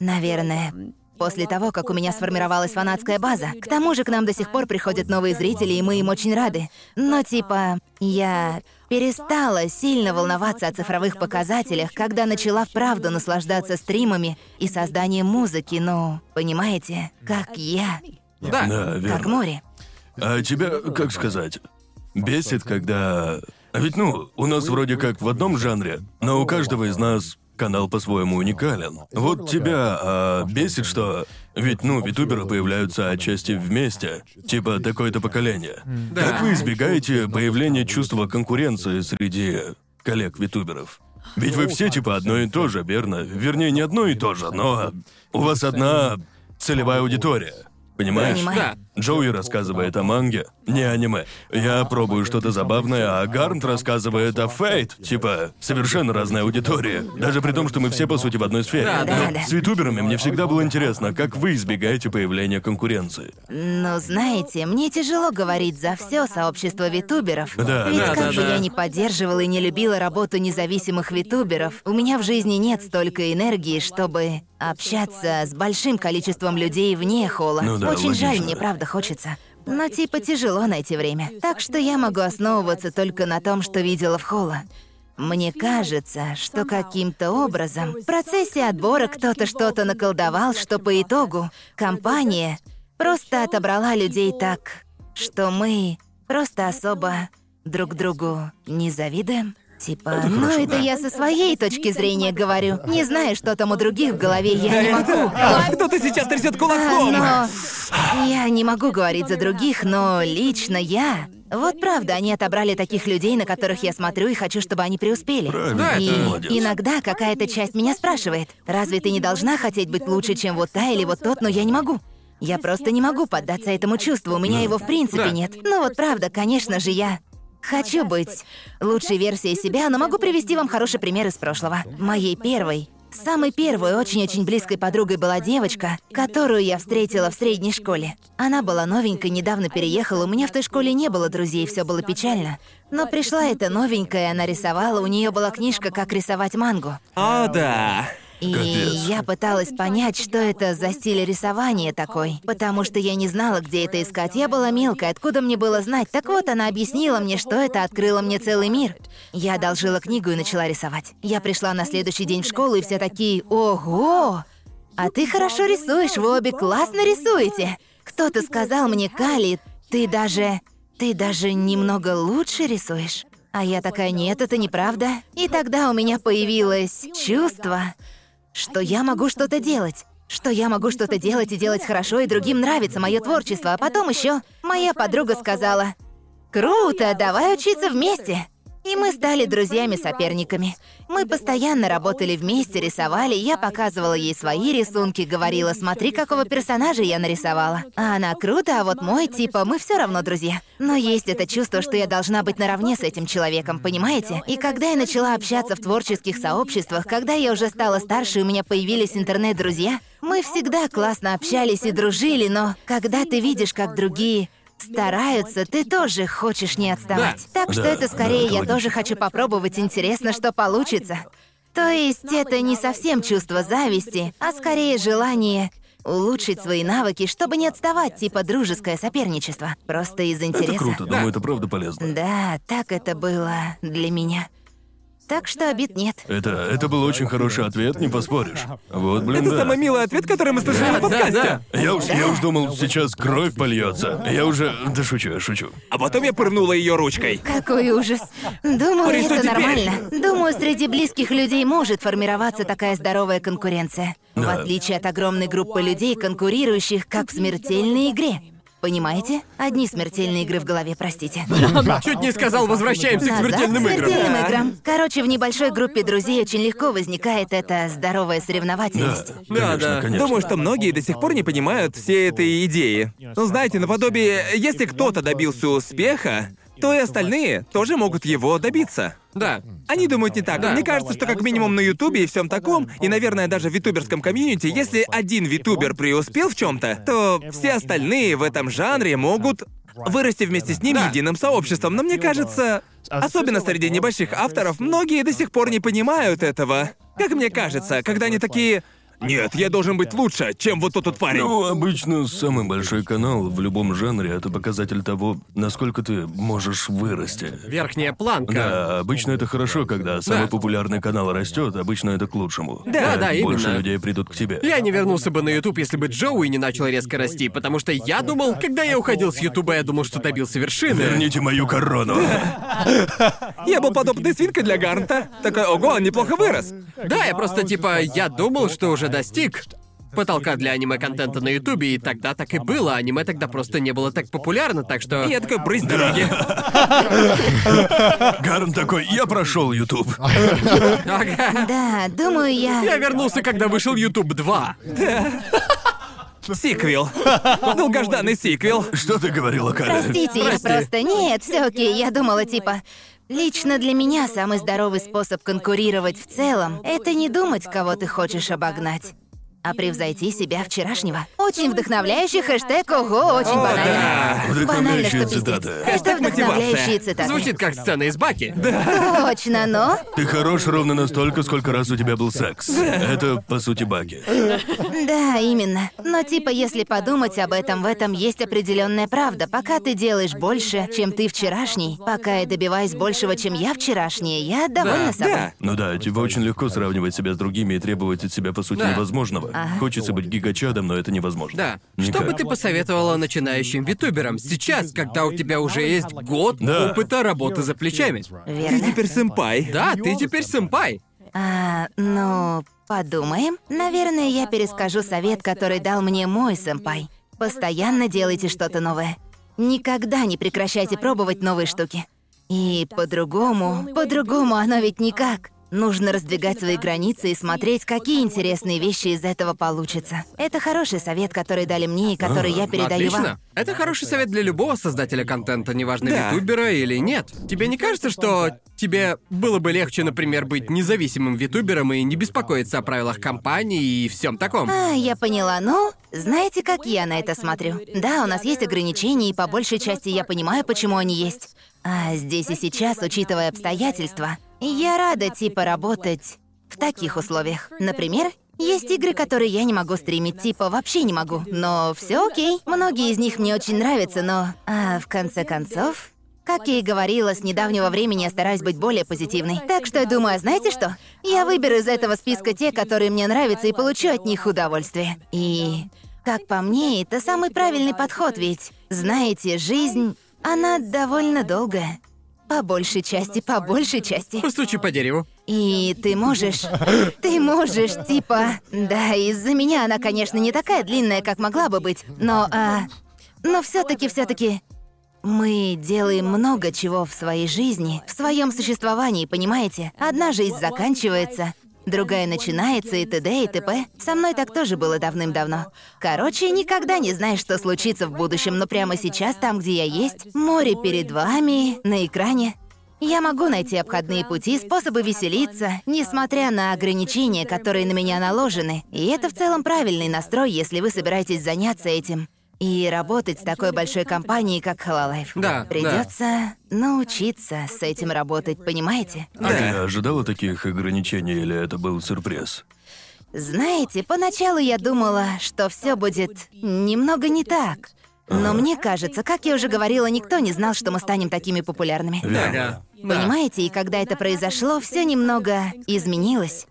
Наверное. После того, как у меня сформировалась фанатская база. К тому же к нам до сих пор приходят новые зрители, и мы им очень рады. Но типа, я перестала сильно волноваться о цифровых показателях, когда начала вправду наслаждаться стримами и созданием музыки, ну, понимаете, как я,
Да.
Да,
как
верно.
море.
А тебя, как сказать, бесит, когда... А ведь, ну, у нас вроде как в одном жанре, но у каждого из нас канал по-своему уникален. Вот тебя а, бесит, что... Ведь, ну, витуберы появляются отчасти вместе, типа такое-то поколение. Как вы избегаете появления чувства конкуренции среди коллег-витуберов? Ведь вы все типа одно и то же, верно? Вернее, не одно и то же, но у вас одна целевая аудитория. Понимаешь?
Понимаю.
Да.
Джоуи рассказывает о манге, не аниме. Я пробую что-то забавное, а Гарнт рассказывает о Фейт. Типа, совершенно разная аудитория. Даже при том, что мы все, по сути, в одной сфере.
Да,
да,
Но
да.
С ютуберами мне всегда было интересно, как вы избегаете появления конкуренции.
Ну, знаете, мне тяжело говорить за все сообщество витуберов.
Да,
Ведь
да,
как
да,
бы
да.
я не поддерживала и не любила работу независимых витуберов, у меня в жизни нет столько энергии, чтобы общаться с большим количеством людей вне холла.
Ну да,
Очень жаль,
логично.
мне правда хочется. Но типа тяжело найти время. Так что я могу основываться только на том, что видела в холла. Мне кажется, что каким-то образом в процессе отбора кто-то что-то наколдовал, что по итогу компания просто отобрала людей так, что мы просто особо друг другу не завидуем. Типа, ну
хорошо,
это
да.
я со своей точки зрения говорю. Не знаю, что там у других в голове, я не могу.
А Кто-то сейчас трясет кулаком!
Да, но я не могу говорить за других, но лично я... Вот правда, они отобрали таких людей, на которых я смотрю и хочу, чтобы они преуспели.
Правильно,
Да,
И
ты молодец.
иногда какая-то часть меня спрашивает, разве ты не должна хотеть быть лучше, чем вот та или вот тот, но я не могу. Я просто не могу поддаться этому чувству, у меня его в принципе
Да.
нет. Ну вот правда, конечно же, я хочу быть лучшей версией себя, но могу привести вам хороший пример из прошлого. Моей первой, самой первой очень-очень близкой подругой была девочка, которую я встретила в средней школе. Она была новенькой, недавно переехала, у меня в той школе не было друзей, все было печально. Но пришла эта новенькая, она рисовала, у нее была книжка «Как рисовать мангу».
О, А, да.
И
Капец.
я пыталась понять, что это за стиль рисования такой, потому что я не знала, где это искать. Я была мелкой, откуда мне было знать? Так вот, она объяснила мне, что это открыло мне целый мир. Я одолжила книгу и начала рисовать. Я пришла на следующий день в школу, и все такие «Ого! А ты хорошо рисуешь, вы обе классно рисуете!» Кто-то сказал мне «Кали, ты даже... ты даже немного лучше рисуешь». А я такая «Нет, это неправда». И тогда у меня появилось чувство, что я могу что-то делать. Что я могу что-то делать и делать хорошо, и другим нравится мое творчество. А потом еще моя подруга сказала, «Круто, давай учиться вместе». И мы стали друзьями-соперниками. Мы постоянно работали вместе, рисовали, я показывала ей свои рисунки, говорила, смотри, какого персонажа я нарисовала. А она круто, а вот мой, типа, мы все равно друзья. Но есть это чувство, что я должна быть наравне с этим человеком, понимаете? И когда я начала общаться в творческих сообществах, когда я уже стала старше, у меня появились интернет-друзья, мы всегда классно общались и дружили, но когда ты видишь, как другие стараются, ты тоже хочешь не отставать. Так что
Да,
это скорее
да,
я
логично.
тоже хочу попробовать, интересно, что получится. То есть это не совсем чувство зависти, а скорее желание улучшить свои навыки, чтобы не отставать, типа дружеское соперничество. Просто из интереса.
Это круто, думаю, это правда полезно.
Да, так это было для меня. Так что обид нет.
Это, это был очень хороший ответ, не поспоришь. Вот, блин,
Это
да.
самый милый ответ, который мы слышали на
Да, да,
подкасте.
да.
Я уж, я уж думал, сейчас кровь польется. Я уже... Да шучу, я шучу.
А потом я пырнула ее ручкой.
Какой ужас. Думаю,
Борис, что
это
теперь?
нормально. Думаю, среди близких людей может формироваться такая здоровая конкуренция. В
Да.
отличие от огромной группы людей, конкурирующих как в смертельной игре. Понимаете? Одни смертельные игры в голове, простите.
Чуть не сказал, возвращаемся к
Назад
смертельным
к
играм.
смертельным
Да.
играм. Короче, в небольшой группе друзей очень легко возникает эта здоровая
Да,
соревновательность.
конечно,
да.
конечно.
Думаю, что многие до сих пор не понимают всей этой идеи. Ну, знаете, наподобие, если кто-то добился успеха, то и остальные тоже могут его добиться.
Да.
Они думают не так. Мне кажется, что как минимум на Ютубе и всем таком, и, наверное, даже в витуберском комьюнити, если один витубер преуспел в чем-то, то все остальные в этом жанре могут вырасти вместе с ним
Да.
единым сообществом. Но мне кажется, особенно среди небольших авторов, многие до сих пор не понимают этого. Как мне кажется, когда они такие... Нет, я должен быть лучше, чем вот тот вот парень.
Ну, обычно самый большой канал в любом жанре это показатель того, насколько ты можешь вырасти.
Верхняя планка.
Да, обычно это хорошо, когда самый популярный канал растет, обычно это к лучшему. Э,
Да, да,
Больше
именно.
людей придут к тебе.
Я не вернулся бы на YouTube, если бы Джоуи не начал резко расти, потому что я думал, когда я уходил с Ютуба, я думал, что добился вершины.
Верните мою корону.
Я был подобной свинкой для Гарнта. Такой, ого, он неплохо вырос.
Да, я просто типа, я думал, что уже достиг потолка для аниме-контента на Ютубе, и тогда так и было. Аниме тогда просто не было так популярно, так что...
И я такой, брысь с дороги.
Гарн такой, я прошел YouTube.
Ага.
Да, думаю,
Я
я...
вернулся, когда вышел YouTube 2.
Сиквел. Долгожданный сиквел.
Что ты говорила, Кара?
Простите, я просто... Нет, все окей, я думала, типа... Лично для меня самый здоровый способ конкурировать в целом — это не думать, кого ты хочешь обогнать, а превзойти себя вчерашнего. Очень вдохновляющий хэштег, ого, очень банально. Банально, что
Вдохновляющая
пиздец.
цитата.
Это
Хэштег мотивация.
вдохновляющие цитаты.
Звучит как сцена из баки. Да.
Точно, но...
Ты хорош ровно настолько, сколько раз у тебя был секс. Это, по сути, баги.
Да, именно. Но типа, если подумать об этом, в этом есть определенная правда. Пока ты делаешь больше, чем ты вчерашний, пока я добиваюсь большего, чем я вчерашняя, я довольна собой.
Да.
Ну да, типа очень легко сравнивать себя с другими и требовать от себя, по сути,
Да.
невозможного. Хочется быть гигачадом, но это невозможно. Никак.
Что бы ты посоветовала начинающим витуберам сейчас, когда у тебя уже есть год
Да.
опыта работы за плечами?
Ты
Верно?
теперь сэмпай.
Да, ты теперь сэмпай.
А, ну, подумаем. Наверное, я перескажу совет, который дал мне мой сэмпай. Постоянно делайте что-то новое. Никогда не прекращайте пробовать новые штуки. И по-другому, по-другому оно ведь никак. Нужно раздвигать свои границы и смотреть, какие интересные вещи из этого получатся. Это хороший совет, который дали мне и который я передаю вам.
Отлично. Это хороший совет для любого создателя контента, неважно,
Да.
витубера или нет. Тебе не кажется, что тебе было бы легче, например, быть независимым витубером и не беспокоиться о правилах компании и всем таком?
А, я поняла. Ну, знаете, как я на это смотрю? Да, у нас есть ограничения, и по большей части я понимаю, почему они есть. А здесь и сейчас, учитывая обстоятельства, я рада, типа, работать в таких условиях. Например, есть игры, которые я не могу стримить, типа вообще не могу. Но все окей. Многие из них мне очень нравятся, но... А, в конце концов... Как я и говорила, с недавнего времени я стараюсь быть более позитивной. Так что я думаю, знаете что? Я выберу из этого списка те, которые мне нравятся, и получу от них удовольствие. И, как по мне, это самый правильный подход, ведь, знаете, жизнь, она довольно долгая. По большей части, по большей части.
Постучи по дереву.
И ты можешь... Ты можешь, типа... Да, из-за меня она, конечно, не такая длинная, как могла бы быть, но... а, но все таки все таки Мы делаем много чего в своей жизни, в своем существовании, понимаете? Одна жизнь заканчивается, другая начинается и т.д. и т.п. Со мной так тоже было давным-давно. Короче, никогда не знаешь, что случится в будущем, но прямо сейчас, там, где я есть, море перед вами, на экране, я могу найти обходные пути, способы веселиться, несмотря на ограничения, которые на меня наложены. И это в целом правильный настрой, если вы собираетесь заняться этим. И работать с такой большой компанией, как Hololive.
Да, да.
Придется научиться с этим работать, понимаете?
А ты ожидала таких ограничений или это был сюрприз?
Знаете, поначалу я думала, что все будет немного не так. Но мне кажется, как я уже говорила, никто не знал, что мы станем такими популярными.
Ага. Да.
Понимаете, и когда это произошло, все немного изменилось.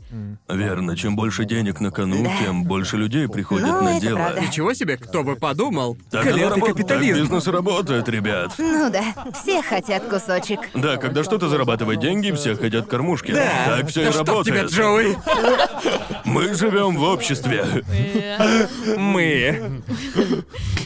Верно, чем больше денег на кону, тем больше людей приходит
Ну,
на
это
дело.
правда.
Ничего себе, кто бы подумал.
Так оно
Клятый
работает,
капитализм.
так бизнес и работает, ребят.
Ну да, все хотят кусочек.
Да, когда что-то зарабатывает деньги, все хотят кормушки. Да. Так все и
Да чтоб тебя,
работает.
Джоуи!
Мы живем в обществе.
Мы.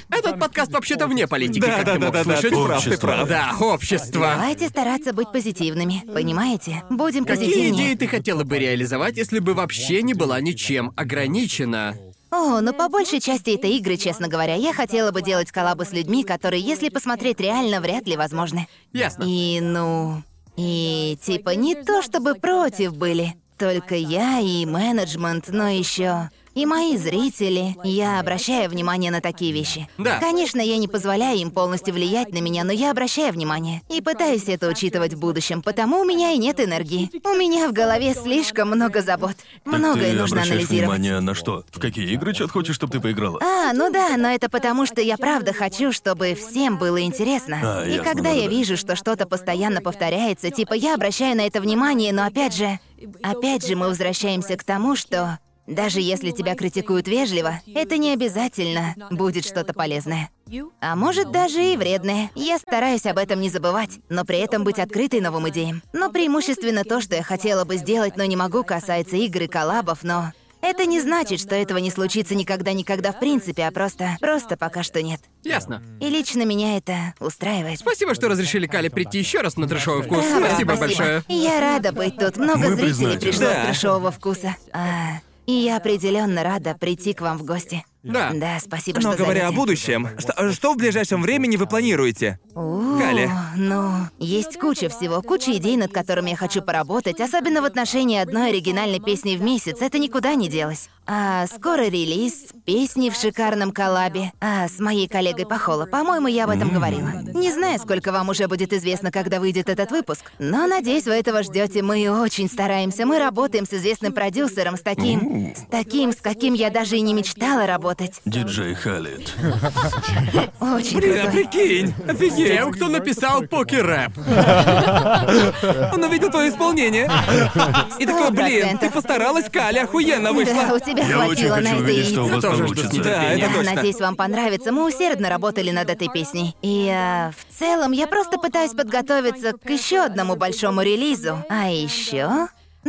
Этот подкаст вообще-то вне политики,
Да,
как
да,
ты
да,
мог
да, да, ты
слышать.
прав, ты
Общество.
прав.
Да, общество.
Давайте стараться быть позитивными, понимаете? Будем
Какие идеи
позитивнее.
ты хотела бы реализовать, если бы вообще не была ничем ограничена?
О, ну по большей части это игры, честно говоря. Я хотела бы делать коллабы с людьми, которые, если посмотреть реально, вряд ли возможны.
Ясно.
И, ну... И, типа, не то чтобы против были. Только я и менеджмент, но еще и мои зрители. Я обращаю внимание на такие вещи.
Да.
Конечно, я не позволяю им полностью влиять на меня, но я обращаю внимание. И пытаюсь это учитывать в будущем, потому у меня и нет энергии. У меня в голове слишком много забот.
Так
Многое
ты
нужно
обращаешь
анализировать.
внимание на что? В какие игры чат хочешь, чтобы ты поиграла?
А, ну да, но это потому, что я правда хочу, чтобы всем было интересно.
А,
и
ясно,
когда я
да-да-да.
вижу, что что-то постоянно повторяется, типа я обращаю на это внимание, но опять же, опять же мы возвращаемся к тому, что даже если тебя критикуют вежливо, это не обязательно будет что-то полезное.
You?
А может, даже и вредное. Я стараюсь об этом не забывать, но при этом быть открытой новым идеям. Но преимущественно то, что я хотела бы сделать, но не могу, касается игр и коллабов, но... Это не значит, что этого не случится никогда-никогда в принципе, а просто... Просто пока что нет.
Ясно.
И лично меня это устраивает.
Спасибо, что разрешили Кале прийти еще раз на трешовый вкус.
Да,
Спасибо большое.
Я рада быть тут. Много
Мы
зрителей
признательны.
пришло
Да.
с трешового вкуса. А, и я определенно рада прийти к вам в гости.
Да.
Да, спасибо,
Но
что
говоря о
занятие.
будущем, что, что в ближайшем времени вы планируете?
У,
Галя.
Ну, есть куча всего, куча идей, над которыми я хочу поработать, особенно в отношении одной оригинальной песни в месяц. Это никуда не делось. А скоро релиз песни в шикарном коллабе. А с моей коллегой Пахола, по-моему, я об этом говорила. Не знаю, сколько вам уже будет известно, когда выйдет этот выпуск, но надеюсь, вы этого ждете. Мы очень стараемся. Мы работаем с известным продюсером, с таким, с таким, с каким я даже и не мечтала работать.
Диджей Халит.
Очень
Блин, а
крутой.
прикинь, офигеть.
Тем, кто написал покер-рэп.
Он увидел твое исполнение. И такой, блин, ты
процентов.
постаралась, Каля, охуенно
Да,
вышла.
у тебя
Я очень
хватило на
хочу
это
увидеть, что у
яиц.
вас
тоже жду с
получится.
нетерпением.
Да, А это
Да,
точно.
Надеюсь, вам понравится. Мы усердно работали над этой песней. И э, в целом я просто пытаюсь подготовиться к еще одному большому релизу. А еще.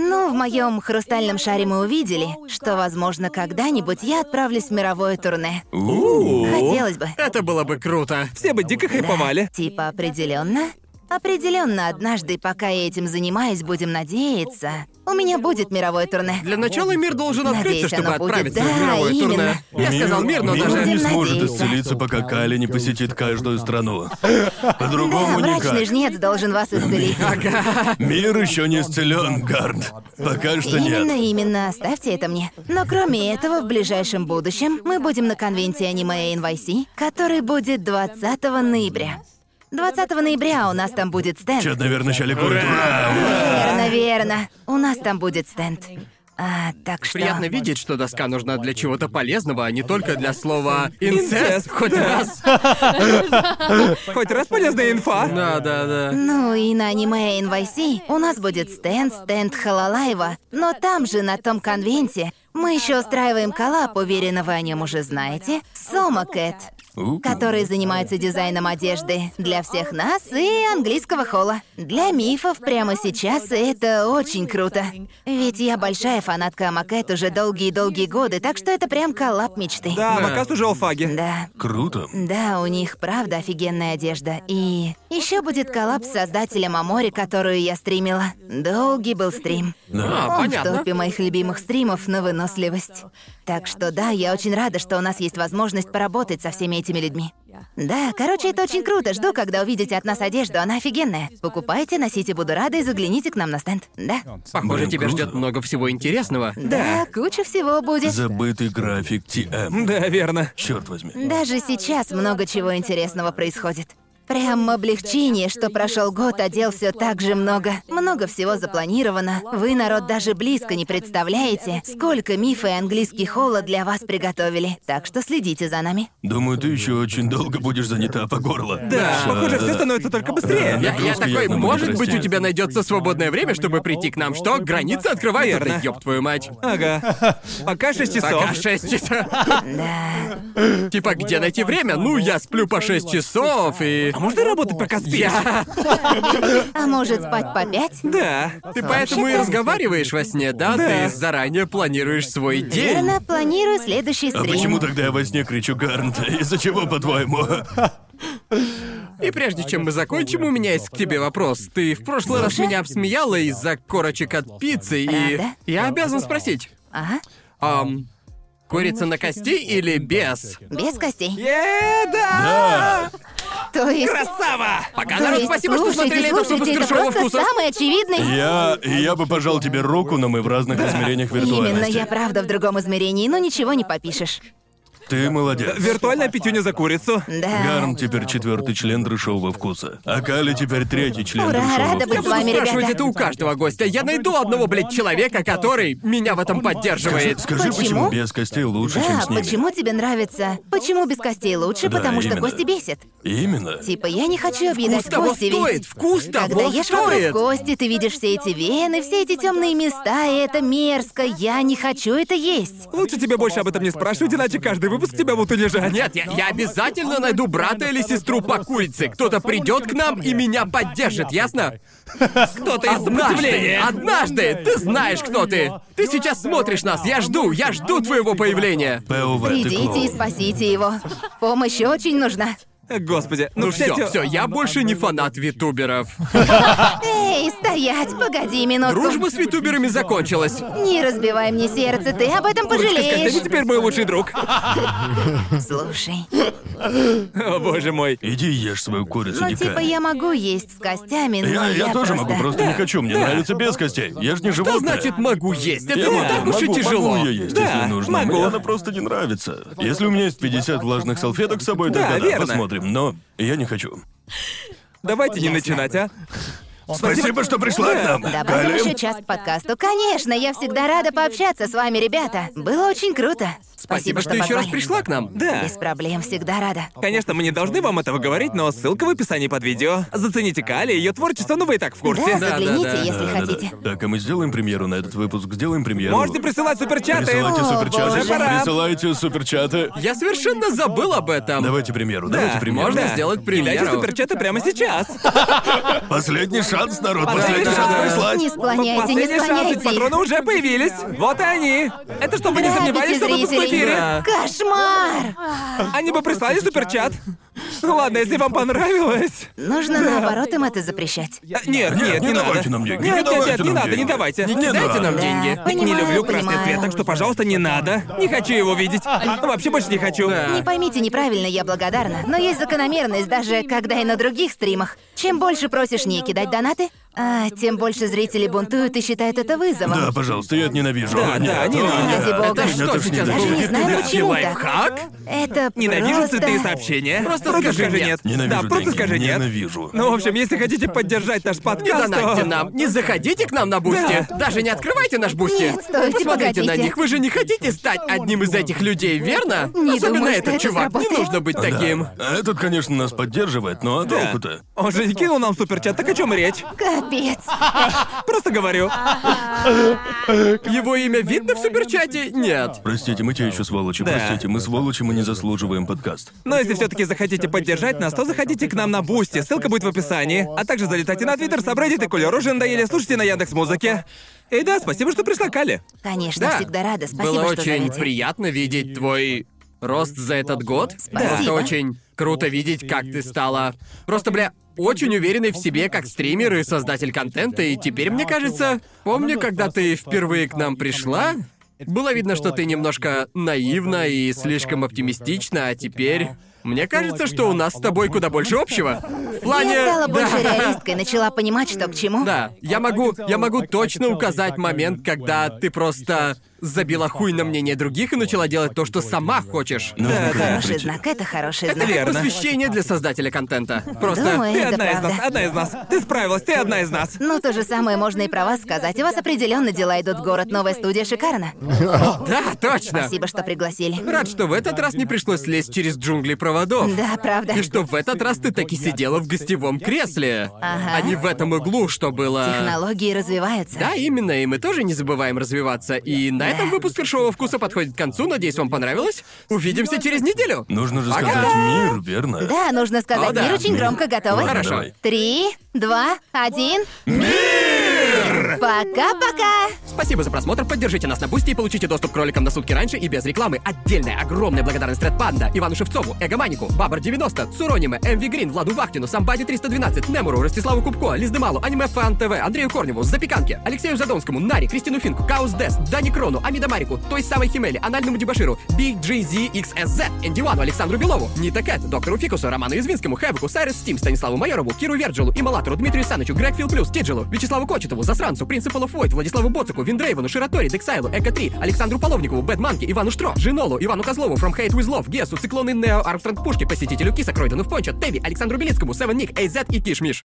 Ну, в моем хрустальном шаре мы увидели, что, возможно, когда-нибудь я отправлюсь в мировое турне. Хотелось бы.
Это было бы круто.
Все бы дико хайповали.
Типа определенно? Определенно, однажды, пока я этим занимаюсь, будем надеяться. У меня будет мировое турне.
Для начала мир должен
Надеюсь,
открыться, чтобы
оно будет.
отправиться
Да,
в мировое
именно.
турне. Я сказал мир, но
Мир не
даже...
Будем
сможет
надеяться.
исцелиться, пока Кали не посетит каждую страну. По-другому
Да, мрачный
никак.
жнец должен вас исцелить.
Мир еще не исцелен, Гард. Пока что
Именно,
нет.
именно, оставьте это мне. Но кроме этого, в ближайшем будущем мы будем на конвенте аниме NYC, который будет 20 ноября. 20 ноября у нас там будет стенд.
Чат, наверное, начале курит.
Верно, верно. У нас там будет стенд. А, так что...
Приятно видеть, что доска нужна для чего-то полезного, а не только для слова «инцест»
Инцест.
хоть раз.
Хоть раз полезная инфа.
Да, да, да.
Ну и на аниме NYC у нас будет стенд, стенд Халалаева. Но там же, на том конвенте, мы еще устраиваем коллаб, уверена, вы о нем уже знаете, Сома Кэт.
У.
которые занимаются дизайном одежды для всех нас и английского холла. Для мифов прямо сейчас и это очень круто. Ведь я большая фанатка Амакет уже долгие-долгие годы, так что это прям коллап мечты.
Да, Макас уже алфаги.
Да.
Круто.
Да, у них правда офигенная одежда. И еще будет коллап с создателем Амори, которую я стримила. Долгий был стрим.
Да.
Он в
понятно.
топе моих любимых стримов на выносливость. Так что да, я очень рада, что у нас есть возможность поработать со всеми этими людьми. Да, короче, это очень круто. Жду, когда увидите от нас одежду, она офигенная. Покупайте, носите, буду рада и загляните к нам на стенд. Да.
Похоже,
Блин,
тебя
круто.
ждет много всего интересного.
Да, куча всего будет.
Забытый график TM.
Да, верно.
Черт возьми.
Даже сейчас много чего интересного происходит. Прям облегчение, что прошел год, а дел все так же много. Много всего запланировано. Вы, народ, даже близко не представляете, сколько мифа и английский холод для вас приготовили. Так что следите за нами.
Думаю, ты еще очень долго будешь занята по горло.
Да, похоже, все становится только быстрее.
Я, я
Нагрузка
такой,
явно не
может быть, у
простит.
тебя найдется свободное время, чтобы прийти к нам, что? Граница открывается, да
Верно.
ёб твою мать.
Ага. Пока 6 часов.
Пока 6 а часов.
Да.
Типа, где найти время? Ну, я сплю по 6 часов и...
А можно работать, пока спишь?
Я...
А может спать по пять?
Да.
Ты поэтому и разговариваешь во сне, да? Ты заранее планируешь свой день.
Верно, планирую следующий
А
стрим.
почему тогда я во сне кричу Гарнт? Из-за чего, по-твоему?
И прежде чем мы закончим, у меня есть к тебе вопрос. Ты в прошлый раз меня обсмеяла из-за корочек от пиццы и...
Правда?
Я обязан спросить.
Ага,
Ам... Курица на кости или без?
без костей.
Е, да!
Да.
То есть...
Красава!
Пока,
то
народ,
есть,
спасибо, что
слушайте,
смотрели этот выпуск
слушайте, это
«Крышевого
просто
вкуса».
самый очевидный.
Я... я бы пожал тебе руку, но мы в разных измерениях
Именно,
виртуальности.
я правда в другом измерении, но ничего не попишешь.
Ты молодец.
Виртуальная пятюня за курицу.
Да.
Гарн теперь четвертый член дрышового вкуса. А Кали теперь третий член
Ура,
дрышового
рада быть
Я
С
буду
вкуса.
вами,
спрашивать
ребята.
это у каждого гостя. Я найду одного, блядь, человека, который меня в этом поддерживает.
Скажи,
Почему?
почему без костей лучше, чем
Да,
с ними?
почему тебе нравится? Почему без костей лучше?
Да,
Потому что
именно.
кости бесят.
Именно.
Типа, я не хочу
Вкус
объедать
того
кости, ведь
стоит, вкус
Когда
того
ешь вокруг
стоит.
кости, ты видишь все эти вены, все эти темные места, и это мерзко. Я не хочу это есть.
Лучше тебе больше об этом не спрашивать, иначе каждый выпуск тебя будут унижать.
Нет, я, я обязательно найду брата или сестру по курице. Кто-то придет к нам и меня поддержит, ясно? Кто-то из сопротивления. Однажды ты знаешь, кто ты. Ты сейчас смотришь нас. Я жду, я жду твоего появления.
ПОВ, ты
Придите и
клоун.
спасите его. Помощь очень нужна.
Господи, ну,
Ну
все,
все, все, я больше не фанат витуберов.
Эй, стоять, погоди минутку.
Дружба с витуберами закончилась.
Не разбивай мне сердце, ты об этом
Ты
пожалеешь.
теперь мой лучший друг.
Слушай,
О, боже мой.
Иди ешь свою курицу,
ну типа
дикая.
я могу есть с костями, но
Я,
я,
я тоже могу, просто не хочу. Мне нравится без костей. Я же не животное.
Что значит могу есть? Это
Я
не
могу,
так уж и
могу,
тяжело.
Могу я есть,
Да,
если нужно.
могу.
Мне она просто не нравится. Если у меня есть 50 влажных салфеток с собой,
Да,
тогда да,
верно.
посмотрим. Но я не хочу.
Давайте не начинать, а?
Спасибо, что пришла к нам.
Добавим
Калим.
еще час к подкасту. Конечно, я всегда рада пообщаться с вами, ребята. Было очень круто.
Спасибо, что еще раз
позвали.
пришла к нам.
Да.
Без проблем, всегда рада.
Конечно, мы не должны вам этого говорить, но ссылка в описании под видео. Зацените Кали, ее творчество, ну вы и так в курсе.
Да,
да,
загляните,
да.
если
Да-да-да.
хотите.
Так, а мы сделаем премьеру на этот выпуск. Сделаем премьеру.
Можете присылать суперчаты.
Присылайте
О,
суперчаты.
боже. Пора.
Присылайте суперчаты.
Я совершенно забыл об этом.
Давайте премьеру.
Да,
Давайте премьеру.
Можно
Да.
сделать
Кидайте
премьеру.
суперчаты прямо сейчас.
Последний шанс, народ.
Последний
Последний шанс
шанс.
прислать.
Не склоняйте, не
Последний шанс,
склоняйте их.
ведь патроны уже появились. Вот и они. Это чтобы вы не
Грабите
сомневались, что выпуск в
зрителей.
эфире.
Да.
Кошмар!
Они бы прислали суперчат. Ладно, если вам понравилось.
Нужно наоборот им это запрещать.
Э, Нет, нет,
не
не надо.
давайте нам деньги, не
Нет, нет, нет,
давайте
не
нам
надо, не
деньги.
давайте.
Не- не
Дайте
надо.
нам
Да,
деньги. Не
понимаю,
люблю красный
понимаю.
цвет, так что, пожалуйста, не надо. Не хочу его видеть.
А,
Ну, Вообще больше не хочу.
Не поймите неправильно, я благодарна, но есть закономерность даже когда и на других стримах. Чем больше просишь не кидать донаты, а, тем больше зрителей бунтуют и считают это вызовом.
Да, пожалуйста, я это ненавижу.
Да,
А,
да,
нет,
не надо.
а,
Типа,
нет.
Ради бога.
Это
Бога.
Нет,
что
это ж
сейчас
Даже
ненавижу.
не
был?
знаю,
Витуберский
почему так.
лайфхак?
Это
Ненавижу
просто...
цветные сообщения.
Просто скажи
скажи
нет.
нет.
Ненавижу
Да, просто
деньги,
скажи нет.
Ненавижу.
Ну, в общем, если хотите поддержать наш
Не
подкаст,
донатьте
то...
нам, не заходите к нам на бусти. Даже не открывайте наш бусти.
Нет, стойте,
Посмотрите на
погодите.
них, вы же не хотите стать одним из этих людей, верно?
Не
Особенно
думаю, что
этот
это
чувак. Не
сработает.
нужно быть таким.
А Этот, конечно, нас поддерживает, но а
Да.
толку-то?
Он же не кинул нам суперчат, так о чем речь?
Капец.
Просто говорю.
Его имя видно в суперчате? Нет.
Простите, мы те еще сволочи,
Да.
простите, мы сволочи, мы не заслуживаем подкаст.
Но если все-таки захотите поддержать нас, то заходите к нам на Бусти, ссылка будет в описании. А также залетайте на Твиттер, Сабреддит и Кулер уже надоели, слушайте на Яндекс Музыке. И да, спасибо, что пришла, Кали.
Конечно, всегда рада. Спасибо,
Было
что
очень
зовете.
приятно видеть твой рост за этот год.
Спасибо.
Просто очень круто видеть, как ты стала. Просто, бля, очень уверенной в себе как стример и создатель контента. И теперь, мне кажется, помню, когда ты впервые к нам пришла, было видно, что ты немножко наивна и слишком оптимистична, а теперь... Мне кажется, что у нас с тобой куда больше общего. В плане...
Я стала
Да.
больше реалисткой, начала понимать, что к чему.
Да, я могу, я могу точно указать момент, когда ты просто забила хуй на мнение других и начала делать то, что сама хочешь.
Нужно
Да,
к
да.
этому
Хороший
прийти.
знак, это хороший
Это
знак.
как
верно.
посвящение для создателя контента. Просто...
Думаю,
Ты
это
одна из
правда.
нас, одна из нас. Ты справилась, ты одна из нас.
Ну, то же самое можно и про вас сказать. У вас определенно дела идут в город. Новая студия шикарно.
Да, точно.
Спасибо, что пригласили.
Рад, что в этот раз не пришлось лезть через джунгли проводов.
Да, правда.
И что в этот раз ты таки сидела в гостевом кресле,
Ага.
а не в этом углу, что было...
Технологии развиваются.
Да, именно, и мы тоже не забываем развиваться. И на этом выпуск «Першового вкуса» подходит к концу. Надеюсь, вам понравилось. Увидимся через неделю.
Нужно же
А
Пока.
сказать мир, верно?
Да, нужно сказать
О, да.
мир очень
Мир.
громко. Готовы?
Хорошо.
Давай.
Три, два, один. Мир! Пока-пока!
Спасибо за просмотр, поддержите нас на Бусти и получите доступ к роликам на сутки раньше и без рекламы. Отдельная огромная благодарность Ред Панда, Ивану Шевцову, Эгоманику, Бабар 90, Сурониме, МВ Грин, Владу Вахтину, Самбади 312, Немуру, Ростиславу Кубко, Лиздемалу, Аниме Фан ТВ, Андрею Корневу, Запеканке, Алексею Задонскому, Нари, Кристину Финку, Каус Дес, Дани Крону, Амида Марику, той самой Химели, Анальному Дебаширу, BGZXSZ, Эндивану, Александру Белову, Нита Кэт, Доктору Фикусу, Роману Извинскому, Хэвику, Сайрес Стим, Станиславу Майорову, Киру Верджилу, Ималатору, Дмитрию Санычу, Грегфил Плюс, Тиджилу, Вячеславу Кочетову, Засранцу, Принципалу Фойт, Владиславу Боцику, Виндрейвану, Ширатори, Дексайлу, Эко-3, Александру Половникову, Бэдманке, Ивану Штро, Жинолу, Ивану Козлову, From Hate With Love, Гесу, Циклоны Нео, Армстронг Пушки, Посетителю Киса, Кройдену в Пончо, Теви, Александру Белицкому, Севен Ник, Эйзет и Кишмиш.